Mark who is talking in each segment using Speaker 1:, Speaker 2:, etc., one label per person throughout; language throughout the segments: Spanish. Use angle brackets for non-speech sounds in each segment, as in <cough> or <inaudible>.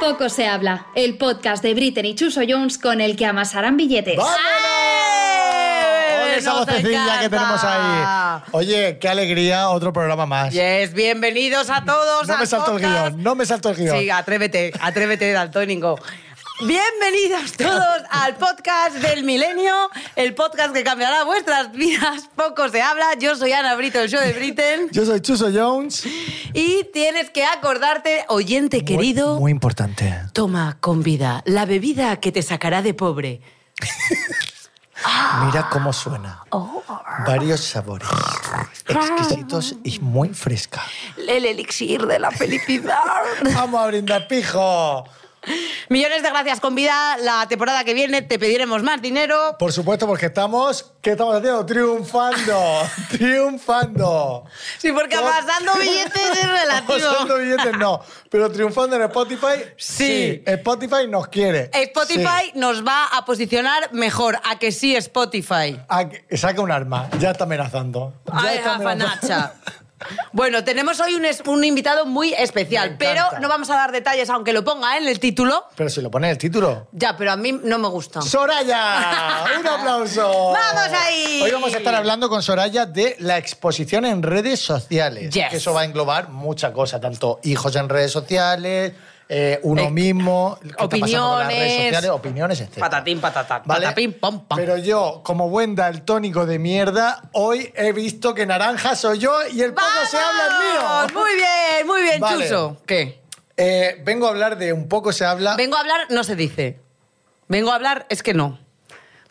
Speaker 1: Poco se habla, el podcast de Britney y Chuso Jones con el que amasarán billetes.
Speaker 2: ¡Vámonos!
Speaker 3: ¡Ay,
Speaker 2: Esa
Speaker 3: nos
Speaker 2: vocecilla que
Speaker 3: encanta!
Speaker 2: tenemos ahí. Oye, qué alegría, otro programa más.
Speaker 3: Yes, bienvenidos a todos.
Speaker 2: No
Speaker 3: al
Speaker 2: me salto el
Speaker 3: podcast.
Speaker 2: guión, no me salto el guión.
Speaker 3: Sí, atrévete, atrévete, Daltónico. Bienvenidos todos al podcast del milenio, el podcast que cambiará vuestras vidas. Poco se habla. Yo soy Ana Brito, el show de Britain.
Speaker 2: Yo soy Chuso Jones.
Speaker 3: Y tienes que acordarte, oyente querido,
Speaker 2: Muy, muy importante.
Speaker 3: toma con vida la bebida que te sacará de pobre.
Speaker 2: Mira cómo suena.
Speaker 3: Oh.
Speaker 2: Varios sabores. Exquisitos y muy fresca.
Speaker 3: El elixir de la felicidad.
Speaker 2: <laughs> Vamos a brindar pijo.
Speaker 3: Millones de gracias con vida. La temporada que viene te pediremos más dinero.
Speaker 2: Por supuesto, porque estamos. ¿Qué estamos haciendo? Triunfando. <laughs> Triunfando.
Speaker 3: Sí, porque
Speaker 2: Por-
Speaker 3: pasando billetes
Speaker 2: <laughs>
Speaker 3: es relativo.
Speaker 2: Pasando billetes no. Pero triunfando en Spotify.
Speaker 3: Sí.
Speaker 2: Spotify nos quiere.
Speaker 3: Eh, Spotify
Speaker 2: Sí.
Speaker 3: nos va a posicionar mejor. A que sí, Spotify.
Speaker 2: Ah, que- Saca un arma. Ya está amenazando. Ya
Speaker 3: Ay,
Speaker 2: está amenazando.
Speaker 3: afanacha. Bueno, tenemos hoy un, es- un invitado muy especial,
Speaker 2: Me encanta.
Speaker 3: pero no vamos a dar detalles, aunque lo ponga ¿eh? en el título.
Speaker 2: <laughs> Pero si lo pone en el título.
Speaker 3: Ya, pero a mí no me gusta.
Speaker 2: Soraya, un aplauso.
Speaker 3: <laughs> ¡Vamos ahí!
Speaker 2: Hoy vamos a estar hablando con Soraya de la exposición en redes sociales.
Speaker 3: Yes.
Speaker 2: Que eso va a englobar mucha cosa, tanto hijos en redes sociales, eh, uno
Speaker 3: Eh,
Speaker 2: mismo, qué está pasando con las redes
Speaker 3: opiniones.
Speaker 2: sociales, opiniones, etc.
Speaker 3: Patatín, patatán, patapim, pam, pam.
Speaker 2: Pero yo, como buen daltónico de mierda, hoy he visto que naranja soy yo y el poco se habla es mío.
Speaker 3: Muy bien, muy bien,
Speaker 2: Vale.
Speaker 3: Chuso. ¿Qué?
Speaker 2: Eh, vengo a hablar de un poco se habla.
Speaker 3: Vengo a hablar, no se dice. Vengo a hablar, es que no.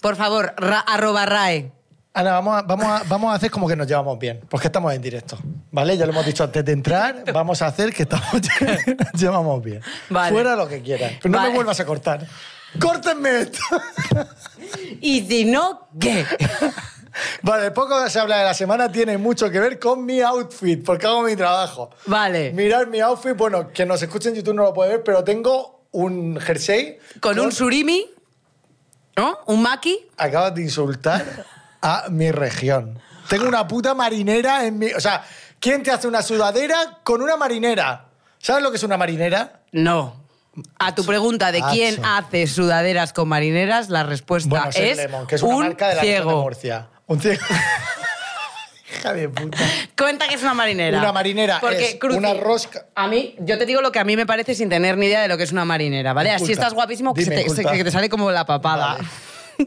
Speaker 3: Por favor, ra- arroba RAE.
Speaker 2: Ana, vamos a, vamos, a, vamos a hacer como que nos llevamos bien, porque estamos en directo, ¿vale? Ya lo hemos dicho antes de entrar, vamos a hacer que estamos <laughs> nos llevamos bien.
Speaker 3: Vale.
Speaker 2: Fuera lo que quieran, pero no
Speaker 3: Vale.
Speaker 2: me vuelvas a cortar. ¡Córtenme esto! <laughs>
Speaker 3: Y si no, ¿qué?
Speaker 2: vale, poco se habla de la semana, tiene mucho que ver con mi outfit, porque hago mi trabajo.
Speaker 3: Vale.
Speaker 2: Mirar mi outfit, bueno, que nos escuchen en YouTube no lo puede ver, pero tengo un jersey
Speaker 3: Con un surimi, ¿no? Un maki.
Speaker 2: acabas de insultar a mi región. Tengo una puta marinera en mi... O sea, ¿quién te hace una sudadera con una marinera? ¿Sabes lo que es una marinera?
Speaker 3: No. A tu pregunta de quién
Speaker 2: Acho.
Speaker 3: hace sudaderas con marineras, la respuesta
Speaker 2: Bueno, es,
Speaker 3: es,
Speaker 2: Lemon, que es una
Speaker 3: un
Speaker 2: marca de la región de
Speaker 3: ciego.
Speaker 2: Murcia. Un ciego. <laughs> Hija de puta.
Speaker 3: Cuenta que es una marinera.
Speaker 2: Una marinera es
Speaker 3: cruci-
Speaker 2: una rosca-
Speaker 3: A mí, yo te digo lo que a mí me parece sin tener ni idea de lo que es una marinera, ¿vale? Así
Speaker 2: Inculta.
Speaker 3: estás guapísimo que, se
Speaker 2: Dime,
Speaker 3: te, se-
Speaker 2: inculta.
Speaker 3: que te sale como la papada.
Speaker 2: Vale.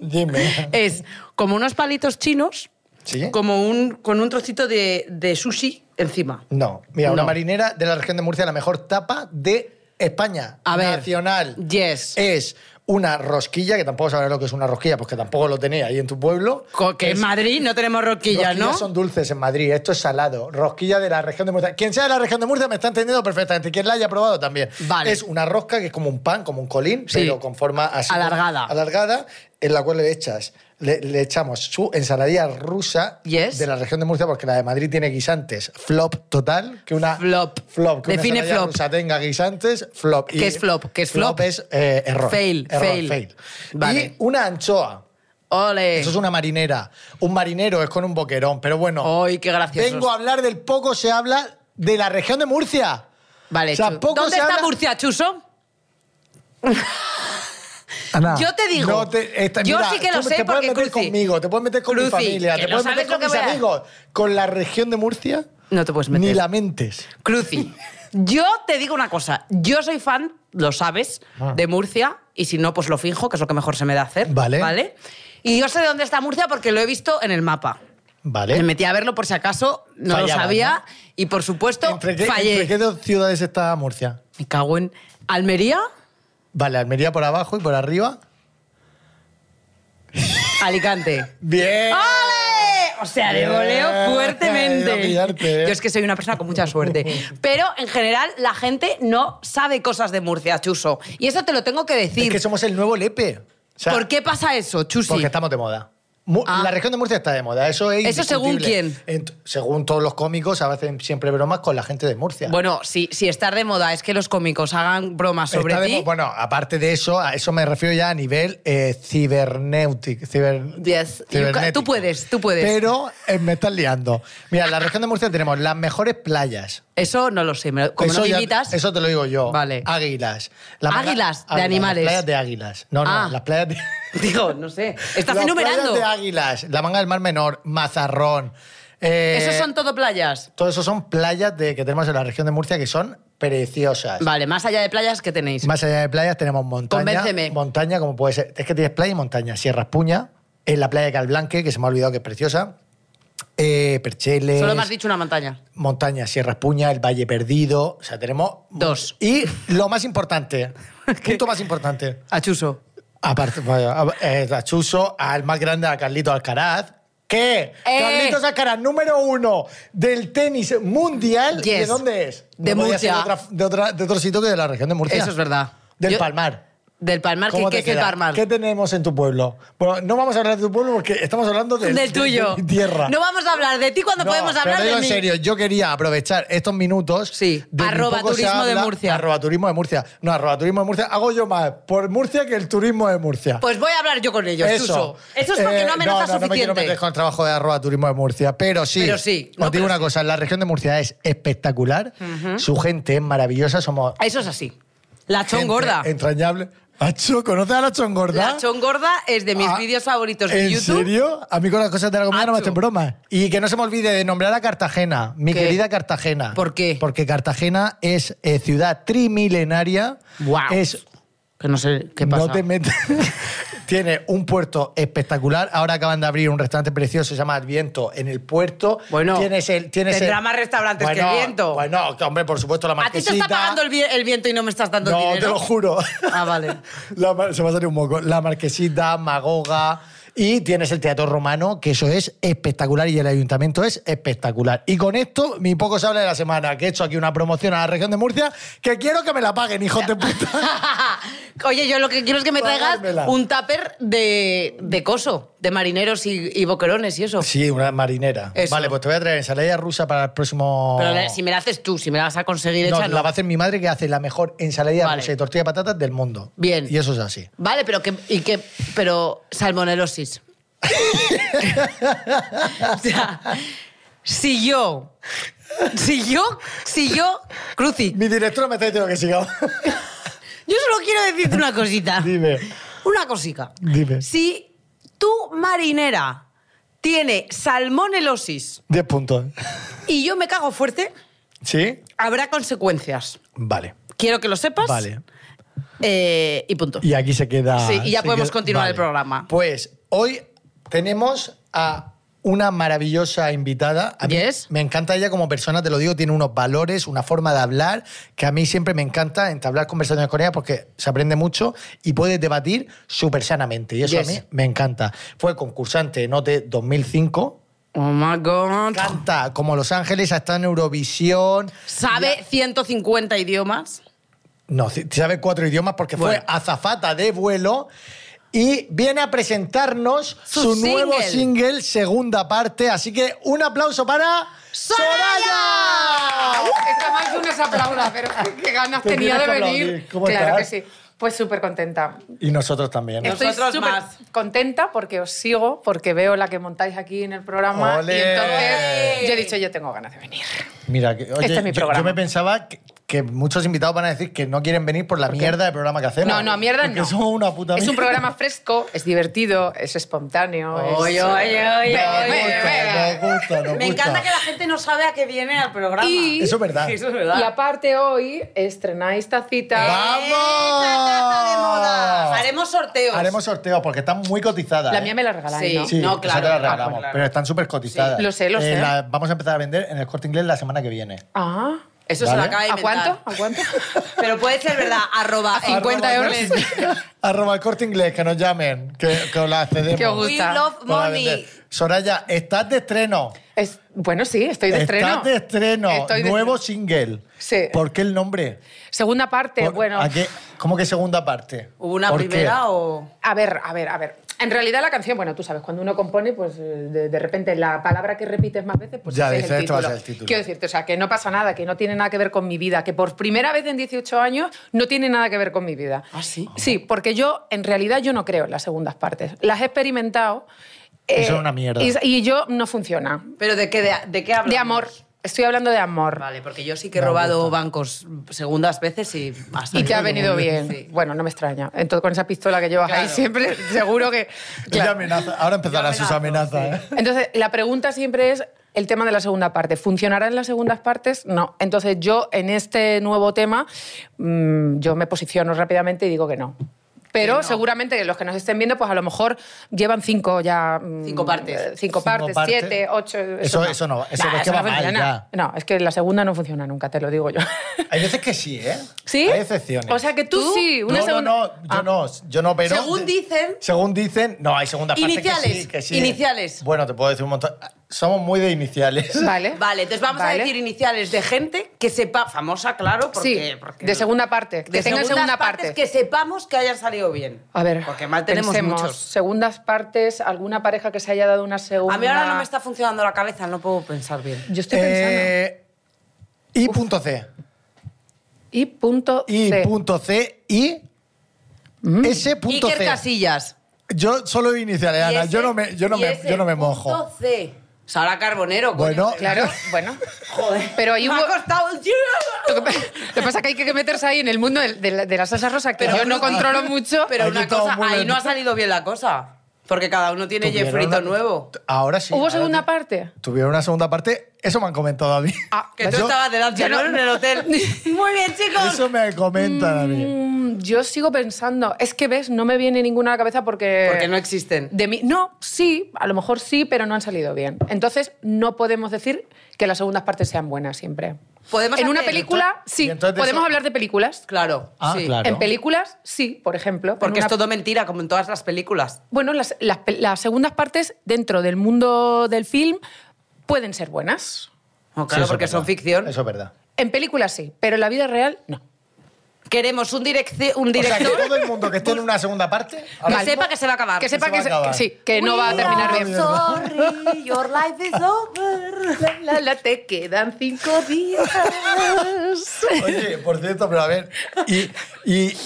Speaker 2: Dime.
Speaker 3: <laughs> Es como unos palitos chinos,
Speaker 2: ¿Sí?
Speaker 3: como un, con un trocito de, de sushi encima.
Speaker 2: No. Mira, una
Speaker 3: No.
Speaker 2: marinera de la región de Murcia, la mejor tapa de España.
Speaker 3: A ver.
Speaker 2: Nacional.
Speaker 3: Yes.
Speaker 2: Es una rosquilla, que tampoco sabrás lo que es una rosquilla, porque tampoco lo tenía ahí en tu pueblo.
Speaker 3: Co- Que en Madrid no tenemos roquillas,
Speaker 2: Rosquillas
Speaker 3: ¿no?
Speaker 2: son dulces en Madrid, esto es salado. Rosquilla de la región de Murcia. Quien sea de la región de Murcia me está entendiendo perfectamente. Quien la haya probado también.
Speaker 3: Vale.
Speaker 2: Es una rosca que es como un pan, como un colín,
Speaker 3: Sí.
Speaker 2: pero con forma así.
Speaker 3: Alargada.
Speaker 2: Alargada, en la cual le echas. Le, le echamos su ensaladilla rusa
Speaker 3: Yes.
Speaker 2: de la región de Murcia, porque la de Madrid tiene guisantes. Flop total. Que una
Speaker 3: Flop.
Speaker 2: Flop. Que
Speaker 3: Define
Speaker 2: una ensaladilla
Speaker 3: flop.
Speaker 2: rusa tenga guisantes, flop.
Speaker 3: ¿Qué es flop? ¿Qué es flop?
Speaker 2: es eh, error.
Speaker 3: Fail,
Speaker 2: Error,
Speaker 3: fail. Vale.
Speaker 2: Y una anchoa.
Speaker 3: Ole.
Speaker 2: Eso es una marinera. Un marinero es con un boquerón, pero bueno.
Speaker 3: ¡Ay, qué gracioso!
Speaker 2: Vengo a hablar del poco se habla de la región de Murcia.
Speaker 3: Vale,
Speaker 2: O sea,
Speaker 3: Chu-
Speaker 2: poco
Speaker 3: ¿dónde
Speaker 2: se
Speaker 3: está
Speaker 2: habla-
Speaker 3: Murcia, Chuso?
Speaker 2: Ana,
Speaker 3: Yo te digo,
Speaker 2: no te- esta-
Speaker 3: yo
Speaker 2: mira,
Speaker 3: sí que lo
Speaker 2: tú
Speaker 3: sé
Speaker 2: te puedes
Speaker 3: porque,
Speaker 2: meter
Speaker 3: Cruci,
Speaker 2: conmigo, te puedes meter con mi
Speaker 3: Cruci,
Speaker 2: familia,
Speaker 3: que
Speaker 2: te
Speaker 3: lo
Speaker 2: puedes meter
Speaker 3: sabes
Speaker 2: con
Speaker 3: lo
Speaker 2: mis
Speaker 3: que voy a-
Speaker 2: amigos. Con la región de Murcia
Speaker 3: No te puedes meter.
Speaker 2: ni lamentes.
Speaker 3: Cruci, yo te digo una cosa. Yo soy fan, lo sabes,
Speaker 2: Ah.
Speaker 3: de Murcia. Y si no, pues lo finjo, que es lo que mejor se me da hacer.
Speaker 2: Vale.
Speaker 3: ¿Vale? Y yo sé de dónde está Murcia porque lo he visto en el mapa. Me
Speaker 2: Vale.
Speaker 3: metí a verlo por si acaso, no
Speaker 2: Fallabas,
Speaker 3: lo sabía.
Speaker 2: ¿no?
Speaker 3: Y por supuesto,
Speaker 2: ¿Entre qué,
Speaker 3: fallé.
Speaker 2: entre qué dos ciudades está Murcia?
Speaker 3: Me cago en Almería,
Speaker 2: Vale, Almería por abajo y por arriba.
Speaker 3: Alicante.
Speaker 2: Bien.
Speaker 3: ¡Ah! ¡Ole! O sea, le
Speaker 2: Bien,
Speaker 3: voleo
Speaker 2: iba a
Speaker 3: fuertemente.
Speaker 2: pillarte, ¿eh?
Speaker 3: Yo es que soy una persona con mucha suerte. Pero en general la gente no sabe cosas de Murcia, Chuso. Y eso te lo tengo que decir.
Speaker 2: Es que somos el nuevo Lepe. O sea,
Speaker 3: ¿Por qué pasa eso, Chusi?
Speaker 2: Porque estamos de moda. Mu-
Speaker 3: Pues Ah.
Speaker 2: La región de Murcia está de moda, eso es
Speaker 3: ¿Eso según
Speaker 2: indiscutible. Ent- según todos los cómicos, a veces siempre bromas con la gente de Murcia.
Speaker 3: Bueno, si, si estar de moda es que los cómicos hagan bromas sobre
Speaker 2: Está de mo-
Speaker 3: ti.
Speaker 2: Bueno, aparte de eso, a eso me refiero ya a nivel eh, cibernéutico. ciber-
Speaker 3: Yes. You
Speaker 2: cibernético.
Speaker 3: ca- tú puedes, tú puedes.
Speaker 2: Pero eh, me estás liando. Mira, en la región de Murcia tenemos las mejores playas.
Speaker 3: Eso no lo sé. me lo- Como
Speaker 2: eso
Speaker 3: no me
Speaker 2: ya-
Speaker 3: invitas.
Speaker 2: Eso te lo digo yo.
Speaker 3: Vale.
Speaker 2: Águilas. Las maga-
Speaker 3: Águilas, de animales.
Speaker 2: Las playas de águilas. No, no,
Speaker 3: Ah.
Speaker 2: las playas de...
Speaker 3: <laughs> Digo, no sé. Estás
Speaker 2: las
Speaker 3: enumerando.
Speaker 2: playas de águilas. La manga del mar menor, Mazarrón. eh,
Speaker 3: ¿Esos son todo playas?
Speaker 2: Todo eso son playas de, que tenemos en la región de Murcia que son preciosas.
Speaker 3: Vale, más allá de playas, ¿qué tenéis?
Speaker 2: Más allá de playas tenemos montaña.
Speaker 3: Convénceme.
Speaker 2: Montaña, como puede ser. Es que tienes playa y montaña. Sierra Espuña, en la playa de Calblanque, que se me ha olvidado que es preciosa. Eh, Percheles.
Speaker 3: Solo me has dicho una montaña.
Speaker 2: Montaña, Sierra Espuña, el Valle Perdido. O sea, tenemos.
Speaker 3: Dos.
Speaker 2: Y lo más
Speaker 3: <laughs>
Speaker 2: importante, punto más importante.
Speaker 3: Achuso.
Speaker 2: Aparte, bueno, a- eh, a Chuso, al más grande, a Carlitos Alcaraz. ¿Qué?
Speaker 3: Eh.
Speaker 2: Carlitos Alcaraz, número uno del tenis mundial. ¿Y de
Speaker 3: Yes.
Speaker 2: dónde es?
Speaker 3: De
Speaker 2: No podía ser
Speaker 3: Murcia.
Speaker 2: De, otra- de otra- de otro sitio que de la región de Murcia.
Speaker 3: Eso es verdad.
Speaker 2: Del
Speaker 3: Yo-
Speaker 2: Palmar.
Speaker 3: Del Palmar, ¿qué,
Speaker 2: ¿Cómo
Speaker 3: qué
Speaker 2: te
Speaker 3: es el
Speaker 2: queda?
Speaker 3: Palmar?
Speaker 2: ¿Qué tenemos en tu pueblo? Bueno, no vamos a hablar de tu pueblo porque estamos hablando del,
Speaker 3: del
Speaker 2: de
Speaker 3: tuyo.
Speaker 2: mi tierra.
Speaker 3: No vamos a hablar de ti cuando
Speaker 2: No,
Speaker 3: podemos hablar
Speaker 2: pero
Speaker 3: de
Speaker 2: digo
Speaker 3: mí.
Speaker 2: en serio, yo quería aprovechar estos minutos.
Speaker 3: Sí,
Speaker 2: de mi
Speaker 3: arroba
Speaker 2: poco se
Speaker 3: turismo de
Speaker 2: habla-
Speaker 3: Murcia.
Speaker 2: Arroba turismo de Murcia. No, arroba turismo de Murcia. Hago yo más por Murcia que el turismo de Murcia.
Speaker 3: Pues voy a hablar yo con ellos, Chuso. Eso es porque
Speaker 2: Eh,
Speaker 3: no amenazas
Speaker 2: no, no, No me quiero
Speaker 3: suficiente.
Speaker 2: meter con el trabajo de arroba turismo de Murcia, pero sí.
Speaker 3: Pero sí,
Speaker 2: Os
Speaker 3: no,
Speaker 2: digo
Speaker 3: pero
Speaker 2: una
Speaker 3: sí.
Speaker 2: cosa, la región de Murcia es espectacular, su gente es maravillosa, somos...
Speaker 3: Eso es así. La
Speaker 2: gente
Speaker 3: chongorda.
Speaker 2: Entrañable. Acho, ¿conoces a la chongorda?
Speaker 3: La chongorda es de mis
Speaker 2: Ah,
Speaker 3: vídeos favoritos de
Speaker 2: ¿En
Speaker 3: YouTube.
Speaker 2: serio? A mí con las cosas de la comida no me
Speaker 3: Achu.
Speaker 2: hacen bromas. Y que no se me olvide de nombrar a Cartagena, mi
Speaker 3: ¿Qué?
Speaker 2: querida Cartagena.
Speaker 3: ¿Por qué?
Speaker 2: Porque Cartagena es eh, ciudad trimilenaria.
Speaker 3: Guau.
Speaker 2: Es
Speaker 3: Que no sé qué pasa.
Speaker 2: no te metas. <laughs> Tiene un puerto espectacular. Ahora acaban de abrir un restaurante precioso, se llama Adviento, en el puerto.
Speaker 3: Bueno,
Speaker 2: tienes el, tienes el-
Speaker 3: tendrá más restaurantes que
Speaker 2: Bueno,
Speaker 3: Adviento.
Speaker 2: Bueno, que, hombre, por supuesto, la
Speaker 3: A ti te
Speaker 2: marquesita.
Speaker 3: está pagando el, vi- el viento y no me estás dando
Speaker 2: No,
Speaker 3: dinero.
Speaker 2: te lo juro.
Speaker 3: <laughs> Ah, vale.
Speaker 2: La mar- se me ha salido un moco. La Marquesita, Magoga. Y tienes el Teatro Romano, que eso es espectacular y el ayuntamiento es espectacular. Y con esto, mi poco se habla de la semana, que he hecho aquí una promoción a la región de Murcia, que quiero que me la paguen, hijos de puta.
Speaker 3: Oye, yo lo que quiero es que me traigas
Speaker 2: Pagármela.
Speaker 3: un tupper de, de coso, de marineros y, y boquerones y eso.
Speaker 2: Sí, una marinera.
Speaker 3: Eso.
Speaker 2: Vale, pues te voy a traer ensalada rusa para el próximo...
Speaker 3: Pero la- si me la haces tú, si me la vas a conseguir
Speaker 2: No,
Speaker 3: hecha, no.
Speaker 2: la va a hacer mi madre, que hace la mejor ensalada
Speaker 3: Vale.
Speaker 2: rusa y tortilla de patatas del mundo.
Speaker 3: Bien.
Speaker 2: Y eso es así.
Speaker 3: Vale, pero que, y que, pero salmonelosis. <laughs> o sea, si yo, si yo, si yo, Cruci,
Speaker 2: Mi directora me está diciendo que siga.
Speaker 3: <laughs> yo solo quiero decirte una cosita.
Speaker 2: Dime.
Speaker 3: Una cosica.
Speaker 2: Dime.
Speaker 3: Si tu marinera tiene salmonelosis
Speaker 2: Diez puntos.
Speaker 3: y yo me cago fuerte,
Speaker 2: ¿Sí?
Speaker 3: habrá consecuencias.
Speaker 2: Vale.
Speaker 3: Quiero que lo sepas.
Speaker 2: Vale.
Speaker 3: Eh, y punto.
Speaker 2: Y aquí se queda.
Speaker 3: Sí, y ya
Speaker 2: se
Speaker 3: podemos
Speaker 2: queda-
Speaker 3: continuar el programa.
Speaker 2: Pues hoy tenemos a una maravillosa invitada. A mí
Speaker 3: Yes.
Speaker 2: Me encanta ella como persona, te lo digo, tiene unos valores, una forma de hablar que a mí siempre me encanta entablar conversaciones con ella porque se aprende mucho y puedes debatir súper sanamente. Y eso
Speaker 3: Yes.
Speaker 2: a mí me encanta. Fue concursante en OT 2005.
Speaker 3: Oh my god.
Speaker 2: Canta como Los Ángeles, hasta en Eurovisión.
Speaker 3: Sabe 150 idiomas.
Speaker 2: No, c- sabe cuatro idiomas porque
Speaker 3: Bueno.
Speaker 2: fue azafata de vuelo y viene a presentarnos
Speaker 3: Su
Speaker 2: su, nuevo
Speaker 3: single.
Speaker 2: single, segunda parte. Así que un aplauso para Soraya.
Speaker 4: Está más de unos aplausos,
Speaker 2: <laughs>
Speaker 4: pero qué ganas
Speaker 2: Te
Speaker 4: tenía de
Speaker 2: tienes que
Speaker 4: venir.
Speaker 2: aplaudir. ¿Cómo
Speaker 4: claro
Speaker 2: estás?
Speaker 4: que sí. Pues súper contenta.
Speaker 2: Y nosotros también. ¿no?
Speaker 4: Estoy
Speaker 3: Nosotros
Speaker 4: súper
Speaker 3: más.
Speaker 4: contenta porque os sigo, porque veo la que montáis aquí en el programa.
Speaker 2: ¡Ole!
Speaker 4: Y entonces yo he dicho, yo tengo ganas de venir.
Speaker 2: Mira, que- oye,
Speaker 4: Este es mi
Speaker 2: yo- yo,
Speaker 4: programa.
Speaker 2: me pensaba que, que muchos invitados van a decir que no quieren venir por la mierda de programa que hacemos.
Speaker 4: No, no, mierda
Speaker 2: Porque
Speaker 4: no.
Speaker 2: somos una puta
Speaker 4: Es un
Speaker 2: mierda. <laughs>
Speaker 4: programa fresco, es divertido, es espontáneo.
Speaker 3: Oye,
Speaker 4: es-
Speaker 3: oye, oye,
Speaker 4: Venga,
Speaker 3: oye,
Speaker 4: venga, venga.
Speaker 2: Nos gusta, nos gusta, nos
Speaker 3: Me
Speaker 2: gusta.
Speaker 3: encanta que la gente no sabe a qué viene al programa.
Speaker 4: Y-
Speaker 2: Eso es
Speaker 4: <laughs>
Speaker 2: verdad.
Speaker 3: Eso es
Speaker 4: Y
Speaker 3: verdad.
Speaker 4: aparte hoy estrenáis tacita.
Speaker 2: ¡Vamos!
Speaker 3: Está de moda. Haremos sorteos.
Speaker 2: Haremos sorteos porque están muy cotizadas.
Speaker 4: La
Speaker 2: ¿eh?
Speaker 4: mía me la regaláis,
Speaker 3: Sí.
Speaker 4: ¿no?
Speaker 2: Sí,
Speaker 3: No,
Speaker 2: esa
Speaker 3: claro,
Speaker 2: te la
Speaker 3: claro,
Speaker 2: regalamos,
Speaker 3: claro.
Speaker 2: pero están súper cotizadas.
Speaker 4: Sí, lo sé, lo sé.
Speaker 2: las vamos a empezar a vender en el corte inglés la semana que viene.
Speaker 4: Ah,
Speaker 3: Eso
Speaker 2: Vale.
Speaker 3: se lo acaba de
Speaker 4: ¿a
Speaker 3: inventar.
Speaker 4: cuánto? ¿A cuánto?
Speaker 3: Pero puede ser verdad. Arroba
Speaker 4: A 50
Speaker 2: Arroba
Speaker 4: euros.
Speaker 2: el corte- <laughs> Arroba el corte inglés, que nos llamen, que, que os la accedemos.
Speaker 4: Qué gusto.
Speaker 3: We love
Speaker 2: Para
Speaker 3: money.
Speaker 2: vender. Soraya, estás de estreno.
Speaker 4: Es- bueno, sí, estoy de estreno.
Speaker 2: Estás de estreno.
Speaker 4: Estoy de
Speaker 2: Nuevo
Speaker 4: estreno.
Speaker 2: single.
Speaker 4: Sí.
Speaker 2: ¿Por qué el nombre?
Speaker 4: Segunda parte,
Speaker 2: Por-
Speaker 4: bueno.
Speaker 2: ¿a qué- ¿Cómo que segunda parte?
Speaker 3: ¿Hubo una
Speaker 2: ¿Por qué?
Speaker 3: primera o...?
Speaker 4: A ver, a ver, a ver. En realidad la canción, bueno, tú sabes, cuando uno compone, pues eh, de, de repente la palabra que repites más veces, pues
Speaker 2: Ya,
Speaker 4: ese
Speaker 2: dices,
Speaker 4: es el
Speaker 2: "Este va a
Speaker 4: título.
Speaker 2: ser el título".
Speaker 4: Quiero decirte, o sea, que no pasa nada, que no tiene nada que ver con mi vida, que por primera vez en 18 años no tiene nada que ver con mi vida.
Speaker 3: ¿Ah, sí?
Speaker 4: Sí, porque yo, en realidad, yo no creo en las segundas partes. Las he experimentado. eh,
Speaker 2: Y son una mierda.
Speaker 4: Y, y yo no funciona.
Speaker 3: ¿Pero de qué, de, de qué hablamos?
Speaker 4: De amor. Estoy hablando de amor.
Speaker 3: Vale, porque yo sí que he
Speaker 2: Me
Speaker 3: robado
Speaker 2: gusta.
Speaker 3: bancos segundas veces y hasta
Speaker 4: Y te ha venido bien. Bueno, no me extraña. Entonces, con esa pistola que llevas ahí
Speaker 3: Claro.
Speaker 4: siempre, <laughs> seguro que.
Speaker 2: Ella
Speaker 4: Claro.
Speaker 2: amenaza. Ahora empezará sus
Speaker 3: amenazo,
Speaker 2: amenazas. ¿eh?
Speaker 4: Entonces, la pregunta siempre es el tema de la segunda parte. ¿Funcionará en las segundas partes? No. Entonces, yo en este nuevo tema, mm, yo me posiciono rápidamente y digo que no. Pero seguramente los que nos estén viendo, pues a lo mejor llevan cinco ya. mm,
Speaker 3: Cinco partes.
Speaker 4: eh, Cinco,
Speaker 2: Cinco
Speaker 4: partes,
Speaker 2: partes.
Speaker 4: siete, ocho.
Speaker 2: Eso- eso no, eso es que va mal,
Speaker 4: funciona. No, es que la segunda no funciona nunca, te lo digo yo. <laughs>
Speaker 2: Hay veces que sí, ¿eh?
Speaker 4: ¿Sí?
Speaker 2: Hay excepciones.
Speaker 4: O sea que tú,
Speaker 3: ¿Tú?
Speaker 4: sí. Una
Speaker 2: no,
Speaker 4: segunda...
Speaker 2: no, no, yo
Speaker 4: Ah.
Speaker 2: no, yo no, pero...
Speaker 3: Según dicen-
Speaker 2: Según dicen, no, hay segundas partes que
Speaker 3: Iniciales,
Speaker 2: sí, que sí.
Speaker 3: iniciales.
Speaker 2: Bueno, te puedo decir un montón. Somos muy de iniciales.
Speaker 4: Vale.
Speaker 3: Vale, entonces vamos
Speaker 4: Vale.
Speaker 3: a decir iniciales de gente que sepa, famosa, claro, porque...
Speaker 4: sí,
Speaker 3: porque
Speaker 4: de segunda parte. Que
Speaker 3: de
Speaker 4: tenga
Speaker 3: segundas
Speaker 4: segunda
Speaker 3: partes
Speaker 4: parte.
Speaker 3: Que sepamos que hayan salido bien.
Speaker 4: A ver,
Speaker 3: Porque mal tenemos
Speaker 4: pensemos,
Speaker 3: muchos.
Speaker 4: Segundas partes, alguna pareja que se haya dado una segunda.
Speaker 3: A mí ahora no me está funcionando la cabeza, no puedo pensar bien.
Speaker 4: Yo estoy pensando.
Speaker 2: Eh, y punto C.
Speaker 4: y punto
Speaker 2: Y
Speaker 4: C.
Speaker 2: punto C y... Ese punto
Speaker 3: Iker
Speaker 2: C.
Speaker 3: Casillas.
Speaker 2: Yo solo iniciales,
Speaker 3: Y
Speaker 2: Ana.
Speaker 3: ese-
Speaker 2: yo no me, yo no
Speaker 3: y
Speaker 2: me,
Speaker 3: ese
Speaker 2: yo no me
Speaker 3: punto
Speaker 2: mojo.
Speaker 3: C. Sara Carbonero. coño.
Speaker 2: Bueno,
Speaker 4: Claro, bueno.
Speaker 3: Joder.
Speaker 4: Pero ahí
Speaker 3: Me
Speaker 4: hubo-
Speaker 3: ha costado el
Speaker 4: Lo que, pa- lo que pasa es que hay que meterse ahí en el mundo del- de, la, de la salsa rosa, que yo no controlo mucho.
Speaker 3: Pero
Speaker 2: Ahí
Speaker 3: una
Speaker 2: estaba
Speaker 3: cosa,
Speaker 2: muy
Speaker 3: ahí
Speaker 2: bien.
Speaker 3: no ha salido bien la cosa. Porque cada uno tiene
Speaker 2: Tuvieron
Speaker 3: Jeffrito
Speaker 2: una-
Speaker 3: nuevo.
Speaker 2: Ahora sí.
Speaker 4: ¿Hubo
Speaker 2: ahora
Speaker 4: segunda
Speaker 2: tu-
Speaker 4: parte?
Speaker 2: Tuvieron una segunda parte. Eso me han comentado a mí.
Speaker 4: Ah,
Speaker 2: <laughs>
Speaker 3: Que tú
Speaker 2: Yo-
Speaker 3: estabas de danza,
Speaker 4: yo no-
Speaker 3: ¿no? En el
Speaker 4: <laughs>
Speaker 3: hotel. Muy bien, chicos.
Speaker 2: Eso me comentan a mí.
Speaker 4: Mm, Yo sigo pensando. Es que ves, no me viene ninguna a la cabeza porque.
Speaker 3: Porque no existen.
Speaker 4: De mí, no, sí, a lo mejor sí, pero no han salido bien. Entonces, no podemos decir que las segundas partes sean buenas siempre.
Speaker 3: Podemos
Speaker 4: en una
Speaker 3: hacer-
Speaker 4: película,
Speaker 2: Entonces-
Speaker 4: sí.
Speaker 2: y entonces de
Speaker 4: Podemos
Speaker 2: eso-
Speaker 4: hablar de películas.
Speaker 3: Claro.
Speaker 2: Ah,
Speaker 3: sí.
Speaker 2: claro.
Speaker 4: En películas, sí, por ejemplo. en
Speaker 3: Porque
Speaker 4: una-
Speaker 3: es todo mentira, como en todas las películas.
Speaker 4: Bueno, las, las pe- las segundas partes dentro del mundo del film pueden ser buenas.
Speaker 3: No,
Speaker 2: Sí,
Speaker 3: claro,
Speaker 2: eso
Speaker 3: porque
Speaker 2: es
Speaker 3: son
Speaker 2: verdad.
Speaker 3: ficción.
Speaker 2: Eso es verdad.
Speaker 4: En películas sí, pero en la vida real no.
Speaker 3: Queremos un, direcci- un
Speaker 2: O sea,
Speaker 3: director
Speaker 2: que todo el mundo que esté en una segunda parte.
Speaker 3: que
Speaker 4: Vale.
Speaker 3: sepa que se va a acabar.
Speaker 4: Que sepa
Speaker 2: se va
Speaker 4: que,
Speaker 2: a
Speaker 4: se-
Speaker 2: acabar.
Speaker 4: que sí, que no va a
Speaker 3: We
Speaker 4: terminar
Speaker 3: are
Speaker 4: bien.
Speaker 3: Sorry, your life is over.
Speaker 4: La, <laughs> la, la, te quedan cinco días.
Speaker 3: <laughs>
Speaker 2: Oye, por cierto, pero a ver. Y. y-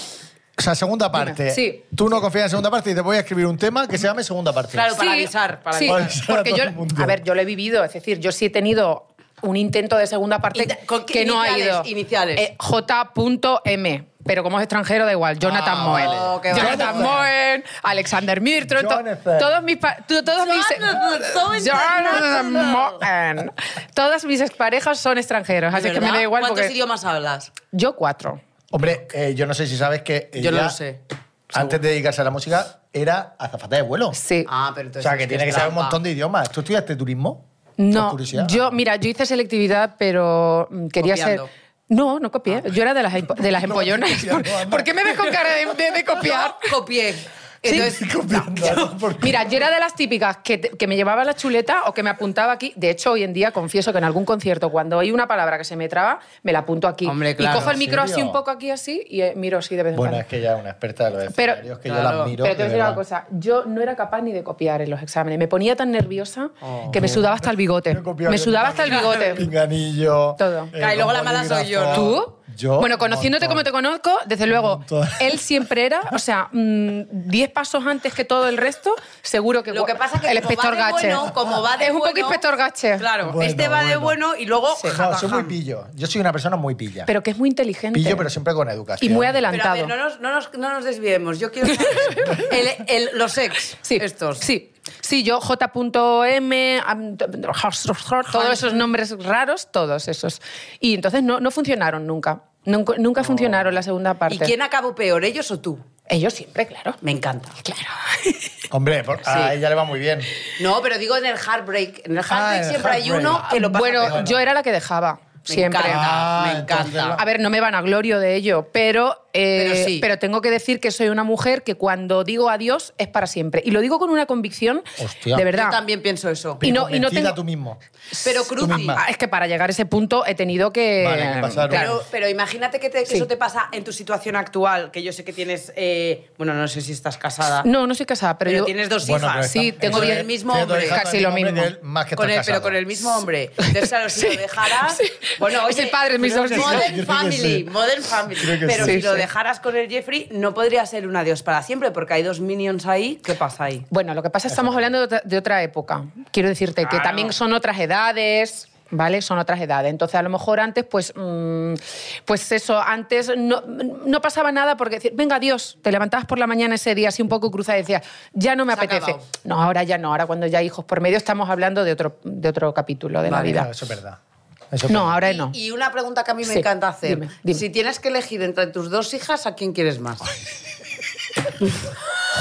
Speaker 2: o sea, segunda parte.
Speaker 4: Sí.
Speaker 2: Tú no confías en segunda parte y te voy a escribir un tema que se llame segunda parte.
Speaker 3: Claro. para avisar, para
Speaker 4: sí,
Speaker 2: avisar. Para avisar a
Speaker 4: porque
Speaker 2: todo
Speaker 4: yo,
Speaker 2: el mundo.
Speaker 4: a ver, yo lo he vivido, es decir, yo sí he tenido un intento de segunda parte
Speaker 3: Inte- ¿con qué
Speaker 4: que no ha
Speaker 3: iniciales?
Speaker 4: ido.
Speaker 3: Iniciales.
Speaker 4: Eh, J.M. Pero como es extranjero, da igual. Jonathan
Speaker 2: Ah,
Speaker 4: Moen.
Speaker 3: vale. qué
Speaker 2: vale.
Speaker 4: Jonathan Moen, Alexander Mirtron, to-
Speaker 2: Jonathan.
Speaker 4: todos mis. pa- tú- todos mis eh,
Speaker 3: Jonathan, so
Speaker 4: Jonathan
Speaker 3: international.
Speaker 4: Moen. Todas mis exparejas son extranjeros, así que me da igual.
Speaker 3: ¿Cuántos
Speaker 4: Porque
Speaker 3: idiomas hablas?
Speaker 4: yo cuatro.
Speaker 2: Hombre, eh, yo no sé si sabes que.
Speaker 3: Yo no
Speaker 2: ella,
Speaker 3: lo sé.
Speaker 2: Antes de dedicarse a la música, era azafata de vuelo.
Speaker 4: Sí.
Speaker 3: Ah, pero
Speaker 2: O
Speaker 3: entonces
Speaker 2: sea,
Speaker 3: es
Speaker 2: que tiene que
Speaker 3: es
Speaker 2: saber un
Speaker 3: trampa.
Speaker 2: montón de idiomas. ¿Tú estudiaste turismo? Por
Speaker 4: No,
Speaker 2: curiosidad.
Speaker 4: yo, mira, yo hice selectividad, pero mm, quería
Speaker 3: Copiando. Ah,
Speaker 4: ser... No, no copié. Yo era de las, empo- de
Speaker 2: <laughs>
Speaker 4: las empollonas.
Speaker 2: copiando,
Speaker 4: ¿Por,
Speaker 2: anda.
Speaker 4: por qué me ves con cara de, de- de
Speaker 2: <laughs>
Speaker 4: copiar?
Speaker 3: Copié. Entonces,
Speaker 4: <laughs>
Speaker 2: Copiando, ¿por qué?
Speaker 4: Mira, yo era de las típicas que, te- que me llevaba la chuleta o que me apuntaba aquí. De hecho, hoy en día confieso que en algún concierto, cuando hay una palabra que se me traba, me la apunto aquí.
Speaker 3: Hombre,
Speaker 4: y
Speaker 3: claro,
Speaker 4: cojo el
Speaker 2: ¿en
Speaker 4: micro así
Speaker 2: serio?
Speaker 4: un poco aquí así y eh, miro así de vez en
Speaker 2: Bueno,
Speaker 4: cuando.
Speaker 2: es que ella es una experta de los
Speaker 4: Pero-
Speaker 2: escenarios, que yo
Speaker 3: claro.
Speaker 2: la admiro.
Speaker 4: Pero te voy a
Speaker 2: de
Speaker 4: decir una
Speaker 2: verdad.
Speaker 4: cosa, yo no era capaz ni de copiar en los exámenes. Me ponía tan nerviosa
Speaker 3: Oh.
Speaker 4: que me sudaba hasta el bigote.
Speaker 2: Yo he copiado
Speaker 4: Me
Speaker 2: yo
Speaker 4: sudaba hasta el
Speaker 2: también. <laughs>
Speaker 4: bigote.
Speaker 2: Pinganillo.
Speaker 4: Todo.
Speaker 2: eh,
Speaker 3: Claro, y luego la mala soy yo, ¿no?
Speaker 4: ¿Tú?
Speaker 2: Yo.
Speaker 4: Bueno, conociéndote como
Speaker 2: montón.
Speaker 4: te conozco, desde luego,
Speaker 2: montón.
Speaker 4: él siempre era, o sea, mm, 10 pasos antes que todo el resto, seguro que
Speaker 3: lo que pasa es que
Speaker 4: el
Speaker 3: como
Speaker 4: inspector
Speaker 3: va de
Speaker 4: Gache.
Speaker 3: bueno, como va de
Speaker 4: es un poco
Speaker 3: bueno,
Speaker 4: inspector Gache.
Speaker 3: Claro,
Speaker 2: Bueno,
Speaker 3: este va de
Speaker 2: bueno.
Speaker 3: bueno y luego
Speaker 2: No,
Speaker 3: jajajam.
Speaker 2: soy muy pillo. Yo soy una persona muy pilla.
Speaker 4: Pero que es muy inteligente.
Speaker 2: pillo, pero siempre con educación.
Speaker 4: y muy
Speaker 3: Pero a ver,
Speaker 4: adelantado.
Speaker 3: no nos, no nos, no nos desviemos. Yo quiero
Speaker 4: <laughs>
Speaker 3: saber el- el- los ex,
Speaker 4: sí,
Speaker 3: estos.
Speaker 4: Sí. Sí, yo J.M, am- todos esos nombres raros, todos esos. Y entonces no, no funcionaron nunca. Nunca, nunca funcionaron la segunda parte.
Speaker 3: ¿Y quién acabó peor, ellos o tú?
Speaker 4: Ellos siempre, claro.
Speaker 3: Me encanta. Claro.
Speaker 2: Hombre, por- a ella le va muy bien.
Speaker 3: No, pero digo en el heartbreak. En el heartbreak
Speaker 2: Ah, el
Speaker 3: siempre hay
Speaker 2: heartbreak.
Speaker 3: uno que lo pasa
Speaker 4: Bueno,
Speaker 3: peor.
Speaker 4: yo era la que dejaba. siempre.
Speaker 3: encanta,
Speaker 2: Ah,
Speaker 3: me
Speaker 2: entonces
Speaker 3: encanta.
Speaker 2: lo-
Speaker 4: A ver, no me van a glorio de ello, pero, eh,
Speaker 3: Pero sí.
Speaker 4: tengo que decir que soy una mujer que cuando digo adiós es para siempre. Y lo digo con una convicción
Speaker 2: Hostia.
Speaker 4: de
Speaker 3: Yo
Speaker 4: verdad.
Speaker 3: también pienso eso.
Speaker 4: Y no- y no
Speaker 2: Convencida
Speaker 4: tengo-
Speaker 2: tú mismo.
Speaker 3: Pero Cruci,
Speaker 2: misma.
Speaker 4: Ah, Es que para llegar a ese punto he tenido que.
Speaker 2: Vale, que pasar un-
Speaker 4: Claro.
Speaker 3: Pero, pero imagínate que, te- que
Speaker 4: Sí.
Speaker 3: eso te pasa en tu situación actual, que yo sé que tienes, eh, bueno, no sé si estás casada,
Speaker 4: No, no soy casada, pero,
Speaker 3: pero
Speaker 4: yo-
Speaker 3: tienes dos
Speaker 2: Bueno, pero
Speaker 3: hijas.
Speaker 2: está-
Speaker 4: Sí, tengo
Speaker 2: eso
Speaker 4: bien-
Speaker 2: es-
Speaker 3: el mismo
Speaker 2: tiene dos
Speaker 3: hombre.
Speaker 2: hijas con
Speaker 4: Casi
Speaker 2: el
Speaker 4: lo
Speaker 2: mismo hombre
Speaker 4: mismo.
Speaker 2: que él, más que
Speaker 3: Con
Speaker 2: estar
Speaker 3: el, pero
Speaker 2: casado.
Speaker 3: con el
Speaker 2: <laughs>
Speaker 3: mismo hombre. Entonces, claro, si lo dejaras.
Speaker 4: Sí.
Speaker 3: Bueno,
Speaker 4: Es
Speaker 3: oye,
Speaker 4: el padre de mis
Speaker 2: creo
Speaker 4: dos
Speaker 2: que sí.
Speaker 4: hijas.
Speaker 2: Yo creo
Speaker 3: Modern
Speaker 2: que sí.
Speaker 3: Family, Modern Family.
Speaker 2: Creo que
Speaker 3: Pero
Speaker 4: sí.
Speaker 3: si
Speaker 4: Sí,
Speaker 3: lo
Speaker 4: sí.
Speaker 3: dejaras con el Jeffrey, no podría ser un adiós para siempre, porque hay dos minions ahí. ¿Qué pasa ahí?
Speaker 4: Bueno, lo que pasa es que estamos hablando de otra, de otra época. Quiero decirte que
Speaker 3: Claro.
Speaker 4: también son otras edades. ¿Vale? Son otras edades. Entonces, a lo mejor antes, pues, mm, pues eso, antes no, no pasaba nada porque decir, venga, Dios, te levantabas por la mañana ese día así un poco cruzada y decías, ya no me
Speaker 3: Se ha
Speaker 4: apetece.
Speaker 3: acabado.
Speaker 4: No, ahora ya no, ahora cuando ya hay hijos por medio estamos hablando de otro, de otro capítulo de
Speaker 3: Vale,
Speaker 4: la
Speaker 2: Claro,
Speaker 4: vida.
Speaker 2: eso es verdad. Eso es
Speaker 4: No,
Speaker 2: verdad.
Speaker 4: ahora
Speaker 3: Y-
Speaker 4: no.
Speaker 3: Y una pregunta que a mí me
Speaker 4: Sí,
Speaker 3: encanta hacer.
Speaker 4: dime, dime.
Speaker 3: Si tienes que elegir entre tus dos hijas, ¿a quién quieres más?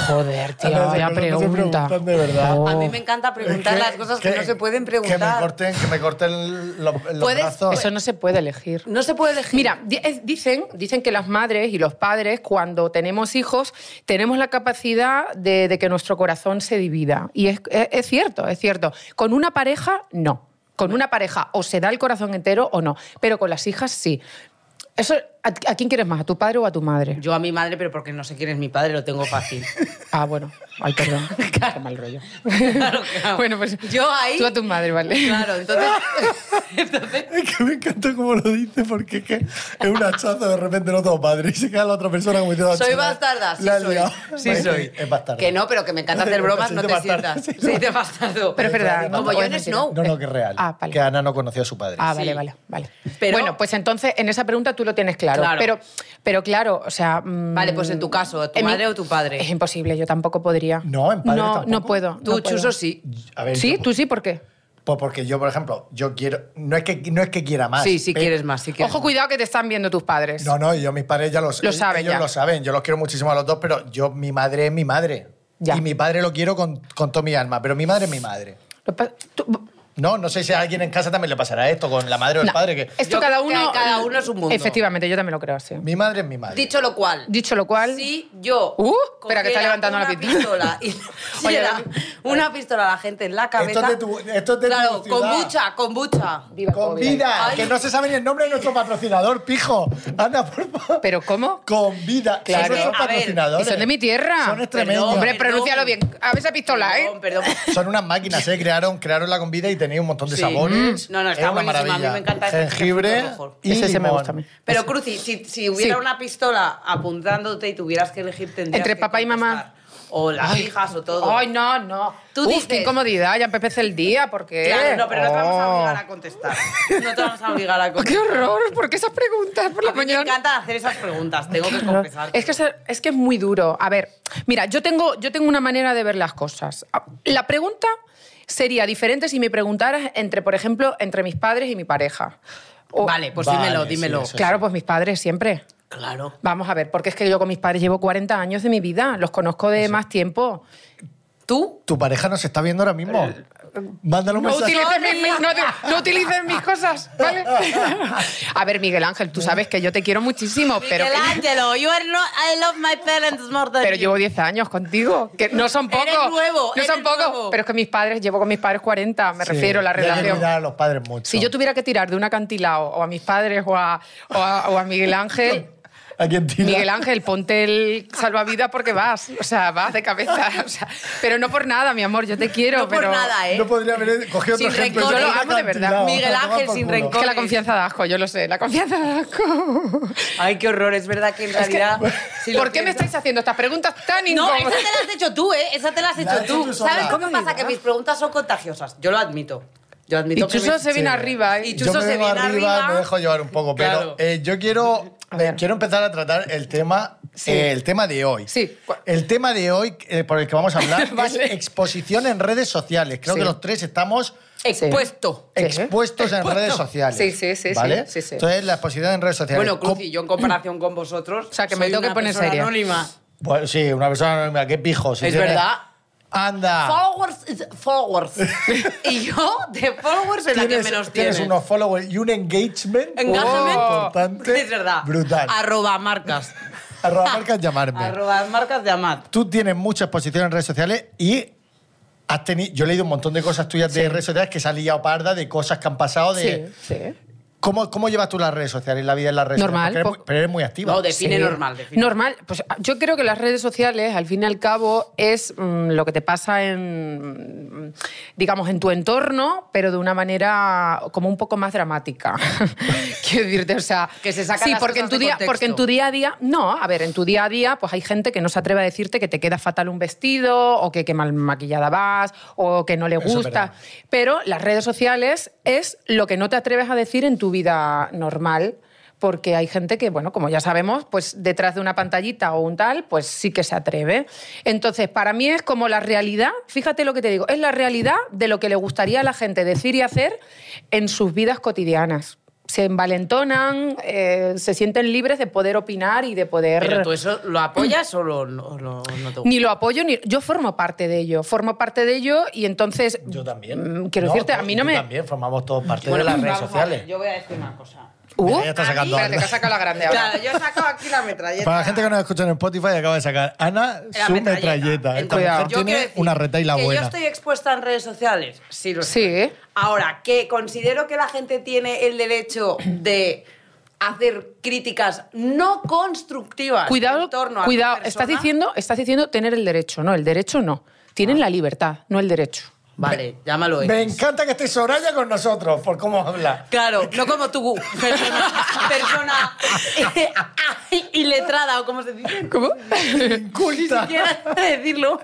Speaker 4: Joder, tío,
Speaker 2: Ahora se
Speaker 4: vaya
Speaker 2: preguntan, se
Speaker 4: pregunta.
Speaker 2: preguntan de verdad.
Speaker 4: Oh.
Speaker 3: A mí me encanta preguntar
Speaker 2: Es
Speaker 3: las cosas que, no se pueden
Speaker 2: Que me
Speaker 3: preguntar.
Speaker 2: corten, que me corten los, los
Speaker 3: Puedes-
Speaker 2: brazos.
Speaker 4: Eso no se puede elegir.
Speaker 3: No se puede elegir.
Speaker 4: Mira, di- es- dicen, dicen que las madres y los padres, cuando tenemos hijos, tenemos la capacidad de, de que nuestro corazón se divida. Y es, es- es cierto, es cierto. Con una pareja, no. Con una pareja o se da el corazón entero o no. Pero con las hijas, sí. Eso, ¿a, a quién quieres más? ¿A tu padre o a tu madre?
Speaker 3: yo a mi madre, pero porque no sé quién es mi padre, lo tengo
Speaker 4: <laughs>
Speaker 3: fácil.
Speaker 4: Ah, bueno. Ay, <laughs> perdón. Qué mal rollo.
Speaker 3: Claro, claro.
Speaker 4: Bueno, pues
Speaker 3: Yo ahí-
Speaker 4: Tú a tu madre, vale.
Speaker 3: Claro, <laughs> entonces. entonces
Speaker 2: Es que me encanta cómo lo dice, porque es que es un hachazo de repente no todo padre. Y se queda la otra persona como diciendo...
Speaker 3: soy
Speaker 2: "Chaval,
Speaker 3: bastarda, sí
Speaker 2: la has
Speaker 3: soy.
Speaker 2: liado".
Speaker 3: Sí
Speaker 2: Es-
Speaker 3: soy.
Speaker 2: Es bastarda.
Speaker 3: Que no, pero que me encanta hacer bromas,
Speaker 2: Sí,
Speaker 3: no
Speaker 2: de
Speaker 3: te
Speaker 2: bastarda,
Speaker 3: sientas.
Speaker 2: sí,
Speaker 3: Sí, de bastardo.
Speaker 4: Pero es verdad.
Speaker 2: Como
Speaker 4: no,
Speaker 3: yo
Speaker 4: es
Speaker 3: en
Speaker 4: mentira.
Speaker 3: Snow.
Speaker 2: No, no, que es real.
Speaker 4: Ah, vale.
Speaker 2: Que Ana no conoció a su padre.
Speaker 4: Ah,
Speaker 3: Sí.
Speaker 4: vale, vale, vale.
Speaker 3: Pero-
Speaker 4: bueno, pues entonces en esa pregunta tú lo tienes claro.
Speaker 3: Claro.
Speaker 4: Pero, pero claro, o sea. mm,
Speaker 3: Vale, pues en tu caso, ¿tu
Speaker 4: en mi-
Speaker 3: madre o tu padre?
Speaker 4: Es imposible, yo tampoco podría.
Speaker 2: No, en padre
Speaker 4: No,
Speaker 2: tampoco.
Speaker 4: no puedo.
Speaker 3: Tú,
Speaker 4: no puedo.
Speaker 3: Chuso, sí.
Speaker 2: A ver,
Speaker 4: Sí,
Speaker 2: yo-
Speaker 4: tú sí, ¿por qué?
Speaker 2: Pues porque yo, por ejemplo, yo quiero... No es que, no es que quiera más.
Speaker 3: Sí, si
Speaker 2: pero-
Speaker 3: quieres más, si quieres.
Speaker 4: Ojo, cuidado que te están viendo tus padres.
Speaker 2: No, no, yo mis padres ya los
Speaker 4: Lo saben
Speaker 2: Ellos
Speaker 4: ya.
Speaker 2: lo saben. Yo los quiero muchísimo a los dos, pero yo, mi madre es mi madre.
Speaker 4: Ya.
Speaker 2: Y mi padre lo quiero con, con toda mi alma, pero mi madre es mi madre.
Speaker 4: Lo pa- tú-
Speaker 2: No, no sé si a alguien en casa también le pasará esto con la madre o el
Speaker 4: No,
Speaker 2: padre. Que
Speaker 4: Esto
Speaker 3: Yo
Speaker 4: cada
Speaker 3: creo que
Speaker 4: uno.
Speaker 3: cada uno es un mundo.
Speaker 4: Efectivamente, yo también lo creo así.
Speaker 2: mi madre es mi madre.
Speaker 3: Dicho lo cual.
Speaker 4: Dicho lo cual.
Speaker 3: Si yo.
Speaker 4: Uh, espera, que está
Speaker 3: cogiera
Speaker 4: levantando la
Speaker 3: una
Speaker 4: pistola.
Speaker 3: y le <laughs>
Speaker 4: <laughs> Oye,
Speaker 3: pusiera una pistola a la gente en la cabeza.
Speaker 2: es de tu- esto es de
Speaker 3: Claro,
Speaker 2: tu ciudad.
Speaker 3: kombucha, kombucha.
Speaker 4: Viva
Speaker 2: con
Speaker 4: COVID.
Speaker 2: vida,
Speaker 3: Ay.
Speaker 2: que no se sabe ni el nombre de nuestro patrocinador, pijo. Ana, por favor.
Speaker 4: ¿Pero cómo?
Speaker 2: Con vida,
Speaker 4: Claro.
Speaker 2: son nuestros
Speaker 3: A ver,
Speaker 2: patrocinadores.
Speaker 4: Y son de mi tierra.
Speaker 2: Son extremeños.
Speaker 3: Perdón,
Speaker 4: Hombre,
Speaker 3: perdón.
Speaker 4: pronúncialo bien. A ver esa pistola, ¿eh?
Speaker 3: Perdón, perdón.
Speaker 2: Son unas máquinas, ¿eh? Crearon, crearon la convida y tenéis un montón de
Speaker 3: Sí.
Speaker 2: sabores.
Speaker 3: Mm. No, no, está
Speaker 2: Es una
Speaker 3: buenísima, a mí
Speaker 2: maravilla.
Speaker 3: me encanta este
Speaker 2: Jengibre
Speaker 3: frito rojo.
Speaker 2: y
Speaker 4: Ese sí me
Speaker 2: limón.
Speaker 4: gusta a mí.
Speaker 3: Pero Cruci, si, si hubiera una pistola apuntándote y tuvieras que elegir tendrías
Speaker 4: Entre
Speaker 3: que
Speaker 4: papá y mamá.
Speaker 3: contestar. O las hijas o todo.
Speaker 4: Ay, no, no.
Speaker 3: Tú
Speaker 4: Uf,
Speaker 3: dices-
Speaker 4: qué incomodidad, ya empecé el día, porque...
Speaker 3: Claro, no, pero no te vamos a
Speaker 4: Oh.
Speaker 3: obligar a contestar. No te vamos a obligar a
Speaker 4: <laughs> ¡Qué
Speaker 3: contestar.
Speaker 4: horror! ¿Por qué esas preguntas por la
Speaker 3: A mí me
Speaker 4: mañana?
Speaker 3: encanta hacer esas preguntas, tengo que confesar.
Speaker 4: Es que, es, es que es muy duro. A ver, mira, yo tengo, yo tengo una manera de ver las cosas. La pregunta sería diferente si me preguntaras entre, por ejemplo, entre mis padres y mi pareja. O-
Speaker 3: Vale, pues
Speaker 2: Vale,
Speaker 3: dímelo,
Speaker 2: sí,
Speaker 3: dímelo.
Speaker 2: eso.
Speaker 4: Claro, pues mis padres siempre.
Speaker 3: Claro.
Speaker 4: Vamos a ver, porque es que yo con mis padres llevo 40 años de mi vida, los conozco de más tiempo.
Speaker 3: ¿Tú?
Speaker 2: ¿Tu pareja nos está viendo ahora mismo? Mándale un
Speaker 3: Pues
Speaker 4: No
Speaker 2: mensaje.
Speaker 4: utilices, mis, mis- no te- no utilices mis cosas,
Speaker 2: <laughs>
Speaker 4: ¿vale? A ver, Miguel Ángel, tú sabes que yo te quiero muchísimo, pero,
Speaker 3: Miguel Ángelo, you are not, I love my parents more than
Speaker 4: pero
Speaker 3: you.
Speaker 4: llevo 10 años contigo, que no son
Speaker 3: Eres
Speaker 4: pocos.
Speaker 3: nuevo,
Speaker 4: no
Speaker 3: eres
Speaker 4: son pocos,
Speaker 3: nuevo.
Speaker 4: pero es que mis padres, llevo con mis padres 40, me
Speaker 2: Sí,
Speaker 4: refiero a la
Speaker 2: y hay que
Speaker 4: relación.
Speaker 2: cuidar a los padres mucho.
Speaker 4: Si yo tuviera que tirar de un acantilado o a mis padres o a, o a- o a Miguel
Speaker 3: <laughs>
Speaker 4: Ángel...
Speaker 2: ¿A quién tira?
Speaker 4: Miguel Ángel, ponte el salvavidas porque vas, o sea, vas de cabeza, <laughs> o sea, pero no por nada, mi amor, yo te quiero,
Speaker 3: No por
Speaker 4: pero
Speaker 3: nada, ¿eh?
Speaker 2: No podría haber cogido otro
Speaker 3: Sin
Speaker 2: ejemplo.
Speaker 3: rencor,
Speaker 2: Yo
Speaker 3: yo lo
Speaker 2: hubiera
Speaker 4: amo de verdad.
Speaker 2: cantilado.
Speaker 3: Miguel
Speaker 2: A tomar
Speaker 3: Ángel
Speaker 2: por
Speaker 3: sin
Speaker 2: culo.
Speaker 4: Es
Speaker 3: rencor.
Speaker 4: que la confianza da asco, yo lo sé, la confianza da asco.
Speaker 3: Ay, qué horror, es verdad que en <laughs> realidad... si lo
Speaker 4: ¿Por qué me
Speaker 3: piensas-
Speaker 4: estáis haciendo estas preguntas tan
Speaker 3: No,
Speaker 4: incómodas?
Speaker 3: esa te la has hecho tú, ¿eh? Esa te la has
Speaker 2: La
Speaker 3: hecho
Speaker 2: he hecho
Speaker 3: tú.
Speaker 2: yo sola.
Speaker 3: ¿Sabes cómo
Speaker 2: ¿Cómo
Speaker 3: pasa? Que mis preguntas son contagiosas. Yo lo admito. Yo
Speaker 4: y
Speaker 3: admito que...
Speaker 4: Chuso
Speaker 3: me-
Speaker 4: se viene
Speaker 2: Sí.
Speaker 4: arriba, ¿eh?
Speaker 3: Y
Speaker 2: Yo
Speaker 3: Chuso
Speaker 2: me
Speaker 3: se
Speaker 2: vengo
Speaker 3: viene
Speaker 2: arriba,
Speaker 3: arriba.
Speaker 2: me dejo llevar un poco, pero
Speaker 3: Claro.
Speaker 2: eh, yo quiero,
Speaker 4: A ver.
Speaker 2: eh, quiero empezar a tratar el tema,
Speaker 4: Sí.
Speaker 2: eh, el tema de hoy.
Speaker 4: Sí.
Speaker 2: El tema de hoy eh, por el que vamos a
Speaker 4: <laughs>
Speaker 2: hablar
Speaker 4: Vale.
Speaker 2: es exposición en redes sociales. Creo
Speaker 4: Sí.
Speaker 2: que los tres estamos
Speaker 3: Expuesto.
Speaker 4: Sí.
Speaker 2: expuestos en redes sociales.
Speaker 4: Sí, sí, sí, sí,
Speaker 2: ¿vale?
Speaker 4: sí, sí.
Speaker 2: Entonces, la exposición en redes sociales.
Speaker 3: Bueno,
Speaker 2: ¿Cómo-
Speaker 3: Cruci, yo en comparación con <laughs> vosotros...
Speaker 4: O sea, que me
Speaker 3: soy
Speaker 4: tengo que
Speaker 3: una
Speaker 4: poner
Speaker 3: persona
Speaker 4: seria.
Speaker 3: anónima.
Speaker 2: Pues sí, una persona anónima, qué pijo. si
Speaker 3: Es
Speaker 2: tiene-
Speaker 3: verdad.
Speaker 2: Anda.
Speaker 3: Ah. Followers is <laughs> followers. y yo, de followers, es la que menos
Speaker 2: tienes
Speaker 3: tienes.
Speaker 2: unos followers y un engagement.
Speaker 3: Engagement.
Speaker 2: muy importante.
Speaker 3: <laughs> Es verdad.
Speaker 2: Brutal.
Speaker 3: Arroba marcas.
Speaker 2: Arroba marcas llamarme.
Speaker 3: Arroba marcas de Amat.
Speaker 2: Tú tienes mucha exposición en redes sociales y has tenido. Yo he leído un montón de cosas tuyas de redes sociales que se ha liado parda, de cosas que han pasado.
Speaker 4: Sí,
Speaker 2: De,
Speaker 4: sí.
Speaker 2: ¿cómo, ¿Cómo llevas tú las redes sociales, la vida en las redes
Speaker 4: Normal,
Speaker 2: sociales? Porque Eres
Speaker 4: po-
Speaker 2: muy, pero eres muy activa.
Speaker 3: No, define
Speaker 4: Sí.
Speaker 3: normal. Define.
Speaker 4: Normal. Pues yo creo que las redes sociales, al fin y al cabo, es mm, lo que te pasa en, mm, digamos, en tu entorno, pero de una manera como un poco más dramática. <laughs> Quiero decirte, o sea...
Speaker 3: Que se sacan
Speaker 4: Sí,
Speaker 3: las
Speaker 4: porque en,
Speaker 3: cosas
Speaker 4: tu
Speaker 3: de
Speaker 4: día,
Speaker 3: contexto.
Speaker 4: porque en tu día a día... No, a ver, en tu día a día pues hay gente que no se atreve a decirte que te queda fatal un vestido o que qué mal maquillada vas o que no le
Speaker 2: Eso es
Speaker 4: gusta.
Speaker 2: verdad.
Speaker 4: Pero las redes sociales es lo que no te atreves a decir en tu vida normal, porque hay gente que, bueno, como ya sabemos, pues detrás de una pantallita o un tal, pues sí que se atreve. Entonces, para mí es como la realidad, fíjate lo que te digo, es la realidad de lo que le gustaría a la gente decir y hacer en sus vidas cotidianas. Se envalentonan, eh, se sienten libres de poder opinar y de poder...
Speaker 3: Pero tú eso lo apoyas o lo, no- no- no te gusta.
Speaker 4: Ni lo apoyo, ni. Yo formo parte de ello. Formo parte de ello y entonces.
Speaker 2: Yo también.
Speaker 4: Mm, Quiero
Speaker 2: No,
Speaker 4: decirte,
Speaker 2: tú-
Speaker 4: a mí no
Speaker 2: tú
Speaker 4: me.
Speaker 2: También formamos todos parte
Speaker 3: Bueno,
Speaker 2: de las
Speaker 3: vamos
Speaker 2: redes
Speaker 3: a ver,
Speaker 2: sociales.
Speaker 3: Yo voy a decir una cosa.
Speaker 4: Uh,
Speaker 2: Mira, ya está sacando
Speaker 4: espérate, que
Speaker 2: algo.
Speaker 4: ha sacado la grande ahora.
Speaker 3: Claro, yo he sacado aquí la metralleta.
Speaker 2: Para la gente que nos escucha en Spotify, acaba de sacar Ana
Speaker 3: La
Speaker 2: su metralleta. Esta
Speaker 4: Cuidado.
Speaker 2: mujer
Speaker 3: Yo quiero
Speaker 2: eh. tiene
Speaker 3: decir
Speaker 2: una retaila
Speaker 3: que
Speaker 2: buena.
Speaker 3: Yo estoy expuesta en redes sociales. Sí, lo estoy.
Speaker 4: Sí. ¿eh?
Speaker 3: Ahora, que considero que la gente tiene el derecho de hacer críticas no constructivas
Speaker 4: Cuidado,
Speaker 3: en torno a tu
Speaker 4: cuidado.
Speaker 3: persona.
Speaker 4: Estás diciendo, estás diciendo tener el derecho. No, el derecho no. Tienen
Speaker 3: Ah.
Speaker 4: la libertad, no el derecho.
Speaker 3: Vale, llámalo X.
Speaker 2: Me encanta que esté Soraya con nosotros, por cómo
Speaker 3: <laughs>
Speaker 2: habla.
Speaker 3: Claro, no como tú, persona, <laughs> persona eh, <laughs> iletrada o como se dice.
Speaker 4: ¿Cómo?
Speaker 2: Inculta.
Speaker 3: Quiero decirlo.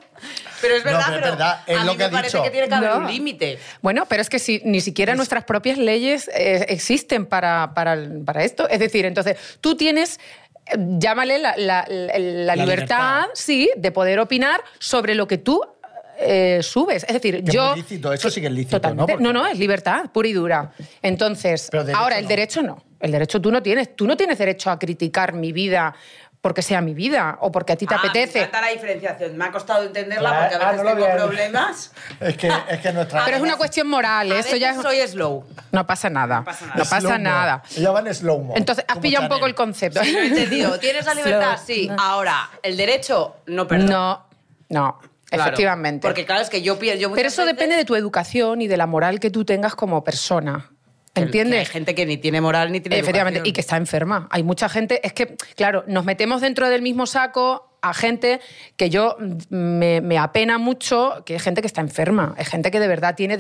Speaker 3: Pero es
Speaker 2: No,
Speaker 3: verdad,
Speaker 2: pero es verdad, es
Speaker 3: a
Speaker 2: lo
Speaker 3: mí
Speaker 2: que
Speaker 3: me
Speaker 2: ha
Speaker 3: parece
Speaker 2: dicho.
Speaker 3: que tiene que haber
Speaker 4: No.
Speaker 3: un límite.
Speaker 4: Bueno, pero es que si, ni siquiera nuestras propias leyes eh, existen para, para, el- para esto. Es decir, entonces tú tienes, eh, llámale la, la- la- la
Speaker 2: libertad.
Speaker 4: libertad, sí, de poder opinar sobre lo que tú eh, subes. Es decir,
Speaker 2: Que es
Speaker 4: yo...
Speaker 2: muy lícito, eso sí que es lícito, ¿no?
Speaker 4: Totalmente.
Speaker 2: Porque-
Speaker 4: No, no, es libertad pura y dura. Entonces,
Speaker 2: Pero derecho
Speaker 4: ahora el
Speaker 2: no.
Speaker 4: derecho no. El derecho tú no tienes. Tú no tienes derecho a criticar mi vida porque sea mi vida o porque a ti te
Speaker 3: Ah, Me
Speaker 4: apetece.
Speaker 3: encanta la diferenciación. Me ha costado entenderla
Speaker 2: Claro,
Speaker 3: porque a
Speaker 2: ah,
Speaker 3: veces
Speaker 2: no lo
Speaker 3: tengo
Speaker 2: había-
Speaker 3: <laughs> problemas.
Speaker 2: Es que, es que nuestra.
Speaker 4: Pero es una cuestión moral,
Speaker 3: a
Speaker 4: eso ya
Speaker 3: veces
Speaker 4: es...
Speaker 3: soy slow.
Speaker 4: No pasa nada. No
Speaker 3: pasa
Speaker 4: pasa
Speaker 3: nada.
Speaker 4: nada.
Speaker 2: Slow-mo. Ella va en slow-mo.
Speaker 4: Entonces, has
Speaker 2: como
Speaker 4: pillado un
Speaker 2: Chanel.
Speaker 4: poco el concepto.
Speaker 3: Sí, lo he
Speaker 4: <laughs>
Speaker 3: entendido. ¿Tienes la libertad?
Speaker 4: Slow.
Speaker 3: Sí. Ahora, el derecho, no perdón.
Speaker 4: No, no,
Speaker 3: Claro,
Speaker 4: efectivamente.
Speaker 3: Porque claro, es que yo pierdo.
Speaker 4: Pero eso depende de tu educación y de la moral que tú tengas como persona.
Speaker 3: Hay
Speaker 4: ¿Entiendes?
Speaker 3: gente que ni tiene moral ni tiene
Speaker 4: Efectivamente,
Speaker 3: educación.
Speaker 4: y que está enferma. Hay mucha gente, es que, claro, nos metemos dentro del mismo saco a gente que yo mm, me, me apena mucho, que es gente que está enferma, es gente que de verdad tiene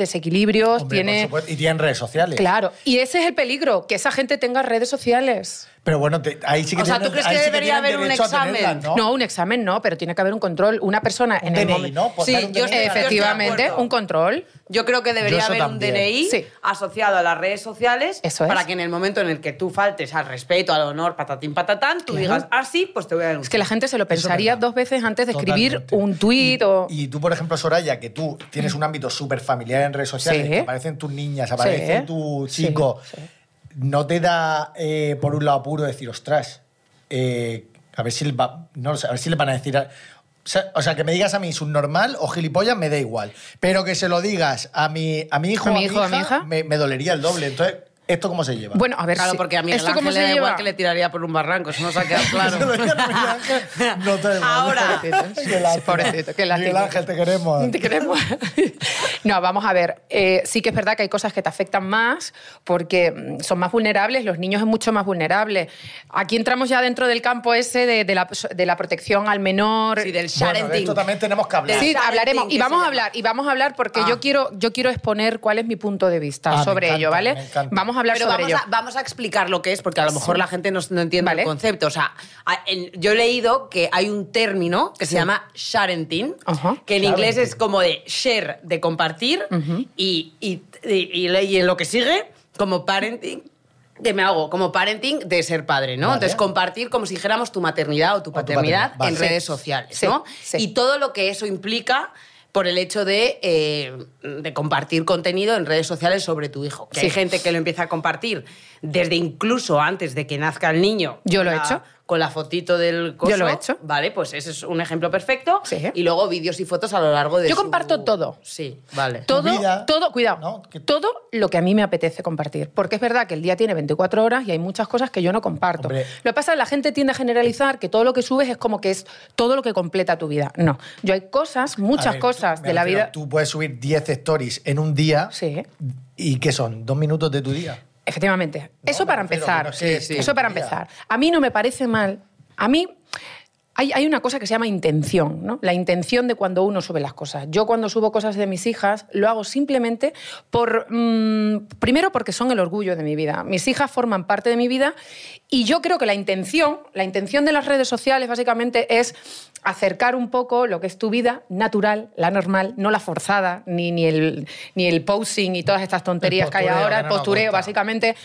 Speaker 2: Hombre,
Speaker 4: desequilibrios,
Speaker 2: por
Speaker 4: tiene...
Speaker 2: supuesto, y tiene redes sociales.
Speaker 4: Claro, y ese es el peligro, que esa gente tenga redes sociales.
Speaker 2: Pero bueno, te- ahí sí que
Speaker 3: O sea,
Speaker 2: tienen-
Speaker 3: ¿tú crees
Speaker 2: ahí sí
Speaker 3: que debería
Speaker 2: tienen
Speaker 3: haber un
Speaker 2: derecho a
Speaker 3: examen?
Speaker 2: tenerlas,
Speaker 4: ¿No? un examen no, pero tiene que haber un control. Una persona
Speaker 2: Un
Speaker 4: en el
Speaker 2: DNI,
Speaker 4: momento.
Speaker 2: ¿no? Por
Speaker 3: Sí,
Speaker 2: dar un DNI a
Speaker 3: yo-
Speaker 2: la
Speaker 3: Yo estoy de
Speaker 4: Efectivamente,
Speaker 3: acuerdo.
Speaker 4: un control.
Speaker 3: Yo creo que debería
Speaker 2: Yo eso
Speaker 3: haber
Speaker 2: también.
Speaker 3: un DNI
Speaker 4: Sí.
Speaker 3: asociado a las redes sociales
Speaker 4: Eso es.
Speaker 3: para que en el momento en el que tú faltes al respeto, al honor, patatín, patatán, tú
Speaker 4: Claro.
Speaker 3: digas, ah, sí, pues te voy a
Speaker 4: Es
Speaker 3: denunciar.
Speaker 4: que la gente se lo
Speaker 2: Eso es
Speaker 4: pensaría
Speaker 2: verdad.
Speaker 4: dos veces antes de escribir
Speaker 2: Totalmente.
Speaker 4: un tuit
Speaker 2: Y-
Speaker 4: o.
Speaker 2: Y tú, por ejemplo, Soraya, que tú tienes un ámbito súper familiar en redes sociales,
Speaker 4: Sí.
Speaker 2: que aparecen tus niñas, aparecen
Speaker 4: Sí.
Speaker 2: tus
Speaker 4: Sí,
Speaker 2: chicos,
Speaker 4: sí.
Speaker 2: ¿no te da, eh, por un lado, apuro decir, ostras, eh, a, ver si le va- no lo sé, a ver si le van a decir... a- o sea, o sea, que me digas a mí subnormal o gilipollas me da igual. Pero que se lo digas a mi, a mi hijo
Speaker 4: A
Speaker 2: o
Speaker 4: mi hijo, a mi hija.
Speaker 2: me, me dolería el doble. Entonces, ¿esto cómo se lleva? <laughs>
Speaker 4: Bueno, a ver
Speaker 3: Claro,
Speaker 4: si-
Speaker 3: porque a Miguel
Speaker 4: ¿Esto cómo
Speaker 3: Ángel
Speaker 4: se
Speaker 3: le da igual
Speaker 4: lleva?
Speaker 3: que le tiraría por un barranco, eso nos ha
Speaker 4: <laughs>
Speaker 3: quedado
Speaker 2: Se lo
Speaker 3: claro.
Speaker 2: digan a Miguel Ángel, no te da igual.
Speaker 3: Ahora,
Speaker 2: <laughs> Qué lástima.
Speaker 4: Pobrecito, qué lástima.
Speaker 2: Miguel Ángel, te queremos.
Speaker 4: Te queremos. <laughs> no, vamos a ver. eh, sí que es verdad que hay cosas que te afectan más porque mm, son más vulnerables, los niños es mucho más vulnerable. Aquí entramos ya dentro del campo ese de, de la, de la protección al menor.
Speaker 3: Sí, del
Speaker 2: Bueno, de
Speaker 3: sharenting.
Speaker 2: esto también tenemos que hablar.
Speaker 4: Sí,
Speaker 3: Sharenting,
Speaker 4: hablaremos.
Speaker 3: que
Speaker 4: Y vamos
Speaker 3: se
Speaker 4: a
Speaker 3: llama.
Speaker 4: hablar, y vamos a hablar porque
Speaker 3: Ah.
Speaker 4: yo, quiero, yo quiero exponer cuál es mi punto de vista
Speaker 2: Ah, me
Speaker 4: sobre ello,
Speaker 2: encanta,
Speaker 4: ¿vale?
Speaker 2: me encanta.
Speaker 4: Vamos a hablar
Speaker 3: Pero
Speaker 4: sobre
Speaker 3: vamos,
Speaker 4: ello.
Speaker 3: A, vamos a explicar lo que es, porque a lo mejor la gente no, no entiende
Speaker 4: Vale.
Speaker 3: el concepto. O sea, a- en- yo he leído que hay un término que se llama sharenting,
Speaker 4: Ajá.
Speaker 3: que en inglés
Speaker 2: Sharenting.
Speaker 3: es como de share, de compartir, y, y, y- y le- y en lo que sigue, como parenting. De me hago como parenting de ser padre, ¿no?
Speaker 2: Vale.
Speaker 3: Entonces, compartir como si dijéramos tu maternidad o tu paternidad
Speaker 2: paternidad, vale.
Speaker 3: en
Speaker 2: Sí.
Speaker 3: redes sociales,
Speaker 4: Sí,
Speaker 3: ¿no?
Speaker 4: sí.
Speaker 3: Y todo lo que eso implica por el hecho de, eh, de compartir contenido en redes sociales sobre tu hijo. Que hay
Speaker 4: Sí.
Speaker 3: gente que lo empieza a compartir desde incluso antes de que nazca el niño.
Speaker 4: Yo lo he
Speaker 3: Con la-
Speaker 4: hecho.
Speaker 3: con la fotito del coso.
Speaker 4: lo he hecho.
Speaker 3: Vale, pues ese es un ejemplo perfecto.
Speaker 4: Sí.
Speaker 3: Y luego vídeos y fotos a lo largo de
Speaker 4: Yo
Speaker 3: su-
Speaker 4: comparto todo.
Speaker 3: Sí, vale.
Speaker 4: Todo,
Speaker 2: vida,
Speaker 4: todo, cuidado,
Speaker 2: ¿no? Que-
Speaker 4: todo lo que a mí me apetece compartir. Porque es verdad que el día tiene 24 horas y hay muchas cosas que yo no comparto.
Speaker 2: Hombre.
Speaker 4: Lo que pasa es que la gente tiende a generalizar que todo lo que subes es como que es todo lo que completa tu vida. No, yo hay cosas,
Speaker 2: A
Speaker 4: muchas
Speaker 2: ver,
Speaker 4: cosas
Speaker 2: me
Speaker 4: de la
Speaker 2: refiero,
Speaker 4: vida.
Speaker 2: Tú puedes subir 10 stories en un día.
Speaker 4: Sí. ¿eh?
Speaker 2: ¿Y qué son? ¿Dos minutos de tu día?
Speaker 4: Efectivamente. eso
Speaker 2: me
Speaker 4: para
Speaker 2: refiero
Speaker 4: empezar.
Speaker 2: que no sé,
Speaker 3: Sí, sí.
Speaker 4: Eso para
Speaker 2: mira.
Speaker 4: empezar. A mí no me parece mal. A mí hay, hay una cosa que se llama intención, ¿no? La intención de cuando uno sube las cosas. Yo cuando subo cosas de mis hijas lo hago simplemente por mm, primero porque son el orgullo de mi vida. Mis hijas forman parte de mi vida y yo creo que la intención, la intención de las redes sociales básicamente es acercar un poco lo que es tu vida natural, la normal, no la forzada, ni, ni, el, ni el posing y todas estas tonterías que hay
Speaker 2: postureo,
Speaker 4: ahora,
Speaker 2: que
Speaker 4: el
Speaker 2: no nos
Speaker 4: postureo,
Speaker 2: gusta.
Speaker 4: básicamente.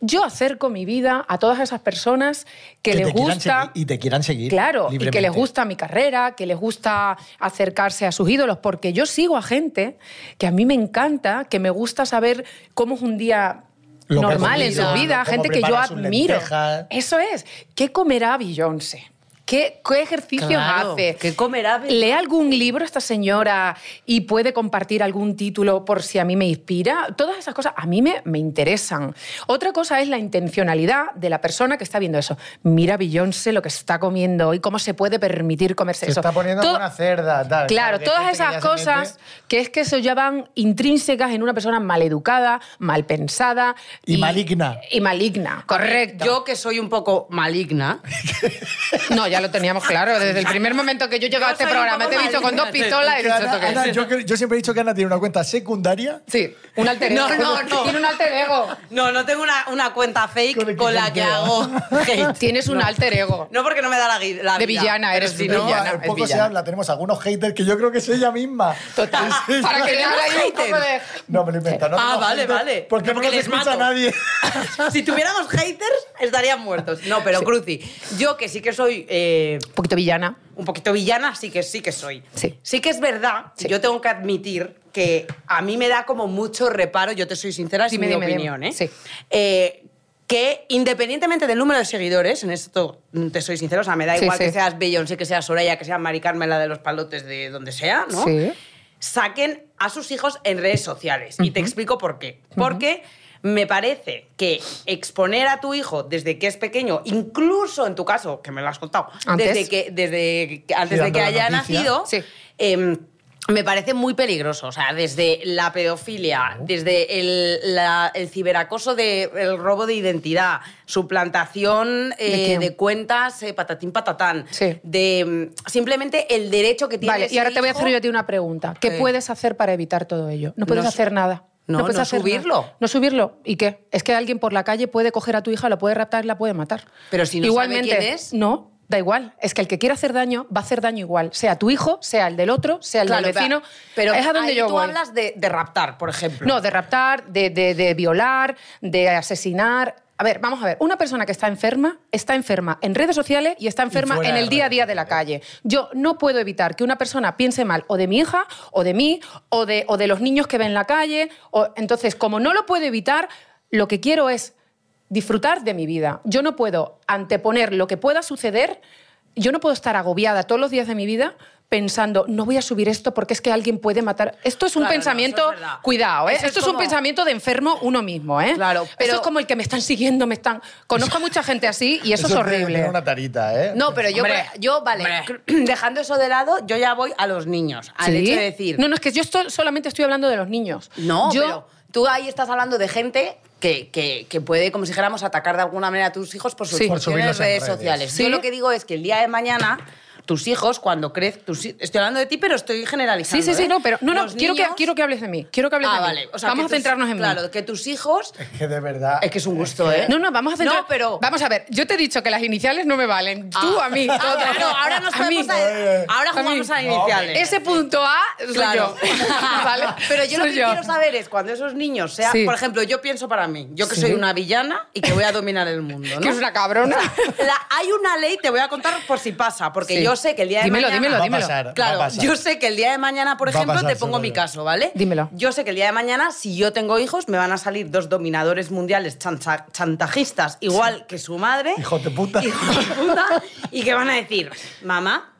Speaker 4: Yo acerco mi vida a todas esas personas que, les
Speaker 2: te quieran
Speaker 4: gusta.
Speaker 2: segui- Y te quieran seguir.
Speaker 4: Claro, y que
Speaker 2: libremente.
Speaker 4: les gusta mi carrera, que les gusta acercarse a sus ídolos, porque yo sigo a gente que a mí me encanta, que me gusta saber cómo es un día
Speaker 2: Lo que ha
Speaker 4: normal en su
Speaker 2: comido,
Speaker 4: vida,
Speaker 2: cómo
Speaker 4: gente que yo
Speaker 2: prepara sus
Speaker 4: admiro.
Speaker 2: lentejas.
Speaker 4: Eso es. ¿Qué comerá Beyoncé? ¿Qué, qué ejercicios
Speaker 3: Claro,
Speaker 4: hace?
Speaker 3: ¿qué comerá Beyoncé?
Speaker 4: ¿Lee algún libro esta señora y puede compartir algún título por si a mí me inspira? Todas esas cosas a mí me, me interesan. Otra cosa es la intencionalidad de la persona que está viendo eso. Mira Beyoncé lo que está comiendo hoy, cómo se puede permitir comerse
Speaker 2: Se
Speaker 4: eso.
Speaker 2: está poniendo
Speaker 4: Todo-
Speaker 2: una cerda. Tal,
Speaker 4: Claro,
Speaker 2: que
Speaker 4: todas
Speaker 2: hay gente que
Speaker 4: esas
Speaker 2: ya se
Speaker 4: cosas
Speaker 2: mete
Speaker 4: que es que eso ya van intrínsecas en una persona maleducada, mal pensada
Speaker 2: Y maligna.
Speaker 4: Y maligna, correcto.
Speaker 3: Yo que soy un poco maligna.
Speaker 4: No, ya lo teníamos claro. Desde el primer momento que yo he
Speaker 3: Yo
Speaker 4: llegado a este
Speaker 3: soy un
Speaker 4: programa,
Speaker 3: poco
Speaker 4: te he visto con dos
Speaker 3: maligna.
Speaker 4: pistolas y
Speaker 2: Que
Speaker 4: he dicho
Speaker 2: Ana-
Speaker 4: esto que
Speaker 2: Ana,
Speaker 4: es.
Speaker 2: yo, creo- yo siempre he dicho que Ana tiene una cuenta secundaria.
Speaker 4: Sí, un alter ego.
Speaker 3: No, no, no.
Speaker 4: Tiene un alter ego.
Speaker 3: No, no tengo una, una cuenta fake
Speaker 2: Con el
Speaker 3: con,
Speaker 2: que
Speaker 3: la que
Speaker 2: canteo.
Speaker 3: hago
Speaker 4: <laughs>
Speaker 3: hate.
Speaker 4: Tienes un alter ego.
Speaker 3: No porque no me da la, gui- la
Speaker 4: De
Speaker 3: vida,
Speaker 4: villana,
Speaker 3: pero
Speaker 4: eres
Speaker 3: si
Speaker 2: No,
Speaker 3: no,
Speaker 4: villana.
Speaker 2: a-
Speaker 4: es
Speaker 2: poco se
Speaker 4: villana.
Speaker 2: habla. Tenemos algunos haters que yo creo que es ella misma. <laughs>
Speaker 4: Total.
Speaker 2: Es
Speaker 4: Para que le
Speaker 2: ella.
Speaker 4: haga ahí un poco de.
Speaker 2: No me lo invento. No
Speaker 3: Ah,
Speaker 2: tenemos
Speaker 3: vale,
Speaker 2: haters
Speaker 3: vale.
Speaker 2: Porque
Speaker 3: No,
Speaker 2: no,
Speaker 3: porque
Speaker 2: nos
Speaker 3: les
Speaker 2: escucha
Speaker 3: mato.
Speaker 2: nadie.
Speaker 3: Si tuviéramos haters, estarían muertos. No, pero Cruci, yo que sí que soy eh,
Speaker 4: Un poquito villana.
Speaker 3: un poquito villana, sí que sí que soy.
Speaker 4: Sí.
Speaker 3: que es verdad, yo tengo que admitir que a mí me da como mucho reparo, yo te soy sincera, es
Speaker 4: Dime,
Speaker 3: mi
Speaker 4: dime, dime.
Speaker 3: opinión, ¿eh?
Speaker 4: Sí.
Speaker 3: Eh, que independientemente del número de seguidores, en esto mm, te soy sincera, o sea, me da
Speaker 4: Sí,
Speaker 3: igual
Speaker 4: sí.
Speaker 3: que seas Beyoncé, que seas Soraya, que sea Mari Carmen, la de los palotes de donde sea, ¿no?
Speaker 4: Sí.
Speaker 3: saquen a sus hijos en redes sociales. Y te explico por qué. Porque me parece que exponer a tu hijo desde que es pequeño, incluso en tu caso, que me lo has contado,
Speaker 4: Antes.
Speaker 3: desde que, desde, que- antes de
Speaker 2: dando
Speaker 3: que
Speaker 2: la
Speaker 3: haya
Speaker 2: noticia.
Speaker 3: nacido,
Speaker 4: Sí.
Speaker 3: em, me parece muy peligroso. O sea, desde la pedofilia, desde el, la- el ciberacoso del robo de identidad, suplantación eh,
Speaker 4: quién?
Speaker 3: de cuentas, eh, patatín patatán,
Speaker 4: Sí.
Speaker 3: de mm, simplemente el derecho que tiene
Speaker 4: Vale,
Speaker 3: ese
Speaker 4: y ahora te voy a
Speaker 3: hijo-
Speaker 4: hacer yo a ti una pregunta. ¿Qué
Speaker 3: Sí.
Speaker 4: puedes hacer para evitar todo ello? No puedes
Speaker 3: No su-
Speaker 4: hacer nada.
Speaker 3: No,
Speaker 4: puedes
Speaker 3: no
Speaker 4: hacer
Speaker 3: subirlo.
Speaker 4: nada. No subirlo. ¿Y qué? Es que alguien por la calle puede coger a tu hija, la puede raptar y la puede matar.
Speaker 3: Pero si no sabe
Speaker 4: Igualmente,
Speaker 3: quién es.
Speaker 4: No, da igual. Es que el que quiera hacer daño va a hacer daño igual. Sea tu hijo, sea el del otro, sea el del
Speaker 3: Claro,
Speaker 4: vecino.
Speaker 3: Pero,
Speaker 4: es a donde
Speaker 3: ahí
Speaker 4: yo
Speaker 3: tú
Speaker 4: voy.
Speaker 3: hablas de, de raptar, por ejemplo.
Speaker 4: No, de raptar, de, de- de violar, de asesinar. A ver, vamos a ver. Una persona que está enferma está enferma en redes sociales y está enferma
Speaker 2: fuera
Speaker 4: en
Speaker 2: de
Speaker 4: el
Speaker 2: las
Speaker 4: día a
Speaker 2: redes
Speaker 4: día de la calle. Yo no puedo evitar que una persona piense mal o de mi hija, o de mí, o de, o de los niños que ven en la calle. o- Entonces, como no lo puedo evitar, lo que quiero es disfrutar de mi vida. Yo no puedo anteponer lo que pueda suceder. Yo no puedo estar agobiada todos los días de mi vida pensando, no voy a subir esto porque es que alguien puede matar. Esto es un
Speaker 3: Claro, no,
Speaker 4: pensamiento,
Speaker 3: eso es verdad.
Speaker 4: cuidado, ¿eh?
Speaker 3: Eso es
Speaker 4: esto es un
Speaker 3: como-
Speaker 4: pensamiento pensamiento de enfermo uno mismo, ¿eh?
Speaker 3: Claro, pero-
Speaker 4: Eso es como el que me están siguiendo, me están. Conozco a mucha gente así y eso, es
Speaker 2: te-
Speaker 4: horrible.
Speaker 2: tiene una tarita, ¿eh?
Speaker 3: No, pero yo,
Speaker 4: Hombre,
Speaker 3: yo vale,
Speaker 4: hombre.
Speaker 3: <clears throat> dejando eso de lado, yo ya voy a los niños. Al
Speaker 4: ¿Sí?
Speaker 3: hecho de decir.
Speaker 4: No, no, es que yo esto- solamente estoy hablando de los niños.
Speaker 3: No,
Speaker 4: yo.
Speaker 3: pero tú ahí estás hablando de gente que, que- que puede, como si dijéramos, atacar de alguna manera a tus hijos por sus
Speaker 4: Sí.
Speaker 2: Por
Speaker 3: funciones
Speaker 2: subirlos en
Speaker 3: redes
Speaker 2: redes.
Speaker 3: sociales.
Speaker 4: Sí.
Speaker 3: Yo lo que digo es que el día de mañana tus hijos cuando crezcan estoy hablando de ti pero estoy generalizando
Speaker 4: Sí, sí, sí,
Speaker 3: ¿eh?
Speaker 4: no, pero. No, no,
Speaker 3: Los
Speaker 4: quiero, que,
Speaker 3: niños-
Speaker 4: quiero que hables de mí. Quiero que hables
Speaker 3: ah
Speaker 4: de mí.
Speaker 3: vale o sea, que
Speaker 4: vamos a
Speaker 3: tus-
Speaker 4: centrarnos en mí.
Speaker 3: claro que tus hijos
Speaker 2: Es que de verdad.
Speaker 3: es que es un gusto eh
Speaker 4: No, no, vamos a centrar.
Speaker 3: no pero
Speaker 4: Vamos a ver, yo te he dicho que las iniciales no me valen. Tú
Speaker 3: Ah.
Speaker 4: a mí.
Speaker 3: Ah,
Speaker 4: todo.
Speaker 3: claro, ahora nos
Speaker 4: A mí.
Speaker 3: podemos a- ahora
Speaker 4: A mí. Ah,
Speaker 3: jugamos a iniciales.
Speaker 4: Ese punto A soy
Speaker 3: Claro.
Speaker 4: yo. <laughs> ¿Vale?
Speaker 3: Pero yo lo
Speaker 4: Soy
Speaker 3: que quiero saber es cuando esos niños sean,
Speaker 4: Sí.
Speaker 3: por ejemplo, yo pienso para mí, yo que
Speaker 4: Sí.
Speaker 3: soy una villana
Speaker 4: <laughs>
Speaker 3: y que voy a dominar el mundo, ¿no? <laughs>
Speaker 4: Que es una cabrona.
Speaker 3: La- hay una ley, te voy a contar por si pasa, porque
Speaker 4: Sí.
Speaker 3: yo sé que el día de
Speaker 4: Dímelo,
Speaker 3: mañana.
Speaker 4: dímelo,
Speaker 2: Va a
Speaker 4: dímelo.
Speaker 2: pasar,
Speaker 3: Claro,
Speaker 2: va a pasar.
Speaker 3: yo sé que el día de mañana, por
Speaker 2: Va a
Speaker 3: ejemplo,
Speaker 2: pasar,
Speaker 3: te pongo mi
Speaker 2: seguro.
Speaker 3: caso, ¿vale?
Speaker 4: Dímelo.
Speaker 3: Yo sé que el día de mañana, si yo tengo hijos, me van a salir dos dominadores mundiales chancha- chantajistas, igual que su madre.
Speaker 2: Hijos de puta. <laughs>
Speaker 3: hijos de puta, y que van a decir, mamá,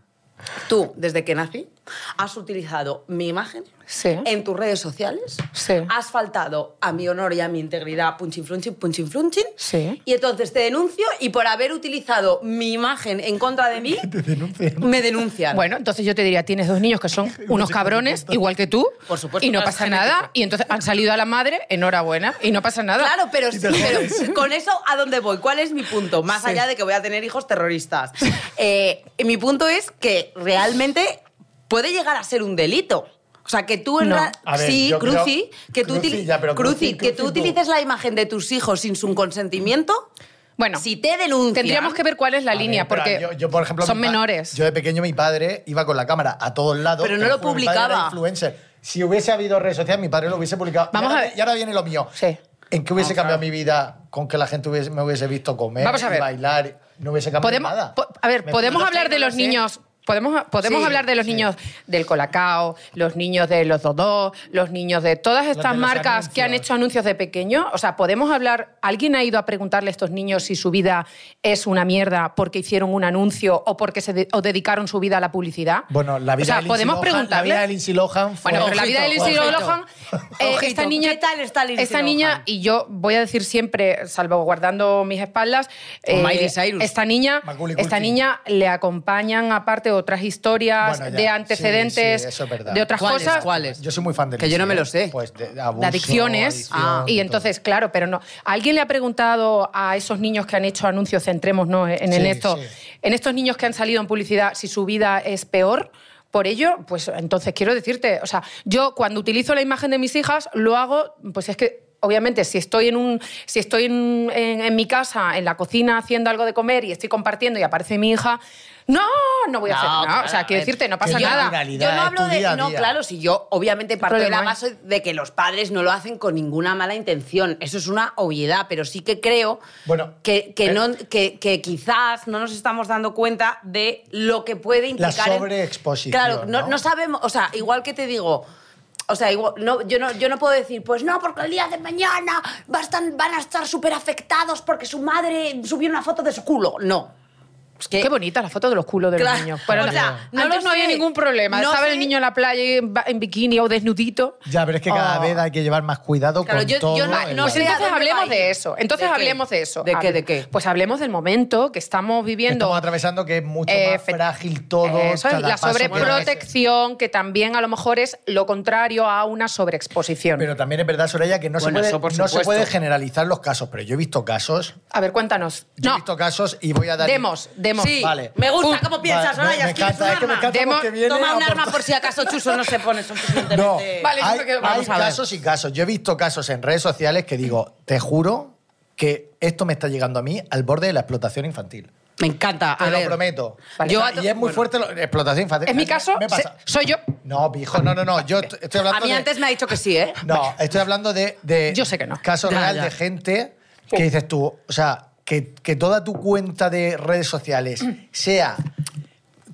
Speaker 3: tú, desde que nací, has utilizado mi imagen
Speaker 4: Sí.
Speaker 3: en tus redes sociales,
Speaker 4: Sí.
Speaker 3: has faltado a mi honor y a mi integridad, punchin flunchin, punchin flunchin,
Speaker 4: Sí.
Speaker 3: y entonces te denuncio y por haber utilizado mi imagen en contra de mí,
Speaker 4: <laughs>
Speaker 3: me denuncian.
Speaker 4: Bueno, entonces yo te diría, tienes dos
Speaker 2: <laughs>
Speaker 4: niños que son unos cabrones, igual que tú,
Speaker 3: Por supuesto,
Speaker 4: y no
Speaker 3: es
Speaker 4: pasa
Speaker 3: genético.
Speaker 4: nada, y entonces han salido a la madre, enhorabuena, y no pasa nada.
Speaker 3: Claro,
Speaker 2: <laughs>
Speaker 3: pero,
Speaker 2: Y te
Speaker 3: sí, pero
Speaker 2: jodes.
Speaker 3: con eso, ¿a dónde voy? ¿Cuál es mi punto? Más
Speaker 4: Sí.
Speaker 3: allá de que voy a tener hijos terroristas. Eh, mi punto es que realmente puede llegar a ser un delito. O sea, que tú en
Speaker 4: No.
Speaker 3: ra-
Speaker 2: A ver,
Speaker 3: sí,
Speaker 2: yo creo-
Speaker 3: Cruci, que tú
Speaker 2: Cruci,
Speaker 3: utili-
Speaker 2: ya, pero
Speaker 3: Cruci,
Speaker 2: Cruci,
Speaker 3: que tú
Speaker 2: Cruci, no.
Speaker 3: utilices la imagen de tus hijos sin su consentimiento,
Speaker 4: Bueno,
Speaker 3: si te denuncian...
Speaker 4: tendríamos que ver cuál es la
Speaker 2: A
Speaker 4: línea,
Speaker 2: ver, pero
Speaker 4: porque
Speaker 2: yo, yo, por ejemplo,
Speaker 4: son
Speaker 2: mi pa-
Speaker 4: menores.
Speaker 2: Yo de pequeño, mi padre iba con la cámara a todos lados.
Speaker 3: Pero no
Speaker 2: te
Speaker 3: lo
Speaker 2: juro, mi padre era
Speaker 3: publicaba.
Speaker 2: influencer. Si hubiese habido redes sociales, mi padre lo hubiese publicado.
Speaker 4: Vamos
Speaker 2: y ahora,
Speaker 4: a ver.
Speaker 2: Y ahora viene lo mío.
Speaker 4: Sí.
Speaker 2: ¿En qué hubiese cambiado mi vida con que la gente hubiese- me hubiese visto comer,
Speaker 4: Vamos a ver.
Speaker 2: bailar? No hubiese cambiado
Speaker 4: podemos,
Speaker 2: nada.
Speaker 4: po- a ver,
Speaker 2: Me-
Speaker 4: podemos
Speaker 2: no sé,
Speaker 4: hablar de
Speaker 2: no
Speaker 4: los
Speaker 2: sé.
Speaker 4: niños. Podemos, podemos
Speaker 2: Sí,
Speaker 4: hablar de los
Speaker 2: sí.
Speaker 4: niños del Colacao, los niños de los Dodó, los niños de todas estas
Speaker 2: los
Speaker 4: marcas que han
Speaker 2: anuncios.
Speaker 4: hecho anuncios de pequeño. O sea, podemos hablar. ¿Alguien ha ido a preguntarle a estos niños si su vida es una mierda porque hicieron un anuncio o porque se de- o dedicaron su vida a la publicidad?
Speaker 2: Bueno, la vida
Speaker 4: o sea,
Speaker 2: de Lindsay
Speaker 4: podemos
Speaker 2: Lohan-
Speaker 4: preguntarle.
Speaker 2: La vida de Lindsay Lohan fue...
Speaker 4: Bueno, pero la vida de
Speaker 3: Ojito,
Speaker 4: Lindsay
Speaker 3: ojito.
Speaker 4: Lohan, eh,
Speaker 3: Ojito,
Speaker 4: esta niña,
Speaker 3: ¿qué tal está Lindsay
Speaker 4: esta
Speaker 3: Lohan?
Speaker 4: niña y yo voy a decir siempre, salvaguardando mis espaldas, eh,
Speaker 3: Miley Cyrus.
Speaker 4: esta niña,
Speaker 2: Macaulay
Speaker 4: esta
Speaker 2: Culkin.
Speaker 4: niña le acompañan aparte otras historias
Speaker 2: Bueno, ya,
Speaker 4: de
Speaker 2: sí,
Speaker 4: antecedentes,
Speaker 2: sí, eso es verdad.
Speaker 4: de otras
Speaker 3: ¿Cuáles,
Speaker 4: cosas.
Speaker 3: cuáles?
Speaker 2: Yo soy muy fan de
Speaker 3: Que yo no me
Speaker 2: ¿eh?
Speaker 3: lo sé.
Speaker 2: Pues de, de abuso,
Speaker 4: de adicciones.
Speaker 2: adicción,
Speaker 3: Ah.
Speaker 2: de
Speaker 4: Y
Speaker 2: todo.
Speaker 4: entonces, claro, pero no. ¿Alguien le ha preguntado a esos niños que han hecho anuncios, centrémonos en, en
Speaker 2: Sí,
Speaker 4: esto,
Speaker 2: sí.
Speaker 4: en estos niños que han salido en publicidad, si su vida es peor? Por ello, pues entonces quiero decirte, o sea, yo cuando utilizo la imagen de mis hijas, lo hago, pues es que. Obviamente, si estoy, en, un, si estoy en, en- en mi casa, en la cocina, haciendo algo de comer y estoy compartiendo y aparece mi hija, no, no voy a
Speaker 3: No,
Speaker 4: hacer nada.
Speaker 3: claro,
Speaker 4: o sea, quiero
Speaker 3: a ver,
Speaker 4: decirte, no
Speaker 2: que
Speaker 4: pasa
Speaker 2: yo-
Speaker 4: nada.
Speaker 2: Mira, realidad,
Speaker 3: Yo no
Speaker 2: es
Speaker 3: hablo
Speaker 2: tu
Speaker 3: de.
Speaker 2: día a
Speaker 3: no,
Speaker 2: día.
Speaker 3: claro, si yo obviamente parto de la
Speaker 4: problema
Speaker 3: base de que los padres no lo hacen con ninguna mala intención. Eso es una obviedad, pero sí que creo
Speaker 2: Bueno,
Speaker 3: que, que
Speaker 2: eh,
Speaker 3: no, que, que quizás no nos estamos dando cuenta de lo que puede implicar. en-
Speaker 2: sobreexposición,
Speaker 3: Claro, no,
Speaker 2: ¿no?
Speaker 3: no sabemos. O sea, igual que te digo. O sea, igual- no, yo, no, yo no puedo decir, pues no, porque el día de mañana va a estar- van a estar súper afectados porque su madre subió una foto de su culo. No. Es que-
Speaker 4: Qué bonita la foto de los culos de
Speaker 3: Eh, Claro,
Speaker 4: los niños. Pero
Speaker 3: o
Speaker 4: no,
Speaker 3: sea, no
Speaker 4: antes
Speaker 3: lo
Speaker 4: no había
Speaker 3: sé.
Speaker 4: ningún problema.
Speaker 3: No
Speaker 4: Estaba
Speaker 3: sé.
Speaker 4: el niño en la playa en, ba- en bikini o desnudito.
Speaker 2: Ya, pero es que cada
Speaker 4: Oh.
Speaker 2: vez hay que llevar más cuidado
Speaker 3: Claro,
Speaker 2: con
Speaker 3: yo- yo
Speaker 2: todo.
Speaker 3: no-
Speaker 2: en la
Speaker 3: no
Speaker 4: Pues
Speaker 3: sé
Speaker 2: vida.
Speaker 3: a
Speaker 4: entonces
Speaker 3: dónde va
Speaker 4: hablemos
Speaker 3: a ir.
Speaker 4: de eso. Entonces
Speaker 3: ¿De qué?
Speaker 4: hablemos de eso.
Speaker 3: ¿De qué,
Speaker 4: Hable-
Speaker 3: de qué?
Speaker 4: Pues hablemos del momento que estamos
Speaker 2: Que
Speaker 4: viviendo.
Speaker 2: estamos atravesando que es mucho más
Speaker 4: Efe-
Speaker 2: frágil todo.
Speaker 4: Eso es,
Speaker 2: cada
Speaker 4: la
Speaker 2: paso que das.
Speaker 4: sobreprotección, que también a lo mejor es lo contrario a una sobreexposición.
Speaker 2: Pero también es verdad, Soraya, que no,
Speaker 3: Bueno,
Speaker 2: se,
Speaker 3: eso por
Speaker 2: puede, no se
Speaker 3: supuesto.
Speaker 2: puede generalizar los casos, pero yo he visto casos.
Speaker 4: a ver, cuéntanos.
Speaker 2: Yo he
Speaker 4: no,
Speaker 2: visto casos y voy a dar.
Speaker 4: demos, demos.
Speaker 3: Sí,
Speaker 2: Vale.
Speaker 3: me gusta
Speaker 4: Pum.
Speaker 3: cómo piensas,
Speaker 2: Vale,
Speaker 3: Soraya,
Speaker 2: me
Speaker 3: ¿quieres
Speaker 2: encanta,
Speaker 3: un
Speaker 2: es que me
Speaker 3: arma?
Speaker 2: encanta porque
Speaker 4: Demo-
Speaker 2: viene
Speaker 3: Toma
Speaker 2: a
Speaker 3: un arma
Speaker 2: aportar-
Speaker 3: por si acaso Chuso no se pone
Speaker 2: No,
Speaker 3: suficientemente...
Speaker 4: Vale, yo
Speaker 2: hay,
Speaker 4: creo que vamos
Speaker 2: hay
Speaker 4: a ver.
Speaker 2: casos y casos. Yo he visto casos en redes sociales que digo, te juro que esto me está llegando a mí al borde de la explotación infantil.
Speaker 3: <laughs> Me encanta,
Speaker 2: Te
Speaker 3: a
Speaker 2: lo
Speaker 3: ver.
Speaker 2: Ah, prometo.
Speaker 4: Vale.
Speaker 2: O
Speaker 3: Yo
Speaker 2: sea,
Speaker 3: a to-
Speaker 2: y es muy
Speaker 3: bueno.
Speaker 2: fuerte la explotación infantil.
Speaker 4: En mi caso,
Speaker 2: Me pasa.
Speaker 4: se- soy yo.
Speaker 2: No, pijo, no, no, no. Yo est- estoy hablando
Speaker 3: A mí
Speaker 2: de-
Speaker 3: antes me ha dicho que sí, ¿eh?
Speaker 2: No, estoy hablando de, de
Speaker 4: Yo sé que no.
Speaker 2: casos
Speaker 3: Ya,
Speaker 2: real
Speaker 3: ya.
Speaker 2: de gente que dices tú, o sea, que, que toda tu cuenta de redes sociales sea.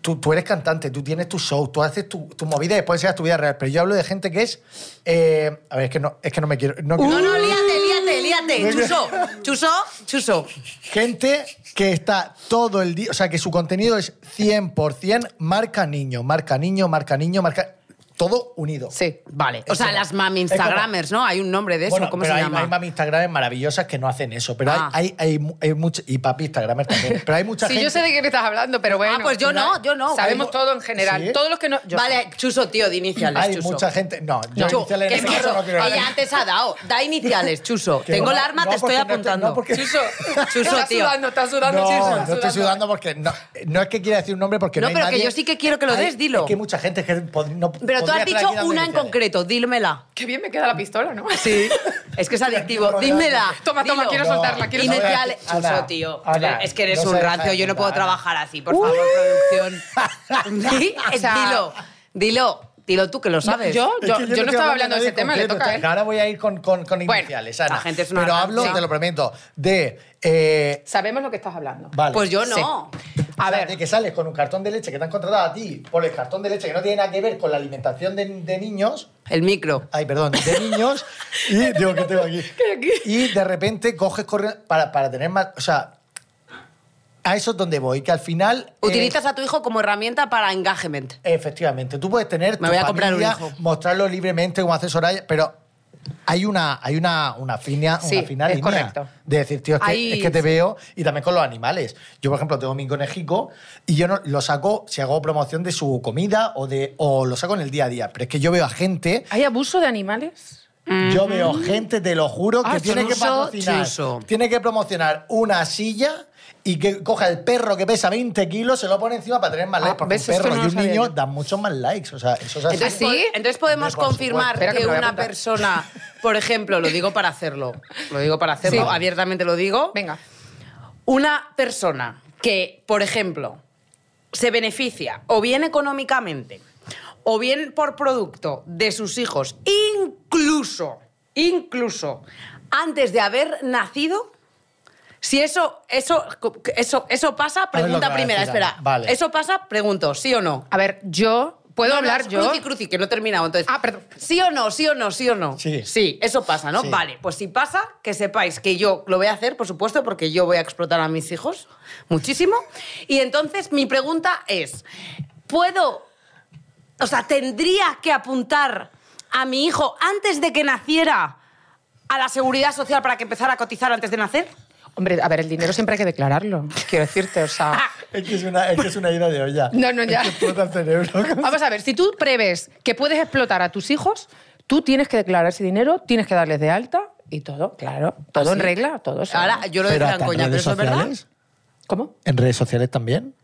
Speaker 2: Tú, tú eres cantante, tú tienes tu show, tú haces tu, tu movida y después seas tu vida real. Pero yo hablo de gente que es. eh, a ver, es que no, es que no me quiero. no quiero-
Speaker 3: No, no, líate, líate, líate. Chuso, chuso, chuso.
Speaker 2: Gente que está todo el día, o sea, que su contenido es 100% marca niño, marca niño, marca niño, marca... Todo unido.
Speaker 4: Sí.
Speaker 3: Vale, o sea,
Speaker 2: como-
Speaker 3: las mami
Speaker 2: es como-
Speaker 3: Instagramers, ¿no? Hay un nombre de eso,
Speaker 2: Bueno,
Speaker 3: ¿cómo
Speaker 2: pero
Speaker 3: se
Speaker 2: hay,
Speaker 3: llama?
Speaker 2: hay mami Instagram maravillosas que no hacen eso, pero hay-
Speaker 3: Ah.
Speaker 2: hay, hay, mu- hay mucha- y papi Instagram también, pero hay mucha
Speaker 4: Sí,
Speaker 2: gente...
Speaker 4: yo sé de quién estás hablando, pero bueno.
Speaker 3: pues yo no, yo no.
Speaker 4: Sabemos
Speaker 2: Hay-
Speaker 4: todo en general.
Speaker 2: ¿Sí?
Speaker 4: Todos los que no. yo
Speaker 3: vale, Chuso, tío, di iniciales,
Speaker 2: Hay
Speaker 3: Chuso.
Speaker 2: mucha gente... No, yo
Speaker 3: Chu-
Speaker 2: iniciales
Speaker 3: qué
Speaker 2: en este
Speaker 3: miedo.
Speaker 2: caso no quiero
Speaker 3: Ella antes ha dado. Da iniciales,
Speaker 2: <laughs>
Speaker 3: Chuso.
Speaker 2: Que
Speaker 3: Tengo
Speaker 2: no,
Speaker 3: el arma,
Speaker 2: no,
Speaker 3: te estoy
Speaker 2: porque no te-
Speaker 3: apuntando.
Speaker 2: no, porque- <laughs>
Speaker 4: <laughs> Chuso,
Speaker 3: Chuso,
Speaker 4: está
Speaker 3: tío.
Speaker 4: sudando, está
Speaker 2: No,
Speaker 4: sudando, Chuso,
Speaker 2: no
Speaker 4: está
Speaker 2: estoy sudando porque no, no es que quiera decir un nombre porque no,
Speaker 3: No,
Speaker 2: hay
Speaker 3: pero que
Speaker 2: nadie-
Speaker 3: yo sí que quiero que lo
Speaker 2: Hay-
Speaker 3: des, dilo.
Speaker 2: Es que hay mucha gente que pod- no
Speaker 3: Pero tú
Speaker 2: podría
Speaker 3: has
Speaker 2: estar
Speaker 3: dicho
Speaker 2: aquí dando
Speaker 3: una en
Speaker 2: iniciales.
Speaker 3: concreto, dímela.
Speaker 4: Qué bien me queda la pistola, ¿no? <laughs>
Speaker 3: Sí. Es que es adictivo. Dímela.
Speaker 4: Toma, toma,
Speaker 3: dilo.
Speaker 4: quiero soltarla, quiero
Speaker 3: Iniciales.
Speaker 2: soltarla.
Speaker 3: Chuso, tío.
Speaker 2: Ana,
Speaker 3: es que eres
Speaker 2: no
Speaker 3: un
Speaker 2: se deja
Speaker 3: rancio,
Speaker 2: de
Speaker 3: yo no
Speaker 2: puta,
Speaker 3: puedo
Speaker 2: Ana.
Speaker 3: trabajar así. Por favor,
Speaker 4: <laughs>
Speaker 3: producción. <laughs> Sí,
Speaker 4: Uh.
Speaker 3: eh,
Speaker 4: O sea,
Speaker 3: dilo. Dilo. Dilo tú, que lo sabes.
Speaker 4: Yo,
Speaker 2: Es que
Speaker 4: yo,
Speaker 2: yo
Speaker 4: yo no
Speaker 2: estoy
Speaker 4: estaba hablando de
Speaker 2: nadie
Speaker 4: ese tema, le
Speaker 2: concreto,
Speaker 4: toca a él.
Speaker 2: Ahora voy a ir con, con, con
Speaker 4: Bueno,
Speaker 2: iniciales, Ana.
Speaker 3: la gente es una
Speaker 2: Pero
Speaker 3: gran-
Speaker 2: hablo,
Speaker 3: sí.
Speaker 2: te lo prometo, de... eh,
Speaker 4: Sabemos lo que estás hablando.
Speaker 2: vale.
Speaker 3: Pues yo no.
Speaker 4: Pues A
Speaker 2: O sea,
Speaker 4: ver.
Speaker 2: De que sales con un cartón de leche que te han contratado a ti por el cartón de leche que no tiene nada que ver con la alimentación de, de niños.
Speaker 3: El micro.
Speaker 4: Eh.
Speaker 2: Ay, perdón, de
Speaker 4: <laughs>
Speaker 2: niños. y digo, ¿qué tengo aquí? Y de repente coges corriendo para, para tener más. O sea, a eso es donde voy, que al final. eh,
Speaker 3: Utilizas a tu hijo como herramienta para engagement.
Speaker 2: Efectivamente, tú puedes tener
Speaker 3: Me
Speaker 2: tu
Speaker 3: voy a comprar un
Speaker 2: familia,
Speaker 3: hijo.
Speaker 2: mostrarlo libremente como hace Soraya, pero hay una hay una una fina,
Speaker 4: Sí,
Speaker 2: una fina
Speaker 4: es
Speaker 2: línea
Speaker 4: correcto.
Speaker 2: de decir, tío, es que,
Speaker 4: Ahí-
Speaker 2: es que te veo y también con los animales. Yo, por ejemplo, tengo mi conejico y yo no, lo saco si hago promoción de su comida o de o lo saco en el día a día, pero es que yo veo a gente
Speaker 4: ¿Hay abuso de animales?
Speaker 2: yo veo gente, te lo juro, que
Speaker 3: Ah,
Speaker 2: tiene que
Speaker 3: chuso,
Speaker 2: patrocinar.
Speaker 3: chuso.
Speaker 2: Tiene que promocionar una silla y que coja el perro que pesa 20 kilos, se lo pone encima para tener más
Speaker 4: Ah,
Speaker 2: likes. Porque
Speaker 4: ¿ves?
Speaker 2: un
Speaker 4: Esto
Speaker 2: perro
Speaker 4: no
Speaker 2: y
Speaker 4: lo
Speaker 2: un
Speaker 4: sabía
Speaker 2: niño
Speaker 4: yo.
Speaker 2: dan muchos más likes. O sea, eso es así.
Speaker 3: Entonces,
Speaker 4: ¿Ah,
Speaker 3: po-
Speaker 4: sí?
Speaker 3: entonces podemos
Speaker 2: Hombre, por
Speaker 3: confirmar
Speaker 2: supuesto.
Speaker 4: Espera que
Speaker 3: que
Speaker 4: me voy a
Speaker 3: una
Speaker 4: apuntar.
Speaker 3: persona, por ejemplo, lo digo para hacerlo, lo digo para hacerlo,
Speaker 4: Sí.
Speaker 3: abiertamente lo digo,
Speaker 4: Venga.
Speaker 3: una persona que, por ejemplo, se beneficia o bien económicamente o bien por producto de sus hijos, incluso, incluso antes de haber nacido, si eso, eso, eso, eso pasa,
Speaker 2: ver lo que
Speaker 3: pregunta
Speaker 2: va a
Speaker 3: primera,
Speaker 2: decir
Speaker 3: espera.
Speaker 2: Ana. Vale.
Speaker 3: Eso pasa, pregunto, ¿sí o no?
Speaker 4: A ver, yo. ¿Puedo
Speaker 3: No, no,
Speaker 4: hablar
Speaker 3: es
Speaker 4: yo?
Speaker 3: Cruci, cruci, que no he terminado. Entonces,
Speaker 4: Ah, perdón.
Speaker 3: ¿Sí o no? ¿Sí o no? ¿Sí o no?
Speaker 2: Sí.
Speaker 3: eso pasa, ¿no?
Speaker 2: Sí.
Speaker 3: Vale, pues si pasa, que sepáis que yo lo voy a hacer, por supuesto, porque yo voy a explotar a mis hijos muchísimo. Y entonces mi pregunta es, ¿puedo, o sea, tendría que apuntar a mi hijo antes de que naciera a la seguridad social para que empezara a cotizar antes de nacer?
Speaker 4: Hombre, a ver, el dinero siempre hay que declararlo. Quiero decirte, o <laughs> sea.
Speaker 2: <laughs> Es que es una, es que es una ida de olla.
Speaker 4: No, no, ya.
Speaker 2: Es que explota el cerebro.
Speaker 4: <laughs> Vamos a ver, si tú preves que puedes explotar a tus hijos, tú tienes que declarar ese dinero, tienes que darles de alta y todo, claro. Todo en regla, todo. o sea.
Speaker 3: Ahora, yo lo
Speaker 2: Pero
Speaker 3: decía en
Speaker 2: hasta en
Speaker 3: coña, pero
Speaker 2: redes
Speaker 3: eso es verdad.
Speaker 2: sociales,
Speaker 4: ¿Cómo?
Speaker 2: En redes sociales también.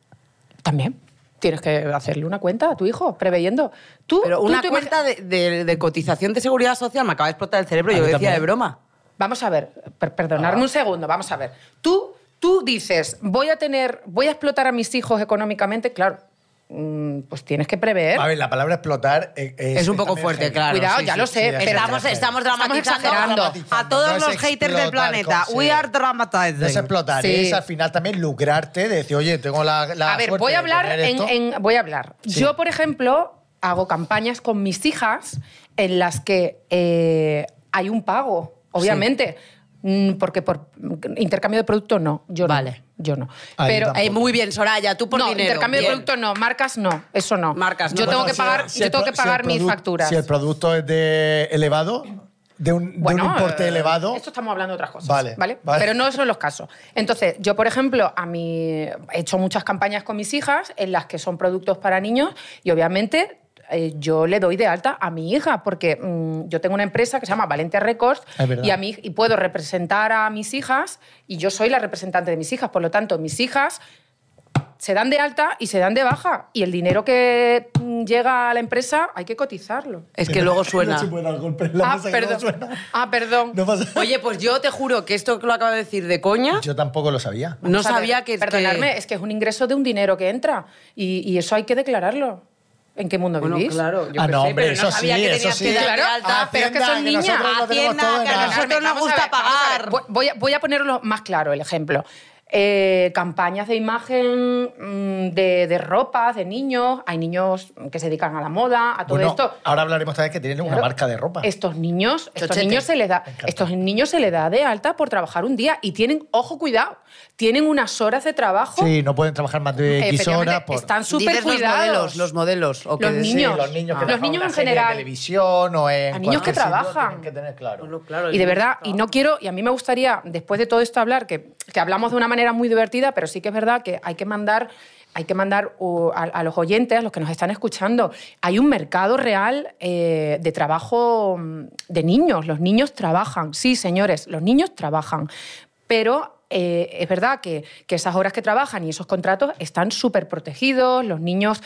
Speaker 4: También. Tienes que hacerle una cuenta a tu hijo, preveyendo. Tú,
Speaker 3: Pero
Speaker 4: tú
Speaker 3: una
Speaker 4: te imagi-
Speaker 3: cuenta de, de- de cotización de seguridad social me acaba de explotar el cerebro,
Speaker 2: A
Speaker 3: y yo
Speaker 2: mí
Speaker 3: decía
Speaker 2: también.
Speaker 3: de broma.
Speaker 4: Vamos a ver, per- perdonadme un segundo, vamos a ver. Tú, tú dices, voy a tener, voy a explotar a mis hijos económicamente, claro, mm, pues tienes que prever.
Speaker 2: A ver, la palabra explotar e-, es,
Speaker 3: Es un poco
Speaker 2: también
Speaker 3: fuerte,
Speaker 2: heavy.
Speaker 3: claro.
Speaker 4: Cuidado, ya lo sé,
Speaker 2: es
Speaker 4: pero-
Speaker 2: heavy,
Speaker 3: Estamos,
Speaker 2: es heavy.
Speaker 3: estamos
Speaker 4: Estamos
Speaker 3: dramatizando
Speaker 4: exagerando.
Speaker 3: a todos
Speaker 2: No es
Speaker 3: los haters del
Speaker 2: explotar,
Speaker 3: planeta.
Speaker 2: con-
Speaker 3: We
Speaker 2: sí.
Speaker 3: are
Speaker 2: No es
Speaker 3: dramatizing.
Speaker 2: explotar,
Speaker 4: Sí.
Speaker 2: es al final también lucrarte, de decir, oye, tengo la, la
Speaker 4: a ver,
Speaker 2: suerte
Speaker 4: voy
Speaker 2: de
Speaker 4: a hablar
Speaker 2: tener
Speaker 4: en,
Speaker 2: esto.
Speaker 4: en- voy a hablar.
Speaker 2: Sí.
Speaker 4: Yo, por ejemplo, hago campañas con mis hijas en las que eh, hay un pago, obviamente, Mm, porque por intercambio de producto no, yo
Speaker 3: Vale.
Speaker 4: no, yo no.
Speaker 2: Ah, yo
Speaker 4: Pero
Speaker 2: tampoco.
Speaker 3: Eh, muy bien, Soraya, tú por
Speaker 4: no,
Speaker 3: dinero.
Speaker 4: intercambio
Speaker 3: bien.
Speaker 4: de producto no, marcas no, eso no.
Speaker 3: Marcas no.
Speaker 4: Yo tengo
Speaker 2: Bueno,
Speaker 4: que
Speaker 2: si
Speaker 4: pagar,
Speaker 2: el- si
Speaker 4: yo
Speaker 2: el
Speaker 4: tengo
Speaker 2: pro-
Speaker 4: que
Speaker 2: si el
Speaker 4: pagar mis
Speaker 2: produ-
Speaker 4: facturas.
Speaker 2: Si el producto es de elevado, de un, de un importe
Speaker 4: eh,
Speaker 2: elevado. <laughs>
Speaker 4: Esto estamos hablando de otras cosas.
Speaker 2: Vale,
Speaker 4: Vale,
Speaker 2: vale.
Speaker 4: Pero no son los casos. Entonces, yo, por ejemplo, a mi, he hecho muchas campañas con mis hijas en las que son productos para niños y obviamente. eh, yo le doy de alta a mi hija porque mm, yo tengo una empresa que se llama Valente Records
Speaker 2: Ah, Es verdad.
Speaker 4: y, a mi, y puedo representar a mis hijas y yo soy la representante de mis hijas. Por lo tanto, mis hijas se dan de alta y se dan de baja y el dinero que mm, llega a la empresa hay que cotizarlo.
Speaker 3: Es que
Speaker 2: No
Speaker 3: luego suena.
Speaker 2: se puede dar golpe en la
Speaker 4: ah,
Speaker 2: mesa que
Speaker 4: perdón.
Speaker 2: no suena.
Speaker 4: ah, perdón.
Speaker 2: No pasa-
Speaker 3: Oye, pues yo te juro que esto que lo acabo de decir de coña,
Speaker 2: Yo tampoco lo sabía.
Speaker 3: no
Speaker 4: Vamos a ver,
Speaker 3: sabía que... que-
Speaker 4: Perdonadme, es que es un ingreso de un dinero que entra y, y eso hay que declararlo. ¿En qué mundo
Speaker 3: Bueno,
Speaker 4: vivís?
Speaker 3: claro, yo
Speaker 2: ah,
Speaker 3: qué
Speaker 2: no,
Speaker 3: sé,
Speaker 2: hombre,
Speaker 3: pero
Speaker 2: eso
Speaker 3: no sabía
Speaker 2: sí,
Speaker 3: que
Speaker 2: eso
Speaker 3: tenías
Speaker 2: sí.
Speaker 3: que dar de
Speaker 4: Claro,
Speaker 3: alta.
Speaker 4: pero es que son
Speaker 2: Hacienda,
Speaker 4: niñas.
Speaker 2: nosotros lo tenemos
Speaker 3: Hacienda,
Speaker 2: todo en
Speaker 3: que a
Speaker 2: la-
Speaker 3: nosotros- nos
Speaker 4: vamos a
Speaker 3: gusta
Speaker 4: ver, vamos a
Speaker 3: pagar.
Speaker 4: ver. Voy- Voy a, voy a ponerlo más claro el ejemplo. Eh, campañas de imagen mm, de, de ropa, de niños. Hay niños que se dedican a la moda, a todo
Speaker 2: Bueno,
Speaker 4: esto.
Speaker 2: ahora hablaremos también que tienen una
Speaker 4: Claro.
Speaker 2: marca de ropa.
Speaker 4: Estos niños, estos
Speaker 3: Chochete.
Speaker 4: niños se les da,
Speaker 2: Me encanta.
Speaker 4: estos niños se les da de alta por trabajar un día y tienen, ojo, cuidado, tienen unas horas de trabajo eh,
Speaker 2: Sí, no pueden trabajar más de X
Speaker 4: Efectivamente,
Speaker 2: horas. Por...
Speaker 4: están
Speaker 3: Dices
Speaker 4: súper
Speaker 3: los modelos,
Speaker 4: cuidados.
Speaker 3: los modelos. o que-
Speaker 4: Los
Speaker 2: Sí,
Speaker 4: niños.
Speaker 2: los niños, que
Speaker 4: Ah.
Speaker 2: trabajan
Speaker 4: Los niños
Speaker 2: en
Speaker 4: en
Speaker 2: una serie
Speaker 4: general.
Speaker 2: de televisión o en
Speaker 4: A niños que
Speaker 2: cualquier sitio,
Speaker 4: trabajan.
Speaker 2: tienen que tener claro.
Speaker 3: Bueno, claro,
Speaker 4: Y de
Speaker 3: el-
Speaker 4: verdad, y no quiero, y a mí me gustaría, después de todo esto, hablar, que, que hablamos de una manera muy divertida, pero sí que es verdad que hay que mandar, hay que mandar uh, a, a los oyentes, a los que nos están escuchando, hay un mercado real eh, de trabajo mm, de niños. Los niños trabajan, sí, señores, los niños trabajan, pero... eh, es verdad que, que esas horas que trabajan y esos contratos están súper protegidos, los niños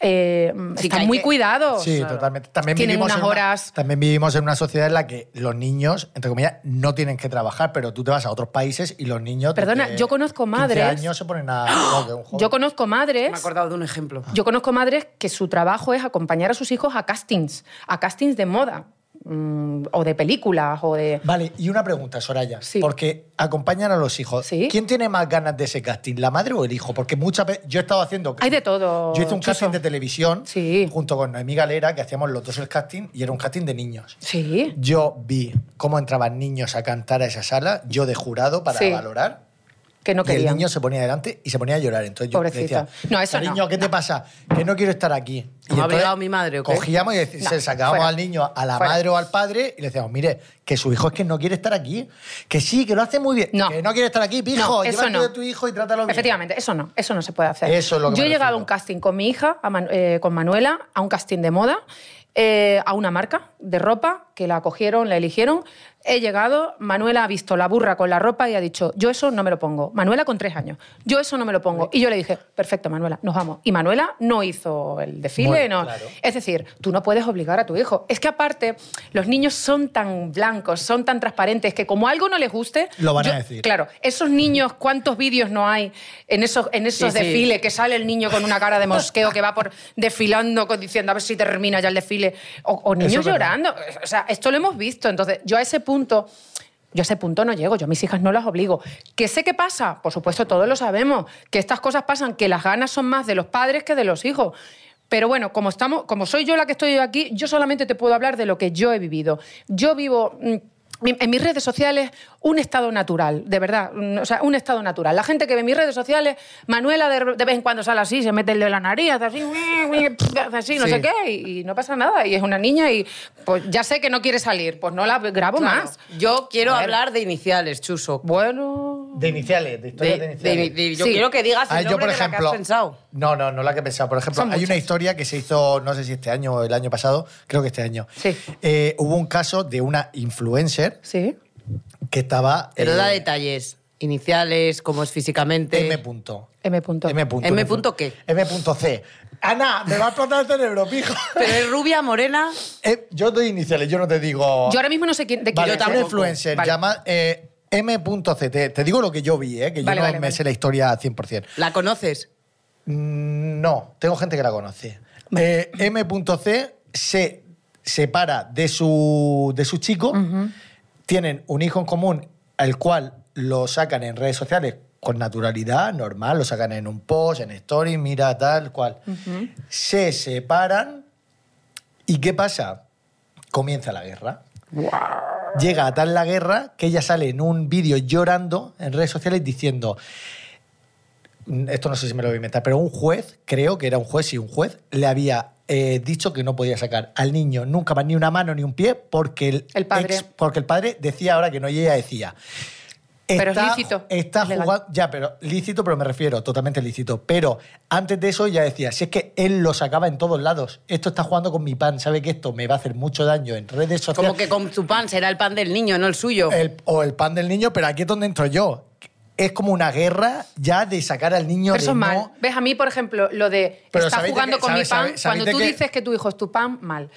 Speaker 4: eh,
Speaker 3: Sí, que
Speaker 4: están
Speaker 3: hay
Speaker 4: muy
Speaker 3: que-
Speaker 4: cuidados.
Speaker 2: Sí, totalmente. También
Speaker 4: Tienen
Speaker 2: vivimos
Speaker 4: unas
Speaker 2: en una-
Speaker 4: horas.
Speaker 2: también vivimos en una sociedad en la que los niños, entre comillas, no tienen que trabajar, pero tú te vas a otros países y los niños.
Speaker 4: Perdona,
Speaker 2: desde
Speaker 4: yo conozco
Speaker 2: 15
Speaker 4: madres- ¡Ah!
Speaker 2: años se ponen a. no, que un joven.
Speaker 4: Yo conozco
Speaker 3: Me he
Speaker 4: madres
Speaker 3: acordado de un
Speaker 2: Ah.
Speaker 3: ejemplo.
Speaker 4: Yo conozco madres que su trabajo es acompañar a sus hijos a castings, a castings de moda. mm, o de películas o de...
Speaker 2: Vale, y una pregunta, Soraya.
Speaker 4: Sí.
Speaker 2: Porque acompañan a los hijos.
Speaker 4: Sí.
Speaker 2: ¿Quién tiene más ganas de ese casting, la madre o el hijo? Porque muchas veces. Yo he estado haciendo.
Speaker 4: Hay de todo,
Speaker 2: Yo hice un
Speaker 4: Chuso.
Speaker 2: casting de televisión
Speaker 4: Sí.
Speaker 2: junto con Noemí Galera, que hacíamos los dos el casting, y era un casting de niños.
Speaker 4: Sí.
Speaker 2: Yo vi cómo entraban niños a cantar a esa sala, yo de jurado para
Speaker 4: Sí.
Speaker 2: valorar.
Speaker 4: Que no
Speaker 2: y el
Speaker 4: querían.
Speaker 2: niño se ponía delante y se ponía a llorar. Entonces yo le
Speaker 4: Pobrecito.
Speaker 2: decía,
Speaker 4: No, eso no,
Speaker 2: cariño, ¿qué te pasa? Que no quiero estar aquí. Y
Speaker 3: ¿Me ha
Speaker 2: entonces
Speaker 3: obligado mi madre o qué?
Speaker 2: Cogíamos y dec-
Speaker 4: No,
Speaker 2: se sacábamos
Speaker 4: fuera.
Speaker 2: al niño a la
Speaker 4: Fuera.
Speaker 2: madre o al padre y le decíamos, mire, que su hijo es que no quiere estar aquí. Que sí, que lo hace muy bien.
Speaker 4: No.
Speaker 2: Que no quiere estar aquí, pijo.
Speaker 4: No,
Speaker 2: Lleva
Speaker 4: eso
Speaker 2: Llévate
Speaker 4: no.
Speaker 2: de tu hijo y trátalo bien.
Speaker 4: Efectivamente, eso no, eso no se puede hacer.
Speaker 2: Eso es lo que
Speaker 4: Yo
Speaker 2: me
Speaker 4: he llegado
Speaker 2: refiero.
Speaker 4: a un casting con mi hija, a Man- eh, con Manuela, a un casting de moda, eh, a una marca de ropa que la cogieron, la eligieron. He llegado, Manuela ha visto la burra con la ropa y ha dicho, yo eso no me lo pongo. Manuela con tres años, yo eso no me lo pongo. Y yo le dije, perfecto, Manuela, nos vamos. Y Manuela no hizo el
Speaker 2: Muy
Speaker 4: desfile, no.
Speaker 2: claro.
Speaker 4: Es decir, tú no puedes obligar a tu hijo. Es que aparte, los niños son tan blancos, son tan transparentes, que como algo no les guste...
Speaker 2: Lo van a decir.
Speaker 4: Claro, esos niños, ¿cuántos vídeos no hay en esos, en esos
Speaker 3: Sí, sí.
Speaker 4: desfiles que sale el niño con una cara de mosqueo que va por desfilando con- diciendo a ver si termina ya el desfile? O, o
Speaker 2: Eso
Speaker 4: niños
Speaker 2: es verdad.
Speaker 4: llorando. O sea, esto lo hemos visto. Entonces, yo a ese punto... Yo a ese punto no llego, yo a mis hijas no las obligo. ¿Qué sé que pasa? Por supuesto, todos lo sabemos, que estas cosas pasan, que las ganas son más de los padres que de los hijos. Pero bueno, como, estamos, como soy yo la que estoy aquí, yo solamente te puedo hablar de lo que yo he vivido. Yo vivo mm, mi- en mis redes sociales un estado natural, de verdad, mm, o sea, un estado natural. La gente que ve mis redes sociales, Manuela de, de vez en cuando sale así, se mete el dedo en la nariz, hace así, <laughs> hace así, no
Speaker 3: Sí.
Speaker 4: sé qué, y, y no pasa nada. Y es una niña y pues ya sé que no quiere salir, pues no la grabo
Speaker 3: Claro.
Speaker 4: más.
Speaker 3: Yo quiero
Speaker 4: A ver.
Speaker 3: hablar de iniciales, Chuso.
Speaker 4: Bueno,
Speaker 2: De iniciales, de historias de,
Speaker 3: De- de-
Speaker 2: iniciales.
Speaker 3: de- yo
Speaker 4: Sí.
Speaker 3: quiero que digas el
Speaker 2: Ah, yo,
Speaker 3: nombre
Speaker 2: por
Speaker 3: de la
Speaker 2: ejemplo.
Speaker 3: que has pensado.
Speaker 2: No, no, no la que he pensado. Por ejemplo,
Speaker 4: Son
Speaker 2: hay una
Speaker 4: muchas.
Speaker 2: historia que se hizo, no sé si este año o el año pasado, creo que este año.
Speaker 4: Sí.
Speaker 2: Eh, hubo un caso de una influencer
Speaker 4: sí.
Speaker 2: que estaba.
Speaker 3: Pero
Speaker 2: eh,
Speaker 3: da detalles. Iniciales, cómo es físicamente.
Speaker 2: M. Punto.
Speaker 4: M. Punto.
Speaker 2: M. Punto.
Speaker 3: M punto qué?
Speaker 2: M. punto C. Ana, me va a explotar el cerebro, pijo.
Speaker 3: Pero es rubia, morena.
Speaker 2: Eh, yo doy iniciales, yo no te digo.
Speaker 4: Yo ahora mismo no sé quién, de quién
Speaker 2: Vale,
Speaker 4: es.
Speaker 2: una influencer
Speaker 4: Vale.
Speaker 2: llama eh, M.C. Te, te digo lo que yo vi, eh, que
Speaker 4: Vale,
Speaker 2: yo no
Speaker 4: vale,
Speaker 2: me
Speaker 4: vale.
Speaker 2: sé la historia 100%.
Speaker 3: ¿La conoces?
Speaker 2: Mm, No, tengo gente que la conoce. Eh, M.C. se separa de su, de su chico, tienen un hijo en común, al cual lo sacan en redes sociales con naturalidad, normal, lo sacan en un post, en story, mira, tal, cual. Se separan y ¿qué pasa? Comienza la guerra. Llega a tal la guerra que ella sale en un vídeo llorando en redes sociales diciendo, esto no sé si me lo voy a inventar, pero un juez, creo que era un juez, sí, un juez, le había eh, dicho que no podía sacar al niño nunca más ni una mano ni un pie porque el,
Speaker 4: El padre.
Speaker 2: porque el padre decía ahora que no y ella decía.
Speaker 4: Pero es lícito,
Speaker 2: Está
Speaker 4: es legal.
Speaker 2: jugando, ya, pero lícito, pero me refiero, totalmente lícito. Pero antes de eso ya decía, si es que él lo sacaba en todos lados, esto está jugando con mi pan, sabe que esto me va a hacer mucho daño en redes sociales.
Speaker 3: Como que con tu pan será el pan del niño, no el suyo.
Speaker 2: El- o el pan del niño, pero aquí es donde entro yo. Es como una guerra ya de sacar al niño
Speaker 4: Pero eso
Speaker 2: de
Speaker 4: es
Speaker 2: no-
Speaker 4: mal. ¿Ves? A mí, por ejemplo, lo de
Speaker 2: Pero
Speaker 4: está
Speaker 2: sabéis de
Speaker 4: jugando
Speaker 2: qué-
Speaker 4: con
Speaker 2: sabéis-
Speaker 4: mi pan,
Speaker 2: sabéis-
Speaker 4: cuando
Speaker 2: sabéis
Speaker 4: tú
Speaker 2: de qué-
Speaker 4: dices que tu hijo es tu pan, mal.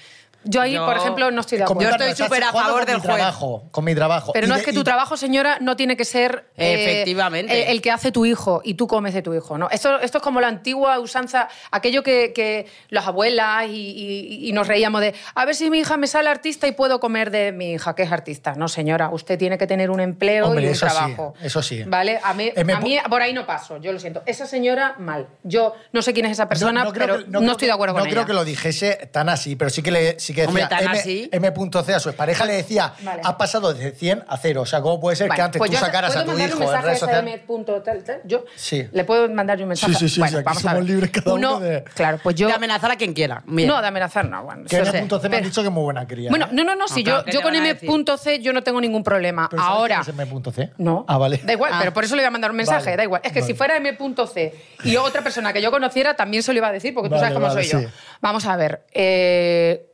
Speaker 4: Yo ahí,
Speaker 3: Yo-
Speaker 4: por ejemplo, no estoy de
Speaker 2: Como
Speaker 3: Yo
Speaker 4: acuerdo.
Speaker 2: tanto,
Speaker 3: estoy
Speaker 2: estás
Speaker 3: súper a
Speaker 2: jugando
Speaker 3: favor
Speaker 2: con
Speaker 3: del
Speaker 2: mi
Speaker 3: juez.
Speaker 2: trabajo, con mi trabajo.
Speaker 4: Pero
Speaker 2: Y
Speaker 4: no
Speaker 2: de-
Speaker 4: es que
Speaker 2: y-
Speaker 4: tu trabajo, señora, no tiene que ser eh,
Speaker 3: Efectivamente.
Speaker 4: el, el que hace tu hijo y tú comes de tu hijo. ¿no? Esto, esto es como la antigua usanza, aquello que, que las abuelas y, y- y nos reíamos de, a ver si mi hija me sale artista y puedo comer de mi hija, que es artista. No, señora, usted tiene que tener un empleo
Speaker 2: Hombre,
Speaker 4: y un
Speaker 2: eso sí,
Speaker 4: trabajo.
Speaker 2: eso sí. Eh,
Speaker 4: ¿Vale? A mí,
Speaker 2: M-
Speaker 4: a mí por ahí no paso, yo lo siento. Esa señora, mal. Yo no sé quién es esa persona,
Speaker 2: No- no creo
Speaker 4: pero
Speaker 2: que-
Speaker 4: no,
Speaker 2: creo
Speaker 4: estoy
Speaker 2: que-
Speaker 4: de acuerdo con
Speaker 2: No
Speaker 4: ella.
Speaker 2: creo que lo dijese tan así, pero sí que, le, sí que decía
Speaker 3: Hombre, tan
Speaker 2: M-
Speaker 3: así.
Speaker 2: M.C. a su pareja le decía,
Speaker 4: Vale.
Speaker 2: has pasado de 100 a 0. O sea, ¿cómo puede ser
Speaker 4: Vale,
Speaker 2: que antes
Speaker 4: pues
Speaker 2: tú
Speaker 4: yo
Speaker 2: sacaras a
Speaker 4: ¿puedo
Speaker 2: tu
Speaker 4: mandarle
Speaker 2: hijo
Speaker 4: un
Speaker 2: en
Speaker 4: mensaje
Speaker 2: redes
Speaker 4: a ese
Speaker 2: sociales?
Speaker 4: M punto tal, tal? Yo
Speaker 2: Sí.
Speaker 4: le puedo mandar yo un mensaje.
Speaker 2: Sí, sí, sí,
Speaker 4: bueno,
Speaker 2: sí, aquí
Speaker 4: vamos a
Speaker 2: somos
Speaker 4: ver.
Speaker 2: libres cada uno de-
Speaker 4: Claro, pues yo
Speaker 3: De amenazar a quien quiera. Bien.
Speaker 4: no, de amenazar no, bueno.
Speaker 2: Que
Speaker 4: eso sé.
Speaker 2: M.C. me han
Speaker 4: Pero-
Speaker 2: dicho que es muy buena cría.
Speaker 4: Bueno,
Speaker 2: ¿eh?
Speaker 4: no, no, no, sí,
Speaker 3: Ajá,
Speaker 4: yo,
Speaker 3: ¿qué
Speaker 4: yo
Speaker 3: te
Speaker 4: con
Speaker 3: van a
Speaker 4: M.C yo no tengo ningún problema.
Speaker 2: Pero ¿sabes
Speaker 4: Ahora
Speaker 2: quién es M.C.?
Speaker 4: no.
Speaker 2: Ah, vale.
Speaker 4: Da igual,
Speaker 3: Ah.
Speaker 4: pero por eso le voy a mandar un mensaje,
Speaker 2: Vale,
Speaker 4: da igual. Es que
Speaker 2: vale.
Speaker 4: si fuera M.C y otra persona que yo conociera, también se lo iba a decir, porque tú
Speaker 2: Vale,
Speaker 4: sabes cómo
Speaker 2: vale,
Speaker 4: soy
Speaker 2: sí.
Speaker 4: yo. Vamos a ver. eh,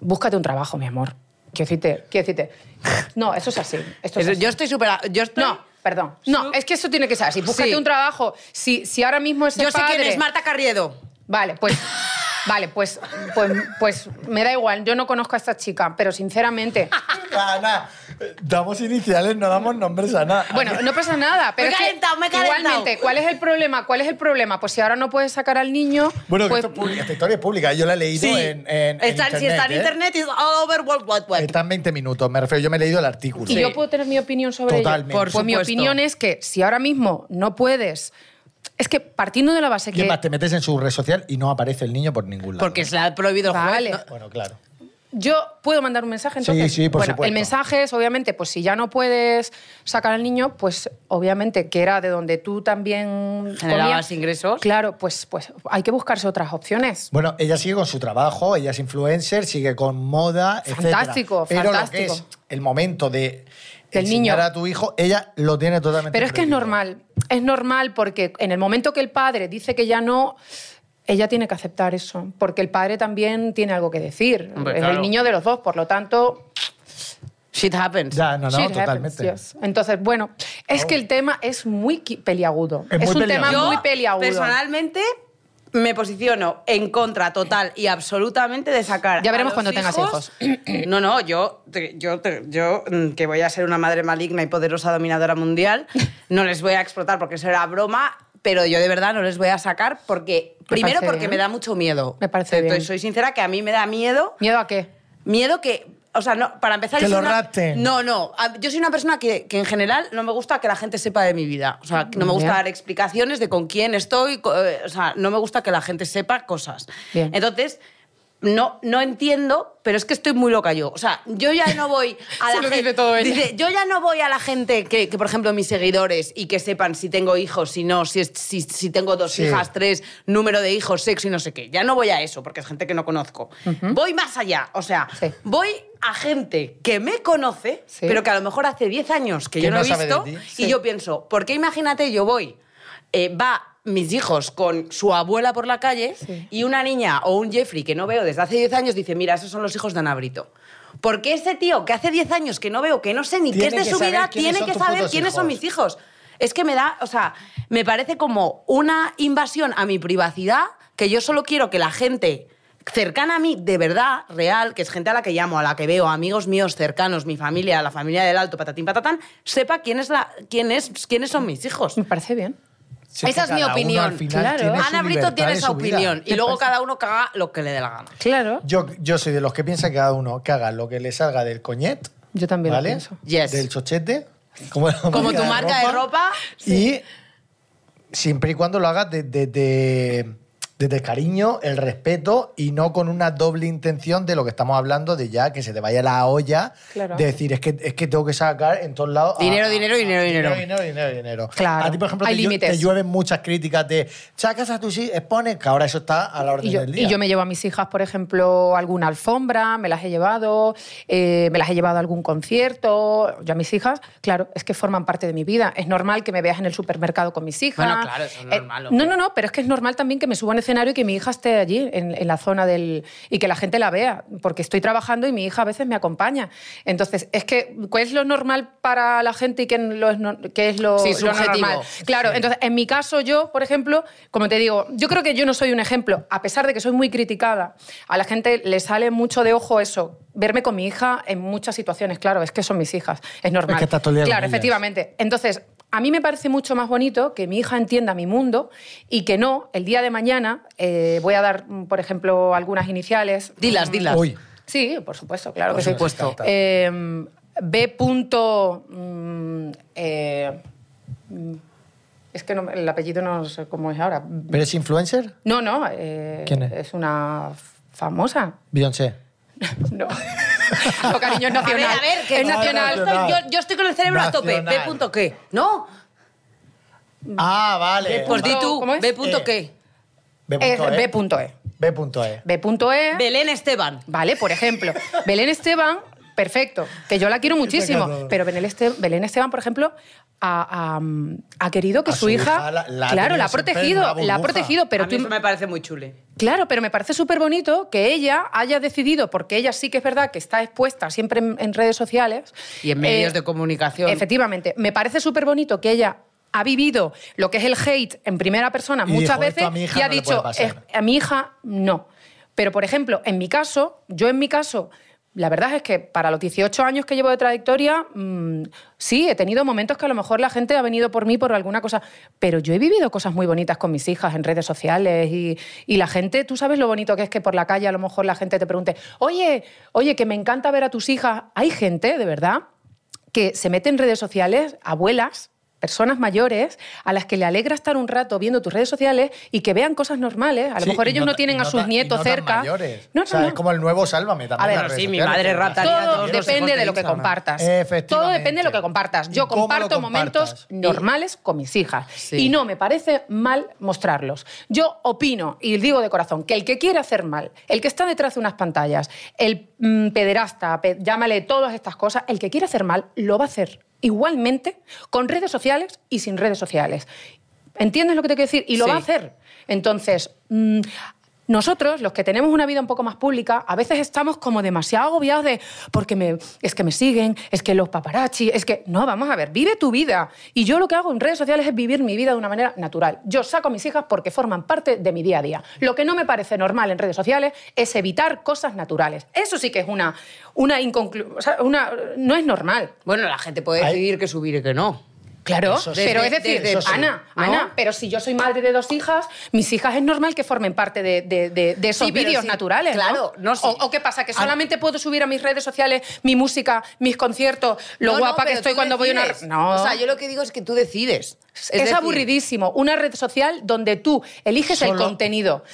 Speaker 4: búscate un trabajo, mi amor. Quiero decirte, quiero decirte. No, eso es así. Esto es
Speaker 3: Eso-
Speaker 4: así.
Speaker 3: Yo estoy súper. a- Yo estoy.
Speaker 4: No, perdón. No, es que eso tiene que ser así. Búscate
Speaker 3: Sí.
Speaker 4: un trabajo. Si, si ahora mismo ese
Speaker 3: Yo sé
Speaker 4: padre...
Speaker 3: quién es Marta Carriedo.
Speaker 4: Vale,
Speaker 3: <laughs>
Speaker 4: pues... Vale, pues,
Speaker 3: <laughs>
Speaker 4: pues, pues me da igual, yo no conozco a esta chica, pero sinceramente,
Speaker 2: <laughs> Ana, Damos iniciales, no damos nombres a nada.
Speaker 4: Bueno, no pasa nada.
Speaker 3: Me
Speaker 4: Pero
Speaker 3: he
Speaker 4: es que
Speaker 3: calentado, me he calentado.
Speaker 4: Igualmente, ¿cuál es el problema? ¿Cuál es el problema? Pues si ahora no puedes sacar al niño,
Speaker 2: Bueno, que
Speaker 4: pues,
Speaker 2: esto es pública, esta historia es pública. Yo la he leído
Speaker 3: Sí.
Speaker 2: en, en- en
Speaker 3: Está- si está en
Speaker 2: ¿eh?
Speaker 3: internet, es all over World Wide Web.
Speaker 2: Está en 20 minutos, me refiero. Yo me he leído el artículo.
Speaker 4: y yo puedo tener mi opinión sobre
Speaker 2: Totalmente.
Speaker 4: ello.
Speaker 2: Por
Speaker 4: pues mi
Speaker 3: supuesto.
Speaker 4: opinión es que si ahora mismo no puedes, es que partiendo de la base
Speaker 2: Y es
Speaker 4: que
Speaker 2: más, te metes en su red social y no aparece el niño por ningún lado.
Speaker 3: Porque se le ha prohibido el
Speaker 4: Vale.
Speaker 3: juez, ¿no?
Speaker 2: Bueno, claro.
Speaker 4: Yo puedo mandar un mensaje, entonces.
Speaker 2: sí, por
Speaker 4: bueno,
Speaker 2: supuesto.
Speaker 4: El mensaje es, obviamente, pues si ya no puedes sacar al niño, pues obviamente que era de donde tú también
Speaker 3: Generabas
Speaker 4: comías.
Speaker 3: ingresos.
Speaker 4: Claro, pues, pues hay que buscarse otras opciones.
Speaker 2: Bueno, ella sigue con su trabajo, ella es influencer, sigue con moda, etc.
Speaker 4: Fantástico,
Speaker 2: Pero lo que
Speaker 4: fantástico.
Speaker 2: es el momento de
Speaker 4: Del
Speaker 2: enseñar
Speaker 4: niño.
Speaker 2: a tu hijo, ella lo tiene totalmente
Speaker 4: Pero es que es
Speaker 2: prohibido.
Speaker 4: normal, es normal porque en el momento que el padre dice que ya no, ella tiene que aceptar eso, porque el padre también tiene algo que decir.
Speaker 3: Hombre,
Speaker 4: es
Speaker 3: claro.
Speaker 4: el niño de los dos, por lo tanto,
Speaker 3: Shit happens.
Speaker 2: Ya, no, no,
Speaker 4: Shit happens,
Speaker 2: totalmente. Oh.
Speaker 4: yes. Entonces, bueno, es que el tema es muy qui- peliagudo.
Speaker 2: Es
Speaker 4: Es,
Speaker 2: muy
Speaker 4: un
Speaker 2: peliagudo.
Speaker 4: tema
Speaker 2: Yo,
Speaker 4: muy peliagudo.
Speaker 3: Personalmente, me posiciono en contra total y absolutamente de sacar.
Speaker 4: Ya veremos
Speaker 3: a los
Speaker 4: cuando tengas
Speaker 3: hijos. <clears throat> No, no, yo, te- yo, te- yo, mm, que voy a ser una madre maligna y poderosa dominadora
Speaker 4: <laughs>
Speaker 3: mundial, no les voy a explotar porque eso era broma. Pero yo de verdad no les voy a sacar porque. Primero
Speaker 4: parece
Speaker 3: porque
Speaker 4: bien.
Speaker 3: me da mucho miedo.
Speaker 4: Me parece
Speaker 3: Te- te-
Speaker 4: bien.
Speaker 3: Soy sincera que a mí me da miedo.
Speaker 4: ¿Miedo a qué?
Speaker 3: Miedo que. O sea, no, para empezar.
Speaker 2: Que
Speaker 3: yo soy
Speaker 2: lo
Speaker 3: una-
Speaker 2: rapten.
Speaker 3: No, no. a- Yo soy una persona que, que en general no me gusta que la gente sepa de mi vida. O sea, que no me gusta
Speaker 4: Bien.
Speaker 3: dar explicaciones de con quién estoy. co- eh, O sea, no me gusta que la gente sepa cosas.
Speaker 4: Bien.
Speaker 3: Entonces. No, no entiendo, pero es que estoy muy loca yo. O sea, yo ya no
Speaker 4: <laughs>
Speaker 3: voy a la
Speaker 4: Se lo
Speaker 3: gente.
Speaker 4: dice todo ella.
Speaker 3: dice, yo ya no voy a la gente que, que, por ejemplo, mis seguidores y que sepan si tengo hijos, si no, si, es- si, si tengo dos
Speaker 2: Sí.
Speaker 3: hijas, tres, número de hijos, sexo y no sé qué. Ya no voy a eso, porque es gente que no conozco. Voy más allá, o sea,
Speaker 4: Sí.
Speaker 3: voy a gente que me conoce,
Speaker 4: Sí.
Speaker 3: pero que a lo mejor hace 10 años que
Speaker 2: Que
Speaker 3: yo no,
Speaker 2: no
Speaker 3: he
Speaker 2: sabe de
Speaker 3: visto,
Speaker 2: ti.
Speaker 3: y
Speaker 2: Sí.
Speaker 3: yo pienso, ¿por qué imagínate yo voy, eh, va mis hijos con su abuela por la calle
Speaker 4: Sí.
Speaker 3: y una niña o un Jeffrey que no veo desde hace 10 años dice, mira, esos son los hijos de Ana Brito? Porque ese tío que hace 10 años que no veo, que no sé ni qué
Speaker 2: Tiene
Speaker 3: es de
Speaker 2: que
Speaker 3: su
Speaker 2: saber
Speaker 3: vida,
Speaker 2: quiénes
Speaker 3: tiene
Speaker 2: son
Speaker 3: que
Speaker 2: tus
Speaker 3: saber
Speaker 2: putos
Speaker 3: quiénes son
Speaker 2: hijos.
Speaker 3: mis hijos. Es que me da, o sea, me parece como una invasión a mi privacidad que yo solo quiero que la gente cercana a mí, de verdad, real, que es gente a la que llamo, a la que veo, amigos míos cercanos, mi familia, la familia del Alto, patatín patatán, sepa quién es la, quién es, quiénes son mis hijos.
Speaker 4: Me parece bien.
Speaker 2: Si
Speaker 3: Esa es
Speaker 2: que
Speaker 3: mi
Speaker 2: cada uno
Speaker 3: opinión,
Speaker 2: al final
Speaker 4: claro.
Speaker 2: tiene su
Speaker 3: Ana Brito
Speaker 2: libertad
Speaker 3: tiene
Speaker 2: y
Speaker 3: esa
Speaker 2: su vida.
Speaker 3: opinión y luego cada uno caga lo que le dé la gana.
Speaker 4: Claro.
Speaker 2: Yo, yo soy de los que piensa que cada uno que haga lo que le salga del coñet.
Speaker 4: Yo también lo
Speaker 2: ¿vale?
Speaker 4: pienso.
Speaker 3: Yes.
Speaker 2: Del chochete. <laughs> Como, la
Speaker 3: Como tu marca de ropa.
Speaker 2: Y siempre y cuando lo hagas desde. desde desde el cariño, el respeto y no con una doble intención de lo que estamos hablando de ya que se te vaya la olla
Speaker 4: Claro.
Speaker 2: de decir es que, es que tengo que sacar en todos lados a-
Speaker 3: Dinero,
Speaker 2: a-
Speaker 3: dinero,
Speaker 2: a-
Speaker 3: dinero, dinero.
Speaker 2: dinero, dinero, dinero.
Speaker 4: Claro.
Speaker 2: A ti por ejemplo
Speaker 4: Hay
Speaker 2: te, llu-
Speaker 4: límites.
Speaker 2: te llueven muchas críticas de sacas a tus hijos, expones, que ahora eso está a la orden
Speaker 4: Y yo,
Speaker 2: del
Speaker 4: y
Speaker 2: día.
Speaker 4: yo me llevo a mis hijas, por ejemplo, a alguna alfombra, me las he llevado, eh, me las he llevado a algún concierto. Yo a mis hijas, claro, es que forman parte de mi vida. Es normal que me veas en el supermercado con mis hijas. Eh,
Speaker 3: Bueno, claro, eso es normal, hombre.
Speaker 4: no, no, no, pero es que es normal también que me suba a un escenario y que mi hija esté allí, en, en la zona del. y que la gente la vea, porque estoy trabajando y mi hija a veces me acompaña. Entonces, es que, ¿cuál es lo normal para la gente y qué, lo es, no- qué es lo,
Speaker 3: Sí,
Speaker 4: lo
Speaker 3: subjetivo.
Speaker 4: normal? Claro, entonces en mi caso yo, por ejemplo, como te digo, yo creo que yo no soy un ejemplo, a pesar de que soy muy criticada. A la gente le sale mucho de ojo eso, verme con mi hija en muchas situaciones, claro, es que son mis hijas, es normal.
Speaker 2: Es que estás todo el día con
Speaker 4: claro,
Speaker 2: ellas.
Speaker 4: efectivamente. Entonces, a mí me parece mucho más bonito que mi hija entienda mi mundo y que no, el día de mañana eh, voy a dar, mm, por ejemplo, algunas iniciales. Mm,
Speaker 3: Dilas, dilas.
Speaker 2: Uy,
Speaker 4: Sí, por supuesto, claro
Speaker 2: Por
Speaker 4: que sí.
Speaker 2: supuesto.
Speaker 4: Eh, B. Punto, mm, eh, mm, es que no- el apellido no sé cómo es ahora.
Speaker 2: ¿pero es influencer?
Speaker 4: No, no. eh,
Speaker 2: ¿Quién es?
Speaker 4: una famosa. <laughs>
Speaker 2: Beyoncé.
Speaker 4: No. no, cariño, es
Speaker 3: A ver,
Speaker 4: nacional.
Speaker 3: a ver, que
Speaker 4: es
Speaker 3: no,
Speaker 4: nacional.
Speaker 3: no, estoy- yo, yo estoy con el cerebro a tope.
Speaker 2: Nacional.
Speaker 3: ¿B punto qué? No,
Speaker 2: Ah, vale. E.
Speaker 3: pues di
Speaker 4: Mm. punto-
Speaker 3: tú,
Speaker 4: ¿cómo es?
Speaker 3: ¿B punto
Speaker 2: Eh.
Speaker 3: qué?
Speaker 4: Es E.
Speaker 2: B.E.
Speaker 4: B.E.
Speaker 2: B.E.
Speaker 4: B.E.
Speaker 3: Belén Esteban.
Speaker 4: E, Vale, por ejemplo, Belén Esteban, perfecto, que yo la quiero
Speaker 2: pecado.
Speaker 4: muchísimo, pero Belén, Este- Belén Esteban, por ejemplo, ha, ha- ha querido que
Speaker 2: A
Speaker 4: su,
Speaker 2: su
Speaker 4: hija,
Speaker 2: hija la- la ha
Speaker 4: claro,
Speaker 2: tenido
Speaker 4: la ha
Speaker 2: siempre en
Speaker 4: protegido,
Speaker 2: una
Speaker 4: la ha
Speaker 2: burbuja.
Speaker 4: protegido, pero
Speaker 3: a mí
Speaker 4: tú-
Speaker 3: eso me parece muy chule.
Speaker 4: Claro, pero me parece súper bonito que ella haya decidido, porque ella sí que es verdad que está expuesta siempre en, en redes sociales.
Speaker 3: Y en medios
Speaker 4: eh,
Speaker 3: de comunicación.
Speaker 4: Efectivamente, me parece súper bonito que ella ha vivido lo que es el hate en primera persona
Speaker 2: Y
Speaker 4: muchas
Speaker 2: dijo, "Esto
Speaker 4: veces
Speaker 2: a mi hija
Speaker 4: y ha
Speaker 2: no le
Speaker 4: dicho,
Speaker 2: puede pasar".
Speaker 4: "Es- a mi hija no. Pero, por ejemplo, en mi caso, yo en mi caso la verdad es que para los 18 años que llevo de trayectoria, mm, sí, he tenido momentos que a lo mejor la gente ha venido por mí por alguna cosa, pero yo he vivido cosas muy bonitas con mis hijas en redes sociales y, y la gente, tú sabes lo bonito que es que por la calle a lo mejor la gente te pregunte, oye, oye, que me encanta ver a tus hijas. Hay gente, de verdad, que se mete en redes sociales, abuelas, personas mayores, a las que le alegra estar un rato viendo tus redes sociales y que vean cosas normales. A lo
Speaker 2: Sí,
Speaker 4: mejor
Speaker 2: y
Speaker 4: ellos
Speaker 2: ta-
Speaker 4: no tienen
Speaker 2: y
Speaker 4: a sus
Speaker 2: ta- y
Speaker 4: nietos
Speaker 2: no tan
Speaker 4: cerca.
Speaker 2: mayores.
Speaker 4: No, no,
Speaker 2: o sea,
Speaker 4: no.
Speaker 2: es como el nuevo Sálvame también.
Speaker 3: A ver,
Speaker 2: las redes
Speaker 3: sí, mi
Speaker 2: sociales,
Speaker 3: madre
Speaker 2: pero-
Speaker 3: rata.
Speaker 4: Todo
Speaker 3: Todos los
Speaker 4: depende de lo
Speaker 3: hijos
Speaker 4: que
Speaker 3: de Instagram.
Speaker 4: compartas.
Speaker 2: Efectivamente.
Speaker 4: Todo depende de lo que compartas.
Speaker 2: ¿Y
Speaker 4: Yo
Speaker 2: cómo lo
Speaker 4: comparto
Speaker 2: compartas?
Speaker 4: momentos normales con mis hijas
Speaker 3: Sí.
Speaker 4: y no me parece mal mostrarlos. Yo opino y digo de corazón que el que quiere hacer mal, el que está detrás de unas pantallas, el mm, pederasta, pe- llámale todas estas cosas, el que quiere hacer mal lo va a hacer igualmente con redes sociales y sin redes sociales. ¿Entiendes lo que te quiero decir? Y lo
Speaker 3: Sí.
Speaker 4: va a hacer. Entonces, mm, nosotros, los que tenemos una vida un poco más pública, a veces estamos como demasiado agobiados de porque me, es que me siguen, es que los paparazzi, es que. No, vamos a ver, vive tu vida. Y yo lo que hago en redes sociales es vivir mi vida de una manera natural. Yo saco a mis hijas porque forman parte de mi día a día. Lo que no me parece normal en redes sociales es evitar cosas naturales. Eso sí que es una. una, inconclu- o sea, una no es normal.
Speaker 3: Bueno, la gente puede
Speaker 2: Ahí-
Speaker 3: decidir que subir y que no.
Speaker 4: Claro,
Speaker 2: Eso sí.
Speaker 4: pero es
Speaker 3: Desde-
Speaker 4: decir,
Speaker 3: desde-
Speaker 2: eso sí.
Speaker 4: Ana,
Speaker 3: ¿No?
Speaker 4: Ana, pero si yo soy madre de dos hijas, mis hijas es normal que formen parte de, de- de- de esos
Speaker 3: Sí, pero
Speaker 4: vídeos
Speaker 3: sí,
Speaker 4: naturales.
Speaker 3: claro,
Speaker 4: ¿no?
Speaker 3: no sé.
Speaker 4: O, o qué pasa? ¿Que solamente puedo subir a mis redes sociales mi música, mis conciertos, lo
Speaker 3: No, no,
Speaker 4: guapa que
Speaker 3: pero
Speaker 4: estoy
Speaker 3: tú
Speaker 4: cuando
Speaker 3: decides.
Speaker 4: voy a una. No.
Speaker 3: O sea, yo lo que digo es que tú decides.
Speaker 4: Es,
Speaker 3: decir,
Speaker 4: aburridísimo. Una red social donde tú eliges el
Speaker 2: Solo
Speaker 4: contenido.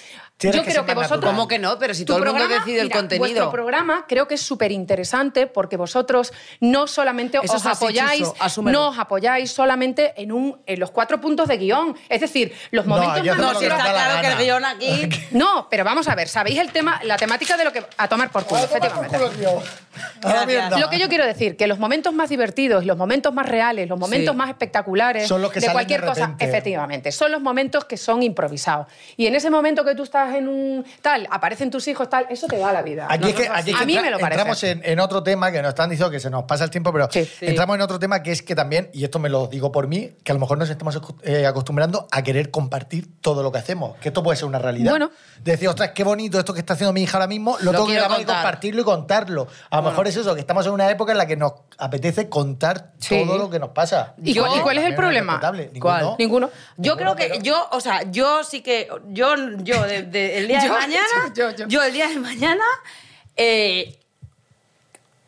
Speaker 4: Yo
Speaker 2: tienes
Speaker 4: creo
Speaker 2: que ser
Speaker 4: que,
Speaker 2: más
Speaker 4: vosotros.
Speaker 2: natural.
Speaker 3: ¿Cómo que no? Pero si todo el mundo decide el
Speaker 4: mira,
Speaker 3: contenido.
Speaker 4: Vuestro programa creo que es súper interesante porque vosotros no solamente
Speaker 3: Eso
Speaker 4: os
Speaker 3: es así,
Speaker 4: apoyáis,
Speaker 3: Chuso, asúmelo.
Speaker 4: no os apoyáis solamente en, un, en los cuatro puntos de guión. Es decir, los
Speaker 2: No,
Speaker 4: momentos
Speaker 2: yo creo
Speaker 4: más
Speaker 3: No,
Speaker 2: Lo
Speaker 3: si
Speaker 2: que
Speaker 4: naturales-
Speaker 2: nos da
Speaker 3: está
Speaker 2: la
Speaker 3: claro <laughs> que
Speaker 2: gana.
Speaker 3: el guión aquí.
Speaker 4: No, pero vamos a ver, ¿sabéis el tema, la temática de lo que. A tomar por culo, efectivamente.
Speaker 2: Ahora bien,
Speaker 3: Gracias.
Speaker 4: Lo que yo quiero decir, que los momentos más divertidos, los momentos más reales, los momentos
Speaker 3: Sí.
Speaker 4: más espectaculares
Speaker 2: Son los que
Speaker 4: de
Speaker 2: salen
Speaker 4: cualquier
Speaker 2: de
Speaker 4: cosa,
Speaker 2: repente.
Speaker 4: efectivamente, son los momentos que son improvisados. Y en ese momento que tú estás en un tal, aparecen tus hijos tal, eso te da la vida.
Speaker 2: Aquí es que, aquí es que
Speaker 4: a mí
Speaker 2: entra-
Speaker 4: me lo parece.
Speaker 2: entramos en, en otro tema que nos están diciendo que se nos pasa el tiempo, pero
Speaker 4: Sí, sí.
Speaker 2: entramos en otro tema que es que también, y esto me lo digo por mí, que a lo mejor nos estamos acu- eh, acostumbrando a querer compartir todo lo que hacemos, que esto puede ser una realidad.
Speaker 4: Bueno.
Speaker 2: Decir, ostras, qué bonito esto que está haciendo mi hija ahora mismo, lo,
Speaker 3: Lo
Speaker 2: tengo que
Speaker 3: quiero
Speaker 2: grabar y
Speaker 3: contar.
Speaker 2: compartirlo y contarlo. A lo mejor es eso, que estamos en una época en la que nos apetece contar
Speaker 4: Sí.
Speaker 2: todo lo que nos pasa.
Speaker 4: ¿Y cuál- y cuál es el
Speaker 2: También
Speaker 4: problema?
Speaker 2: respetable.
Speaker 3: ¿Cuál?
Speaker 2: Ninguno.
Speaker 4: Ninguno.
Speaker 3: Yo creo que yo, o sea, yo sí que yo <laughs> yo de- de- el día de
Speaker 4: Yo,
Speaker 3: mañana,
Speaker 4: yo, yo, yo.
Speaker 3: el día de mañana eh,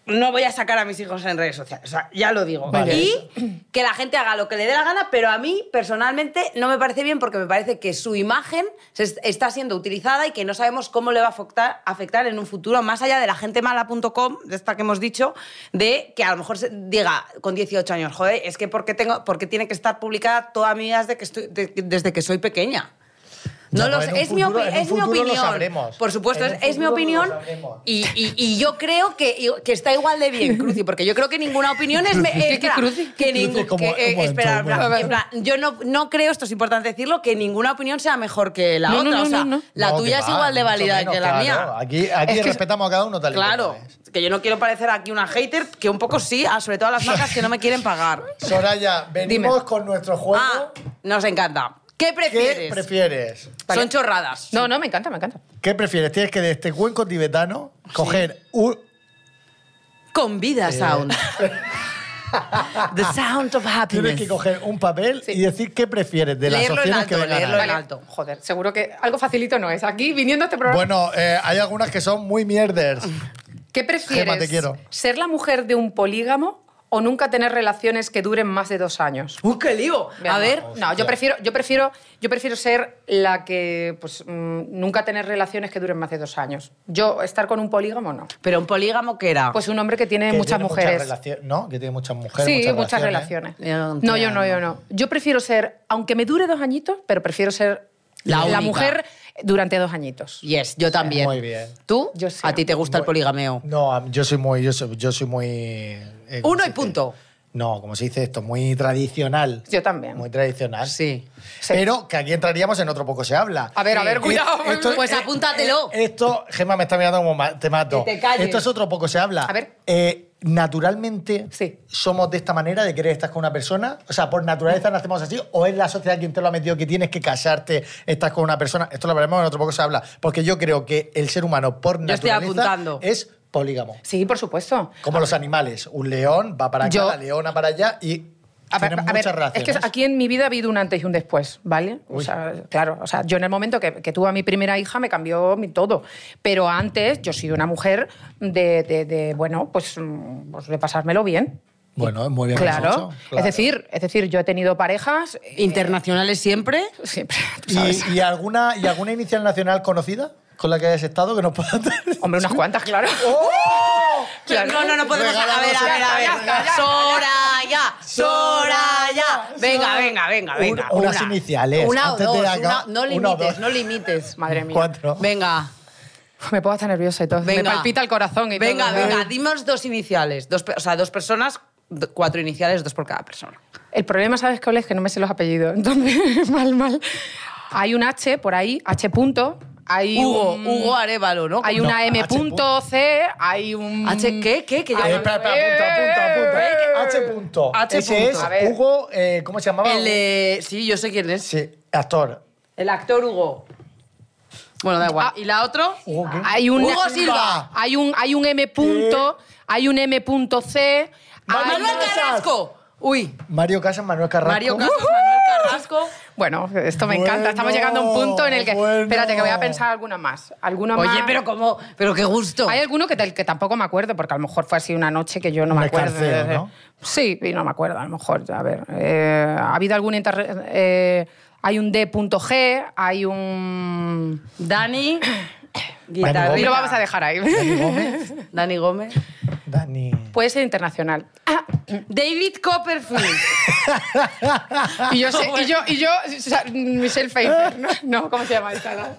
Speaker 3: no voy a sacar a mis hijos en redes sociales, o sea, ya lo digo.
Speaker 2: Vale.
Speaker 3: Y que la gente haga lo que le dé la gana, pero a mí personalmente no me parece bien porque me parece que su imagen se es- está siendo utilizada y que no sabemos cómo le va a afectar, afectar en un futuro, más allá de la gente mala.com, de esta que hemos dicho, de que a lo mejor se diga con 18 años, joder, es que porque tengo, porque tiene que estar publicada toda mi vida desde que, estoy- de- desde que soy pequeña.
Speaker 2: Ya,
Speaker 3: No lo
Speaker 2: no, en
Speaker 3: sé,
Speaker 2: un
Speaker 3: es, mi,
Speaker 2: futuro-
Speaker 3: opi-
Speaker 2: en un
Speaker 3: es mi
Speaker 2: futuro lo
Speaker 3: opinión.
Speaker 2: sabremos.
Speaker 3: Por supuesto,
Speaker 2: En
Speaker 3: es,
Speaker 2: un
Speaker 3: es mi
Speaker 2: futuro lo
Speaker 3: opinión.
Speaker 2: sabremos.
Speaker 3: Y, y- y yo creo que, y- que está igual de bien, Cruci, porque yo creo que ninguna opinión es. me- eh, espera, que
Speaker 2: Cruci,
Speaker 3: ningún-
Speaker 2: como-
Speaker 3: que, eh,
Speaker 2: como
Speaker 3: espera,
Speaker 2: en todo,
Speaker 3: en plan, yo no, no creo, esto es importante decirlo, que ninguna opinión sea mejor que la
Speaker 4: No, no,
Speaker 3: otra.
Speaker 4: no,
Speaker 3: o sea,
Speaker 4: no, no.
Speaker 3: la
Speaker 2: No,
Speaker 3: tuya
Speaker 2: que
Speaker 3: es
Speaker 2: va,
Speaker 3: igual de
Speaker 2: mucho
Speaker 3: válida
Speaker 2: menos,
Speaker 3: que la
Speaker 2: claro.
Speaker 3: mía.
Speaker 2: Aquí, aquí
Speaker 4: Es que-
Speaker 2: respetamos a cada uno tal y
Speaker 3: Claro,
Speaker 2: como es.
Speaker 3: que yo no quiero parecer aquí una hater, que un poco sí, ah, sobre todo a las marcas que no me quieren pagar.
Speaker 2: Soraya, venimos con nuestro juego.
Speaker 3: Ah, nos encanta. ¿Qué
Speaker 2: ¿Qué
Speaker 3: prefieres?
Speaker 2: prefieres?
Speaker 3: Son chorradas.
Speaker 4: No, no, me encanta, me encanta.
Speaker 2: ¿Qué prefieres? Tienes que de este cuenco tibetano coger un...
Speaker 3: Con
Speaker 2: Eh. <laughs>
Speaker 3: vida sound. The sound of
Speaker 2: Tienes que
Speaker 3: happiness.
Speaker 2: coger un papel y decir qué prefieres de las
Speaker 3: Leerlo en
Speaker 2: opciones
Speaker 3: alto,
Speaker 2: que vengan.
Speaker 3: leerlo en alto.
Speaker 4: Joder, seguro que algo facilito no es. Aquí, viniendo a este programa,
Speaker 2: Bueno, eh, hay algunas que son muy mierders.
Speaker 4: ¿qué prefieres?
Speaker 2: Gemma, te quiero.
Speaker 4: ¿Ser la mujer de un polígamo o nunca tener relaciones que duren más de dos años?
Speaker 3: ¡Uh, qué lío!
Speaker 4: A ver, no,
Speaker 2: Hostia.
Speaker 4: yo prefiero, yo prefiero, yo prefiero ser la que, pues, mm, nunca tener relaciones que duren más de dos años. Yo estar con un polígamo no.
Speaker 3: Pero un polígamo que era.
Speaker 4: Pues un hombre que tiene
Speaker 2: Ah. Que
Speaker 4: muchas
Speaker 2: tiene
Speaker 4: mujeres.
Speaker 2: relacio- ¿No? Que tiene muchas mujeres.
Speaker 4: sí, muchas,
Speaker 2: muchas ¿eh?
Speaker 4: relaciones.
Speaker 3: Ya no te
Speaker 4: No, yo no,
Speaker 3: amo.
Speaker 4: yo no. Yo prefiero ser, aunque me dure dos añitos, pero prefiero ser
Speaker 3: La única.
Speaker 4: mujer durante dos añitos.
Speaker 3: yes, yo también.
Speaker 2: Muy bien.
Speaker 3: ¿Tú?
Speaker 4: Yo sí.
Speaker 3: ¿A ti te gusta el poligameo?
Speaker 2: No, a mí- yo soy muy... Yo soy, yo soy muy... eh, ¿cómo
Speaker 3: Uno
Speaker 2: se
Speaker 3: y
Speaker 2: dice?
Speaker 3: punto.
Speaker 2: No, como se dice esto, muy tradicional.
Speaker 4: Yo también.
Speaker 2: Muy tradicional.
Speaker 3: Sí.
Speaker 4: Sí.
Speaker 2: Pero que aquí entraríamos en otro poco se habla. eh,
Speaker 4: A ver, a ver, cuidado.
Speaker 3: Pues apúntatelo.
Speaker 2: Esto, Gemma me está mirando como ma- te mato.
Speaker 3: Que te calles.
Speaker 2: Esto es otro poco se habla.
Speaker 4: A ver.
Speaker 2: Eh, naturalmente
Speaker 4: Sí.
Speaker 2: somos de esta manera de querer estar con una persona. O sea, por naturaleza nacemos así. O es la sociedad quien te lo ha metido que tienes que casarte, estás con una persona. Esto lo veremos en otro poco se habla. Porque yo creo que el ser humano por
Speaker 3: Yo estoy
Speaker 2: naturaleza
Speaker 3: apuntando.
Speaker 2: es polígamo.
Speaker 4: Sí, por supuesto.
Speaker 2: Como los animales. Un león va para acá,
Speaker 4: Yo-
Speaker 2: la leona para allá y
Speaker 4: A ver,
Speaker 2: tienen
Speaker 4: a ver,
Speaker 2: muchas razones.
Speaker 4: Es que aquí en mi vida ha habido un antes y un después, ¿vale? O
Speaker 2: Uy.
Speaker 4: sea, claro, o sea, yo en el momento que, que tuve a mi primera hija me cambió mi todo. Pero antes yo soy una mujer de, de- de, bueno, pues, mm, pues de pasármelo bien.
Speaker 2: Bueno, muy bien
Speaker 4: Claro.
Speaker 2: hecho,
Speaker 4: Es
Speaker 2: claro.
Speaker 4: decir, es decir, yo he tenido parejas eh,
Speaker 3: ¿Internacionales siempre?
Speaker 4: siempre. <laughs> tú sabes.
Speaker 2: ¿Y, y alguna, ¿Y alguna inicial nacional conocida con la que hayas estado que nos puedas dar?
Speaker 4: <laughs> Hombre, unas cuantas, claro.
Speaker 2: ¡Oh!
Speaker 4: Claro.
Speaker 3: No, no, no podemos. A ver, a ver, a ver.
Speaker 4: Ya está, ya está, ya está.
Speaker 3: Soraya, Soraya. Venga,
Speaker 2: Soraya.
Speaker 3: venga, venga, venga.
Speaker 2: Un- unas iniciales,
Speaker 3: Una o
Speaker 2: antes de
Speaker 3: dos.
Speaker 2: acá,
Speaker 3: una- no
Speaker 2: una o
Speaker 3: limites,
Speaker 2: dos.
Speaker 3: no limites.
Speaker 4: Madre mía.
Speaker 2: Cuatro.
Speaker 3: Venga,
Speaker 4: Me puedo estar nerviosa y todo. Me
Speaker 3: Venga.
Speaker 4: palpita el corazón y todo. ¿eh?
Speaker 3: venga,
Speaker 4: ¿sabes?
Speaker 3: venga. Dimos dos iniciales. Dos, pe- o sea, dos personas, do- cuatro iniciales, dos por cada persona.
Speaker 4: El problema, ¿sabes cuál es? Que no me sé los apellidos. <laughs> Entonces, mal, mal. Hay un H por ahí, H punto. Hay
Speaker 3: Hugo,
Speaker 4: un-
Speaker 3: Hugo Arevalo, ¿no?
Speaker 4: Hay
Speaker 2: No,
Speaker 4: una M
Speaker 2: H
Speaker 4: punto C, hay un...
Speaker 3: H, ¿qué? ¿Qué? Que yo-
Speaker 2: Eh, espera, espera, apunta, apunta, apunta. H punto.
Speaker 3: H
Speaker 2: Ese
Speaker 3: punto.
Speaker 4: A ver.
Speaker 2: es Hugo, eh, ¿cómo se llamaba?
Speaker 3: El, eh, sí, yo sé quién es.
Speaker 2: Sí, actor.
Speaker 3: El actor Hugo. Bueno, da
Speaker 4: Ah,
Speaker 3: igual. ¿Y la otra?
Speaker 2: Hugo, ¿qué?
Speaker 4: Hay un...
Speaker 3: Hugo Silva.
Speaker 4: Hay un, hay un M punto, hay un M punto C...
Speaker 2: Manuel
Speaker 4: hay-
Speaker 3: Ah, Manuel
Speaker 2: Casas.
Speaker 3: Carrasco. Uy,
Speaker 2: Mario Casas, Manuel Carrasco. Uh,
Speaker 3: Mario Casas, Manuel Carrasco.
Speaker 4: Bueno, esto me
Speaker 2: Bueno,
Speaker 4: encanta. Estamos llegando a un punto en el que...
Speaker 2: bueno.
Speaker 4: Espérate, que voy a pensar alguna más. Alguna más.
Speaker 3: Oye, pero cómo, pero qué gusto.
Speaker 4: Hay alguno que, tal- que tampoco me acuerdo, porque a lo mejor fue así una noche que yo no me
Speaker 2: Un
Speaker 4: acuerdo.
Speaker 2: escarceo, ¿no?
Speaker 4: Sí, y no me acuerdo, a lo mejor. A ver, eh, ¿ha habido algún... inter- eh, hay un D.G, hay un...
Speaker 3: <coughs> Dani, guitarrista.
Speaker 2: Gómez.
Speaker 4: Y lo vamos a dejar ahí.
Speaker 2: Dani Gómez.
Speaker 3: Dani Gómez.
Speaker 2: Dani.
Speaker 4: Puede ser internacional. Ah,
Speaker 3: David Copperfield.
Speaker 4: y yo, sé- y yo, y yo o sea, Michelle
Speaker 3: <laughs>
Speaker 4: Pfeiffer, ¿no? No, ¿cómo se llama esta? La- la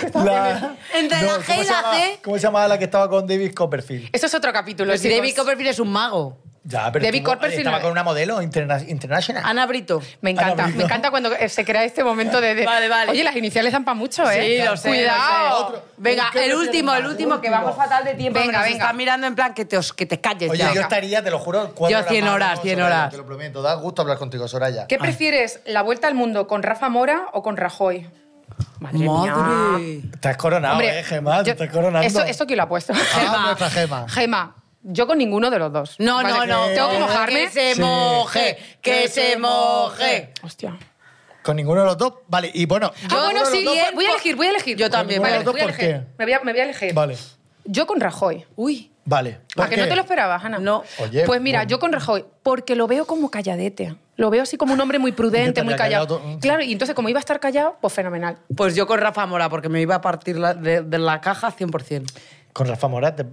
Speaker 4: que <laughs> está bien.
Speaker 3: Entre la
Speaker 2: ¿cómo
Speaker 3: G y
Speaker 2: se
Speaker 3: la
Speaker 2: llama-
Speaker 3: G?
Speaker 2: ¿Cómo se llamaba la que estaba con David Copperfield?
Speaker 4: Eso es otro
Speaker 3: <laughs>
Speaker 4: capítulo.
Speaker 3: Pero si
Speaker 4: chicos.
Speaker 3: David Copperfield es un mago.
Speaker 2: Ya, pero
Speaker 4: David
Speaker 2: estuvo-
Speaker 4: Copperfield
Speaker 2: Estaba
Speaker 4: no-
Speaker 2: con una modelo interna internacional.
Speaker 3: Ana Brito.
Speaker 4: Me encanta,
Speaker 2: Ana Brito.
Speaker 4: me encanta cuando eh, se crea este momento de, de-
Speaker 3: Vale, vale.
Speaker 4: Oye, las iniciales dan para mucho, ¿eh?
Speaker 3: Sí, lo sé.
Speaker 4: Cuidado.
Speaker 3: lo sé. Venga,
Speaker 2: ¿Qué
Speaker 3: el
Speaker 2: prefieres
Speaker 3: último,
Speaker 2: más?
Speaker 3: el último, que
Speaker 2: Último.
Speaker 3: vamos fatal de tiempo.
Speaker 4: Venga,
Speaker 3: Venga,
Speaker 4: venga.
Speaker 3: venga. Está mirando en plan que te, os- que te calles
Speaker 2: Oye,
Speaker 3: ya.
Speaker 2: yo estaría, te lo juro, cuatro
Speaker 3: Yo 100
Speaker 2: más,
Speaker 3: horas,
Speaker 2: ¿no?
Speaker 3: 100
Speaker 2: Soraya,
Speaker 3: horas.
Speaker 2: Te lo prometo, da gusto hablar contigo, Soraya.
Speaker 4: ¿Qué prefieres, la vuelta al mundo con Rafa Mora o con Rajoy? Madre,
Speaker 3: Madre.
Speaker 2: Te has coronado,
Speaker 4: Hombre,
Speaker 2: eh, Gemma, te
Speaker 4: yo-
Speaker 2: estás coronando.
Speaker 4: Esto, esto quién lo ha puesto.
Speaker 2: Ah,
Speaker 3: Gemma.
Speaker 2: nuestra Gema.
Speaker 4: Gema, yo con ninguno de los dos.
Speaker 3: No,
Speaker 4: Vale,
Speaker 3: no, no.
Speaker 4: Tengo que mojarme.
Speaker 3: Que se
Speaker 2: Sí.
Speaker 3: moje, que se moje.
Speaker 4: Hostia.
Speaker 3: Ah,
Speaker 2: Con ninguno de los dos. Vale, y bueno.
Speaker 4: ah, bueno,
Speaker 3: con
Speaker 4: sí,
Speaker 3: los dos,
Speaker 4: voy a elegir, voy a elegir.
Speaker 3: Yo también,
Speaker 4: Vale,
Speaker 2: con los
Speaker 4: voy a
Speaker 2: dos, ¿por
Speaker 4: elegir.
Speaker 2: qué?
Speaker 4: Me voy a, me voy a elegir.
Speaker 2: Vale,
Speaker 4: Yo con Rajoy.
Speaker 3: Uy.
Speaker 2: vale. ¿Por
Speaker 4: ¿A que
Speaker 2: qué?
Speaker 4: no te lo esperabas, Ana?
Speaker 3: No.
Speaker 2: Oye,
Speaker 4: pues mira,
Speaker 2: bueno.
Speaker 4: yo con Rajoy, porque lo veo como calladete. Lo veo así como un hombre muy prudente,
Speaker 2: Yo
Speaker 4: muy
Speaker 2: estaría
Speaker 4: callado.
Speaker 2: callado todo-
Speaker 4: Claro, y entonces como iba a estar callado, pues fenomenal.
Speaker 3: Pues yo con Rafa Mora, porque me iba a partir la- de, de la caja 100%.
Speaker 2: Con Rafa Morat. te-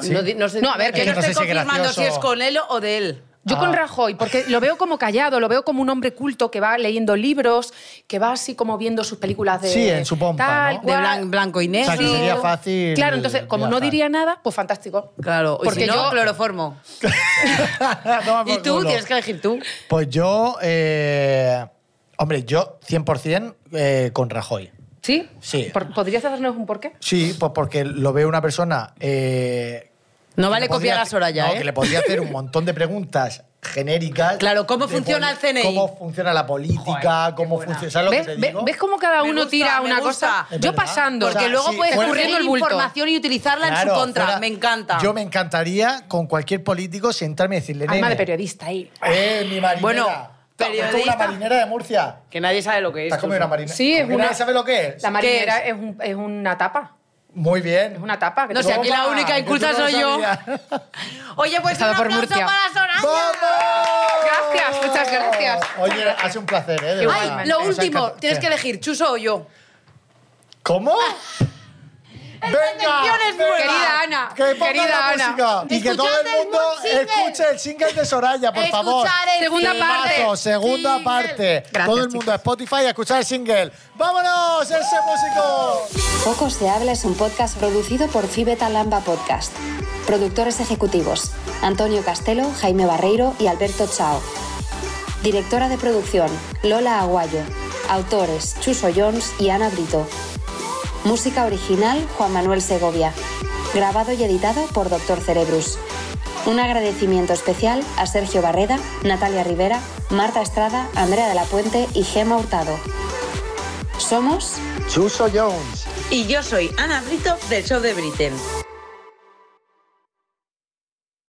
Speaker 2: sí.
Speaker 3: di-
Speaker 2: <laughs>
Speaker 3: sé,
Speaker 4: No, a ver,
Speaker 3: que
Speaker 4: que
Speaker 3: no
Speaker 2: no sé
Speaker 3: estoy
Speaker 2: si es
Speaker 3: confirmando si
Speaker 2: gracioso.
Speaker 3: es con él o de él.
Speaker 4: Yo
Speaker 2: Ah.
Speaker 4: con Rajoy, porque lo veo como callado, lo veo como un hombre culto que va leyendo libros, que va así como viendo sus películas de...
Speaker 2: Sí, en su pompa,
Speaker 4: tal,
Speaker 2: ¿no?
Speaker 3: De
Speaker 4: cual.
Speaker 3: blan- blanco y
Speaker 2: O
Speaker 3: negro.
Speaker 2: sea, que sería fácil.
Speaker 4: Claro, entonces, como no
Speaker 2: viajar.
Speaker 4: diría nada, pues fantástico.
Speaker 3: Claro, porque
Speaker 4: Porque
Speaker 3: yo
Speaker 4: yo-
Speaker 3: cloroformo.
Speaker 2: Ah, Toma por
Speaker 3: Y tú
Speaker 2: culo.
Speaker 3: tienes que elegir tú.
Speaker 2: Pues yo. eh, Hombre, yo 100% eh, con Rajoy.
Speaker 4: ¿Sí?
Speaker 2: Sí.
Speaker 4: Por- ¿Podrías hacernos un porqué?
Speaker 2: Sí, pues porque lo veo una persona. eh,
Speaker 3: No
Speaker 2: que
Speaker 3: vale
Speaker 2: le podría-
Speaker 3: copiar a Soraya,
Speaker 2: no,
Speaker 3: ¿eh?
Speaker 2: que le podría hacer un montón de preguntas genéricas.
Speaker 3: Claro, ¿cómo
Speaker 2: de
Speaker 3: funciona
Speaker 2: poli-
Speaker 3: el CNI?
Speaker 2: ¿Cómo funciona la política?
Speaker 4: Joder, qué
Speaker 2: ¿Cómo
Speaker 4: buena.
Speaker 2: funciona? ¿Sabes lo
Speaker 4: ¿Ves,
Speaker 2: que te
Speaker 4: ve-
Speaker 2: digo?
Speaker 4: ves cómo cada
Speaker 3: Me
Speaker 4: uno
Speaker 3: gusta,
Speaker 4: tira
Speaker 3: me
Speaker 4: una
Speaker 3: gusta.
Speaker 4: cosa?
Speaker 2: Es
Speaker 4: Yo
Speaker 2: verdad.
Speaker 4: pasando.
Speaker 2: O
Speaker 3: Porque
Speaker 2: sea,
Speaker 3: luego
Speaker 2: sí,
Speaker 3: puedes
Speaker 2: fuera-
Speaker 3: correr
Speaker 4: el bulto.
Speaker 3: información y utilizarla en
Speaker 2: Claro,
Speaker 3: su contra.
Speaker 2: fuera-
Speaker 3: Me encanta.
Speaker 2: Yo me encantaría con cualquier político sentarme y decirle.
Speaker 4: Alma de
Speaker 2: "Nene,
Speaker 4: Ah, periodista ahí.
Speaker 2: Eh, mi marinera.
Speaker 3: Bueno,
Speaker 2: ¿Te has comido
Speaker 3: periodista.
Speaker 2: una marinera de Murcia.
Speaker 3: Que nadie sabe lo que
Speaker 2: ¿Te has comido una marinera?
Speaker 4: Sí, es
Speaker 2: ¿Marinera
Speaker 4: una-
Speaker 2: ¿Sabes lo que es?
Speaker 4: La marinera
Speaker 3: es?
Speaker 4: es? un- es una tapa.
Speaker 2: Muy bien.
Speaker 4: Es una tapa. que
Speaker 3: No
Speaker 4: te
Speaker 3: sé,
Speaker 4: lo-
Speaker 3: aquí la
Speaker 2: Toma,
Speaker 3: única
Speaker 2: que
Speaker 3: inculta
Speaker 2: tú no lo
Speaker 3: soy yo.
Speaker 2: sabías.
Speaker 3: Oye, pues un
Speaker 4: Estaba por
Speaker 3: aplauso
Speaker 4: Murcia.
Speaker 3: para Soraya.
Speaker 2: ¡Vamos!
Speaker 4: Gracias, muchas gracias.
Speaker 2: Oye, ha sido un placer, ¿eh? De
Speaker 4: Ay,
Speaker 2: verdad.
Speaker 3: Ay, lo
Speaker 2: Nos ha
Speaker 3: último,
Speaker 2: encantado.
Speaker 3: tienes
Speaker 2: ¿Qué?
Speaker 3: que elegir, Chuso o yo.
Speaker 2: ¿Cómo? ¡Venga!
Speaker 3: intención es
Speaker 2: venga.
Speaker 3: buena.
Speaker 4: Querida Ana,
Speaker 2: Que pongan
Speaker 4: querida
Speaker 2: la
Speaker 4: Ana.
Speaker 2: música. Y que todo
Speaker 3: Escuchad
Speaker 2: el
Speaker 3: el
Speaker 2: mundo
Speaker 3: single.
Speaker 2: escuche el single de Soraya, por
Speaker 3: Escuchar
Speaker 2: favor.
Speaker 3: el
Speaker 4: Segunda
Speaker 3: single.
Speaker 4: parte.
Speaker 2: Paso, segunda
Speaker 3: Single.
Speaker 2: parte.
Speaker 4: Gracias,
Speaker 2: todo el mundo a Spotify a escuchar el single. ¡Vámonos, ese músico!
Speaker 5: Poco se habla es un podcast producido por Fibeta Lamba Podcast. Productores ejecutivos: Antonio Castelo, Jaime Barreiro y Alberto Chao. Directora de producción: Lola Aguayo. Autores: Chuso Jones y Ana Brito. Música original: Juan Manuel Segovia. Grabado y editado por Doctor Cerebrus. Un agradecimiento especial a Sergio Barreda, Natalia Rivera, Marta Estrada, Andrea de la Puente y Gema Hurtado. Somos
Speaker 2: Chuso Jones.
Speaker 6: Y yo soy Ana Brito del Show de Britain.